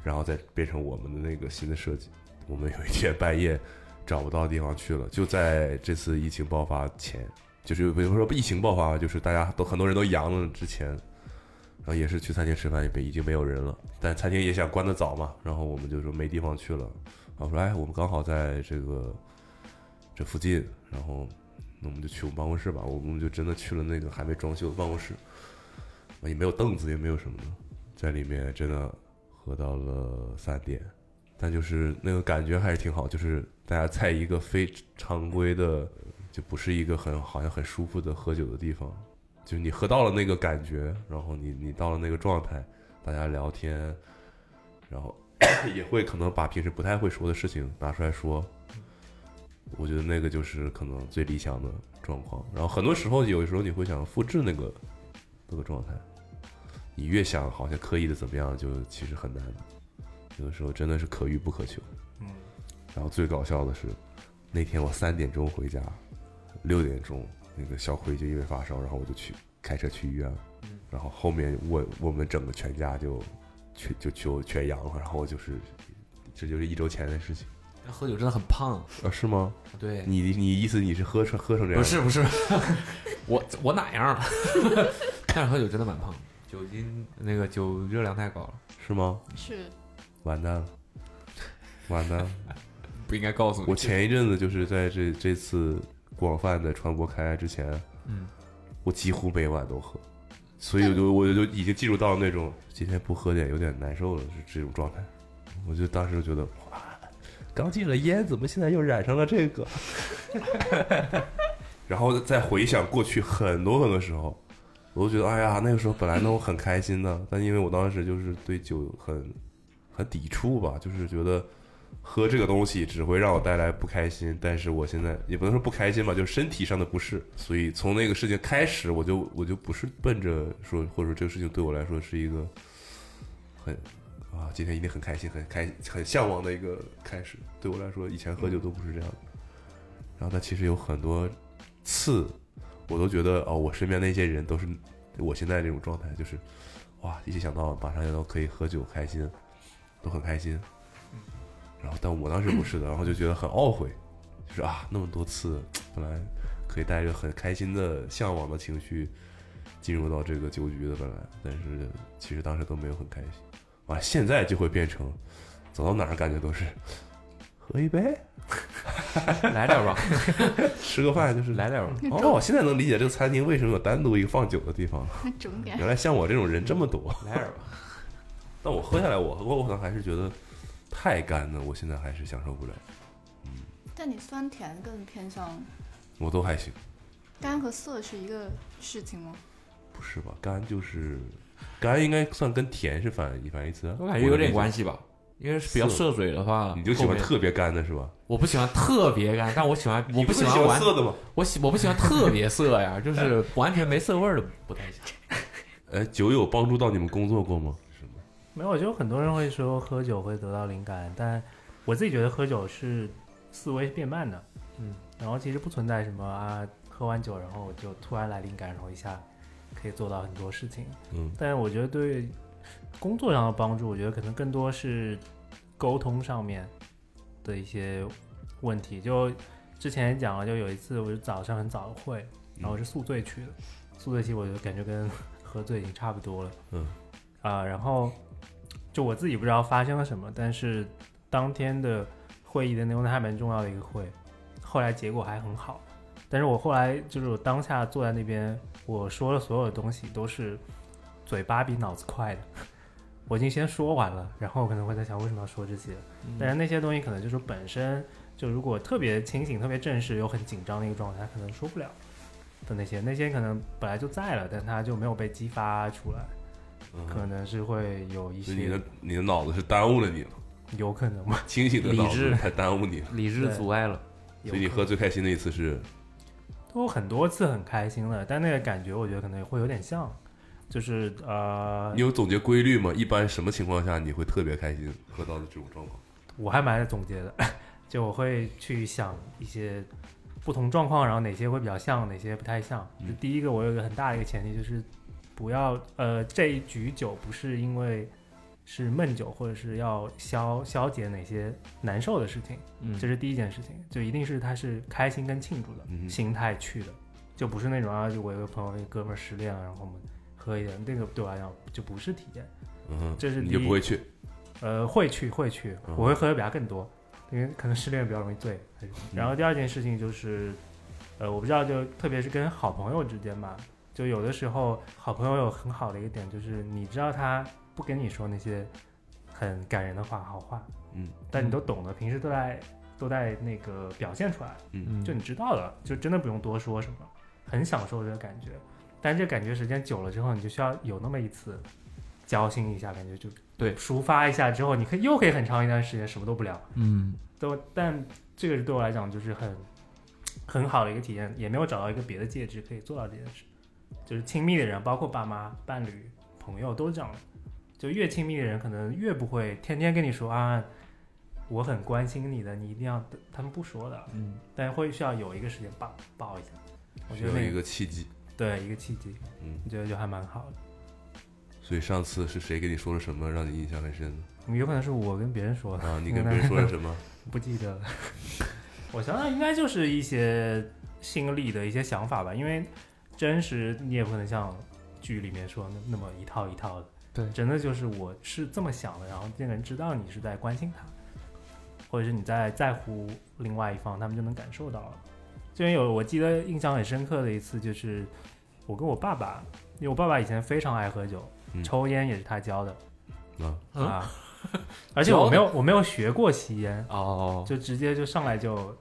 S5: 然后再变成我们的那个新的设计。我们有一天半夜找不到地方去了，就在这次疫情爆发前，就是比如说疫情爆发，就是大家都很多人都阳了之前，然后也是去餐厅吃饭，也被已经没有人了，但餐厅也想关得早嘛，然后我们就说没地方去了，然后说哎，我们刚好在这个这附近，然后那我们就去我们办公室吧，我们就真的去了那个还没装修的办公室，也没有凳子，也没有什么的，在里面真的喝到了三点，但就是那个感觉还是挺好，就是大家在一个非常规的，就不是一个很好像很舒服的喝酒的地方，就你喝到了那个感觉，然后你你到了那个状态，大家聊天，然后 *coughs* 也会可能把平时不太会说的事情拿出来说。我觉得那个就是可能最理想的状况。然后很多时候，有时候你会想复制那个那个状态，你越想好像刻意的怎么样，就其实很难。有的时候真的是可遇不可求。
S6: 嗯，
S5: 然后最搞笑的是，那天我三点钟回家，六点钟那个小辉就因为发烧，然后我就去开车去医院了
S6: 嗯，
S5: 然后后面我我们整个全家就全就就全阳了，然后就是这就是一周前的事情
S2: 喝酒真的很胖，
S5: 啊？是吗？
S2: 对，
S5: 你你意思你是喝成喝成这样？
S2: 不，是不是， *laughs* 我我哪样了？ *laughs* 但是喝酒真的蛮胖，酒精那个酒热量太高了，
S5: 是吗？
S4: 是
S5: 完蛋了，完蛋了！
S2: 不应该告诉你。
S5: 我前一阵子就是在这这次广泛的传播开来之前，
S2: 嗯，
S5: 我几乎每晚都喝，所以我就我就已经进入到那种今天不喝点有点难受了，是这种状态。我就当时就觉得，哇，刚戒了烟，怎么现在又染上了这个？ *laughs* 然后再回想过去很多很多时候，我就觉得哎呀，那个时候本来呢我很开心的，但因为我当时就是对酒很很抵触吧，就是觉得喝这个东西只会让我带来不开心，但是我现在也不能说不开心吧，就是身体上的不适。所以从那个事情开始，我就我就不是奔着说，或者说这个事情对我来说是一个很啊，今天一定很开心、很开、很向往的一个开始。对我来说，以前喝酒都不是这样的。然后，但其实有很多次，我都觉得哦，我身边那些人都是我现在这种状态，就是哇，一想到马上要可以喝酒，开心，都很开心。然后，但我当时不是的，然后就觉得很懊悔，就是啊，那么多次本来可以带着很开心的、向往的情绪进入到这个酒局的，本来，但是其实当时都没有很开心。啊，现在就会变成，走到哪儿感觉都是喝一杯，
S2: *laughs* 来点吧，
S5: 吃个饭就是
S2: 来点吧。
S5: 哦，现在能理解这个餐厅为什么有单独一个放酒的地方了。
S4: 整点
S5: 原来像我这种人这么多。
S2: 来点吧，
S5: 但我喝下来，我我我可能还是觉得太干了，我现在还是享受不了。
S4: 但你酸甜更偏向
S5: 我都还行，
S4: 干和涩是一个事情吗？
S5: 不是吧？干就是干，应该算跟甜是反反义词。
S2: *laughs* 我感觉有点关
S5: 系。
S2: 系吧，因为是比较
S5: 是
S2: 涉水的话，
S5: 你就喜欢
S2: 后面
S5: 特别干的是吧？
S2: 我不喜欢特别干，但我喜 *laughs* 欢，我
S5: 你不
S2: 喜
S5: 是喜
S2: 欢
S5: 欢
S2: 完，
S5: 涩的吗？
S2: 我喜我不喜欢特别涩呀， *laughs* 就是完全没涩味儿的不太行。
S5: 哎，酒有帮助到你们工作过吗？是吗？
S6: 没有，我觉得很多人会说喝酒会得到灵感，但我自己觉得喝酒是思维变慢的，
S2: 嗯，
S6: 然后其实不存在什么啊，喝完酒然后我就突然来灵感，然后一下可以做到很多事情。
S5: 嗯，
S6: 但是我觉得对工作上的帮助，我觉得可能更多是沟通上面的一些问题。就之前也讲了，就有一次我就早上很早的会，然后我是宿醉去的，宿醉期我就感觉跟 *laughs* 喝醉已经差不多了。
S5: 嗯，
S6: 啊、然后就我自己不知道发生了什么，但是当天的会议的内容还蛮重要的一个会，后来结果还很好。但是我后来就是我当下坐在那边，我说的所有的东西都是嘴巴比脑子快的， *laughs* 我已经先说完了，然后我可能会在想为什么要说这些，但是那些东西可能就是本身就如果特别清醒、特别正式又很紧张的一个状态，可能说不了的那些，那些可能本来就在了，但它就没有被激发出来，可
S5: 嗯，
S6: 能是会有一
S5: 就你
S6: 些
S5: 的你的脑子是耽误了你了，
S6: 有可能吧，
S5: 清醒的脑
S2: 理
S5: 子
S2: 智
S5: 还耽误你了。
S2: 理智阻碍了，
S6: 有
S5: 所以你
S6: 可
S5: 喝最开心的一次是
S6: 都很多次很开心了，但那个感觉我觉得可能会有点像，就是呃
S5: 你，有总结规律吗？一般什么情况下你会特别开心喝到的这种状况？
S6: 我还蛮总结的， *laughs* 就我会去想一些不同状况，然后哪些会比较像，哪些不太像。
S5: 嗯
S6: 就第一个，我有一个很大的一个前提就是不要呃这一局酒不是因为是闷酒或者是要消消解哪些难受的事情，
S2: 嗯，
S6: 这是第一件事情，就一定是他是开心跟庆祝的、
S5: 嗯哼
S6: 心态去的，就不是那种啊，就我有个朋友一个哥们儿失恋了，然后我们喝一点，那个对我来讲就不是体验。
S5: 嗯哼，
S6: 这是
S5: 你
S6: 第
S5: 就
S6: 一
S5: 不会去，
S6: 呃，会去会去，
S5: 嗯
S6: 我会喝的比他更多，因为可能失恋比较容易醉。还是然后第二件事情就是，呃，我不知道，就特别是跟好朋友之间吧，就有的时候好朋友有很好的一个点，就是你知道他不跟你说那些很感人的话、好话，
S5: 嗯，
S6: 但你都懂得，平时都在都在那个表现出来，
S2: 嗯
S6: 就你知道了，就真的不用多说什么，很享受这个感觉。但这感觉时间久了之后，你就需要有那么一次交心一下，感觉就
S2: 对
S6: 抒发一下之后，你可以又可以很长一段时间什么都不聊。
S2: 嗯
S6: 都，但这个对我来讲就是很很好的一个体验，也没有找到一个别的介质可以做到这件事。就是亲密的人，包括爸妈、伴侣、朋友，都是这样的。就越亲密的人，可能越不会天天跟你说啊，我很关心你的，你一定要。他们不说的，
S2: 嗯，
S6: 但会需要有一个时间抱抱一下。我
S5: 需
S6: 觉得
S5: 要
S6: 那
S5: 一个契机。
S6: 对一个契机，
S5: 嗯，
S6: 我觉得就还蛮好的。
S5: 所以上次是谁跟你说了什么让你印象很深的
S6: 有可能是我跟别人说的，
S5: 啊？你跟别人说了什么？
S6: 不记得了。 *laughs* 我想想，应该就是一些心里的一些想法吧，因为真实你也不可能像剧里面说的那那么一套一套的。
S2: 对
S6: 真的就是我是这么想的，然后那个人知道你是在关心他，或者是你在在乎另外一方，他们就能感受到了。这边有我记得印象很深刻的一次，就是我跟我爸爸，因为我爸爸以前非常爱喝酒，
S5: 嗯
S6: 抽烟也是他教的、
S5: 啊，
S2: 嗯
S6: 啊，
S2: *laughs*
S6: 而且我没有我没有学过吸烟，
S2: 哦，
S6: 就直接就上来就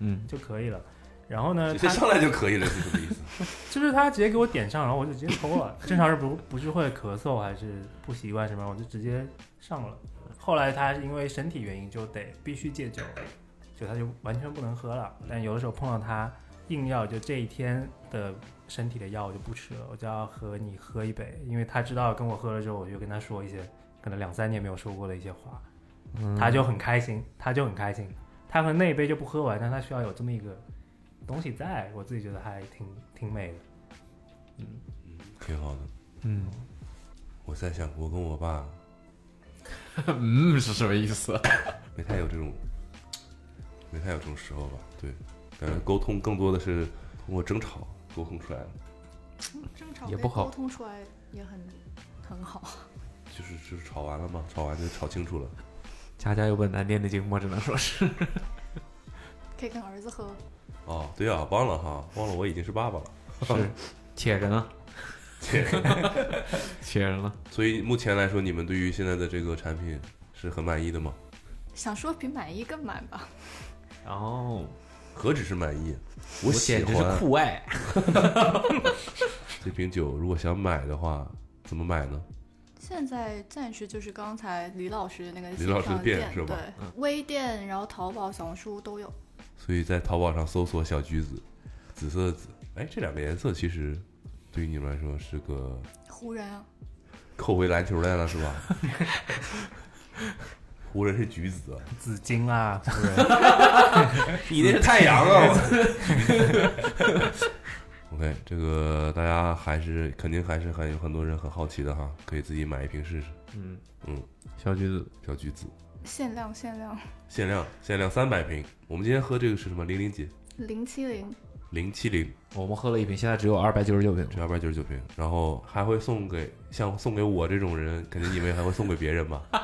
S2: 嗯 *laughs*
S6: 就可以了。然后
S2: 呃
S6: 呢，
S5: 直
S6: 他
S5: 接上来就可以了，是什么意思？
S6: 就是他直接给我点上，然后我就直接抽了。 *laughs* 正常是不不是会咳嗽还是不习惯什么，我就直接上了。后来他因为身体原因就得必须戒酒，所以他就完全不能喝了。但有的时候碰到他硬要就这一天的身体的药我就不吃了，我就要和你喝一杯，因为他知道跟我喝了之后，我就跟他说一些可能两三年没有说过的一些话，他就很开心，他就很开心。他可能那一杯就不喝完，但他需要有这么一个东西在，我自己觉得还挺挺美的。
S5: *laughs* 挺好的。
S2: 嗯
S5: 我在想，我跟我爸
S2: 嗯是什么意思？
S5: 没太有这种，没太有这种时候吧？对，但是沟通更多的是通过争吵沟通出来的，
S4: 嗯
S7: 争吵
S2: 也
S7: 被
S2: 不好
S7: 沟通出来也很很好。
S5: 就是就是吵完了嘛，吵完就吵清楚了。
S2: 家家有本难念的经，我只能说是。
S7: 可以跟儿子喝，
S5: 哦，对啊，忘了哈，忘了我已经是爸爸了。
S2: *laughs* 是，铁人啊了，
S5: 切
S2: *laughs* 铁人了。
S5: 所以目前来说，你们对于现在的这个产品是很满意的吗？
S4: 想说比满意更满吧？
S2: 然后
S5: 何止是满意，
S2: 哦我
S5: 喜
S2: 简直是
S5: 欢
S2: 酷爱，
S5: 这瓶酒。如果想买的话，怎么买呢？
S4: 现在暂时就是刚才李老师那个
S5: 李老师
S4: 线上
S5: 店
S4: 店
S5: 是吧嗯
S4: 对，微店，然后淘宝、小红书都有。
S5: 所以在淘宝上搜索“小橘子”，紫色的紫。哎，这两个颜色其实对于你们来说是个
S4: 湖人啊，
S5: 扣回篮球来了，是吧？ *laughs* 湖人是橘子啊，
S6: 紫金啊，
S2: 你那是太阳啊！
S5: OK，这个大家还是肯定还是很有很多人很好奇的哈，可以自己买一瓶试试。
S2: 嗯
S5: 嗯，
S2: 小橘子，
S5: 小橘子，
S4: 限量限量，
S5: 限量限量三百瓶。我们今天喝这个是什么？零零几？
S4: 零七零
S5: 零七零，
S2: 我们喝了一瓶，现在只有二百九十九瓶
S5: 这二百九十九瓶。然后还会送给像送给我这种人，肯定你们还会送给别人吧？ *laughs*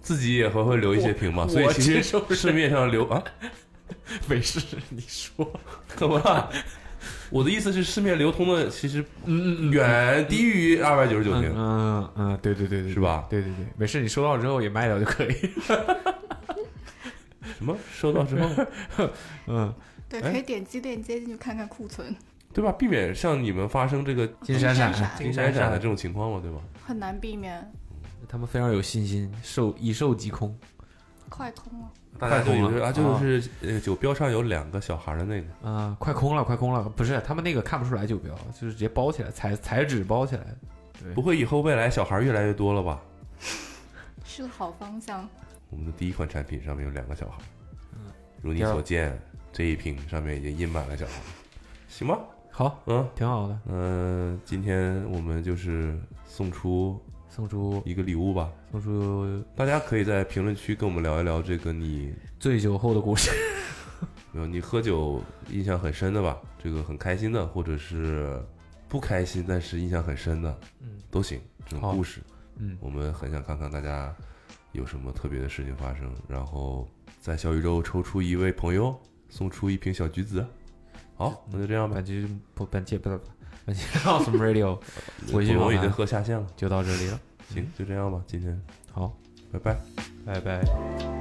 S5: 自己也还会留一些瓶嘛。
S2: 我
S5: 所以其
S2: 我接
S5: 实
S2: 受不了
S5: 市面上留啊，
S2: *laughs* 没事，你说。
S5: 怎么了？ *laughs* 我的意思是，市面流通的其实
S2: 嗯嗯嗯，
S5: 远低于二百九十九
S2: 嗯
S5: 瓶。
S2: 嗯嗯，对对对对，
S5: 是吧
S2: 对对对，没事，你收到之后也卖掉就可以。
S5: 什么？收到之后，
S2: *laughs* 嗯，
S4: 对，
S5: 哎
S4: 可以点击链接进去看看库存，
S5: 对吧？避免像你们发生这个
S2: 金闪闪，
S6: 金
S5: 金闪闪的
S6: 闪
S5: 这种情况嘛，对吧？
S4: 很难避免
S2: *laughs* 他们非常有信心，售一售即空。
S4: 快空了。
S5: 大家就以为啊，
S2: 啊
S5: 就是呃，酒标上有两个小孩的那个，
S2: 啊，快空了，快空了！不是，他们那个看不出来酒标，就是直接包起来，彩彩纸包起来。
S5: 不会以后未来小孩越来越多了吧？
S4: 是个好方向，
S5: 我们的第一款产品上面有两个小孩，如你所见，这一瓶上面已经印满了小孩，行吧？
S2: 好，
S5: 嗯，
S2: 挺好的，
S5: 嗯，今天我们就是送出
S2: 送出
S5: 一个礼物吧，
S2: 送出
S5: 大家可以在评论区跟我们聊一聊这个你
S2: 醉酒后的故事。
S5: 没有，你喝酒印象很深的吧？这个很开心的，或者是不开心但是印象很深的，
S2: 嗯，
S5: 都行。这种
S2: 好
S5: 故事，
S2: 嗯，
S5: 我们很想看看大家有什么特别的事情发生，然后在小宇宙抽出一位朋友，送出一瓶小橘子。
S2: 嗯
S5: 好，那就这样吧
S2: 本。期不本期不本期 *laughs* Awesome Radio 回去
S5: *laughs* 我
S2: 访
S5: 已经
S2: 谈
S5: 喝下线了，
S2: 就到这里了。
S5: 行，就这样吧，今天
S2: 好，
S5: 拜拜。
S2: 拜拜。
S5: 拜拜。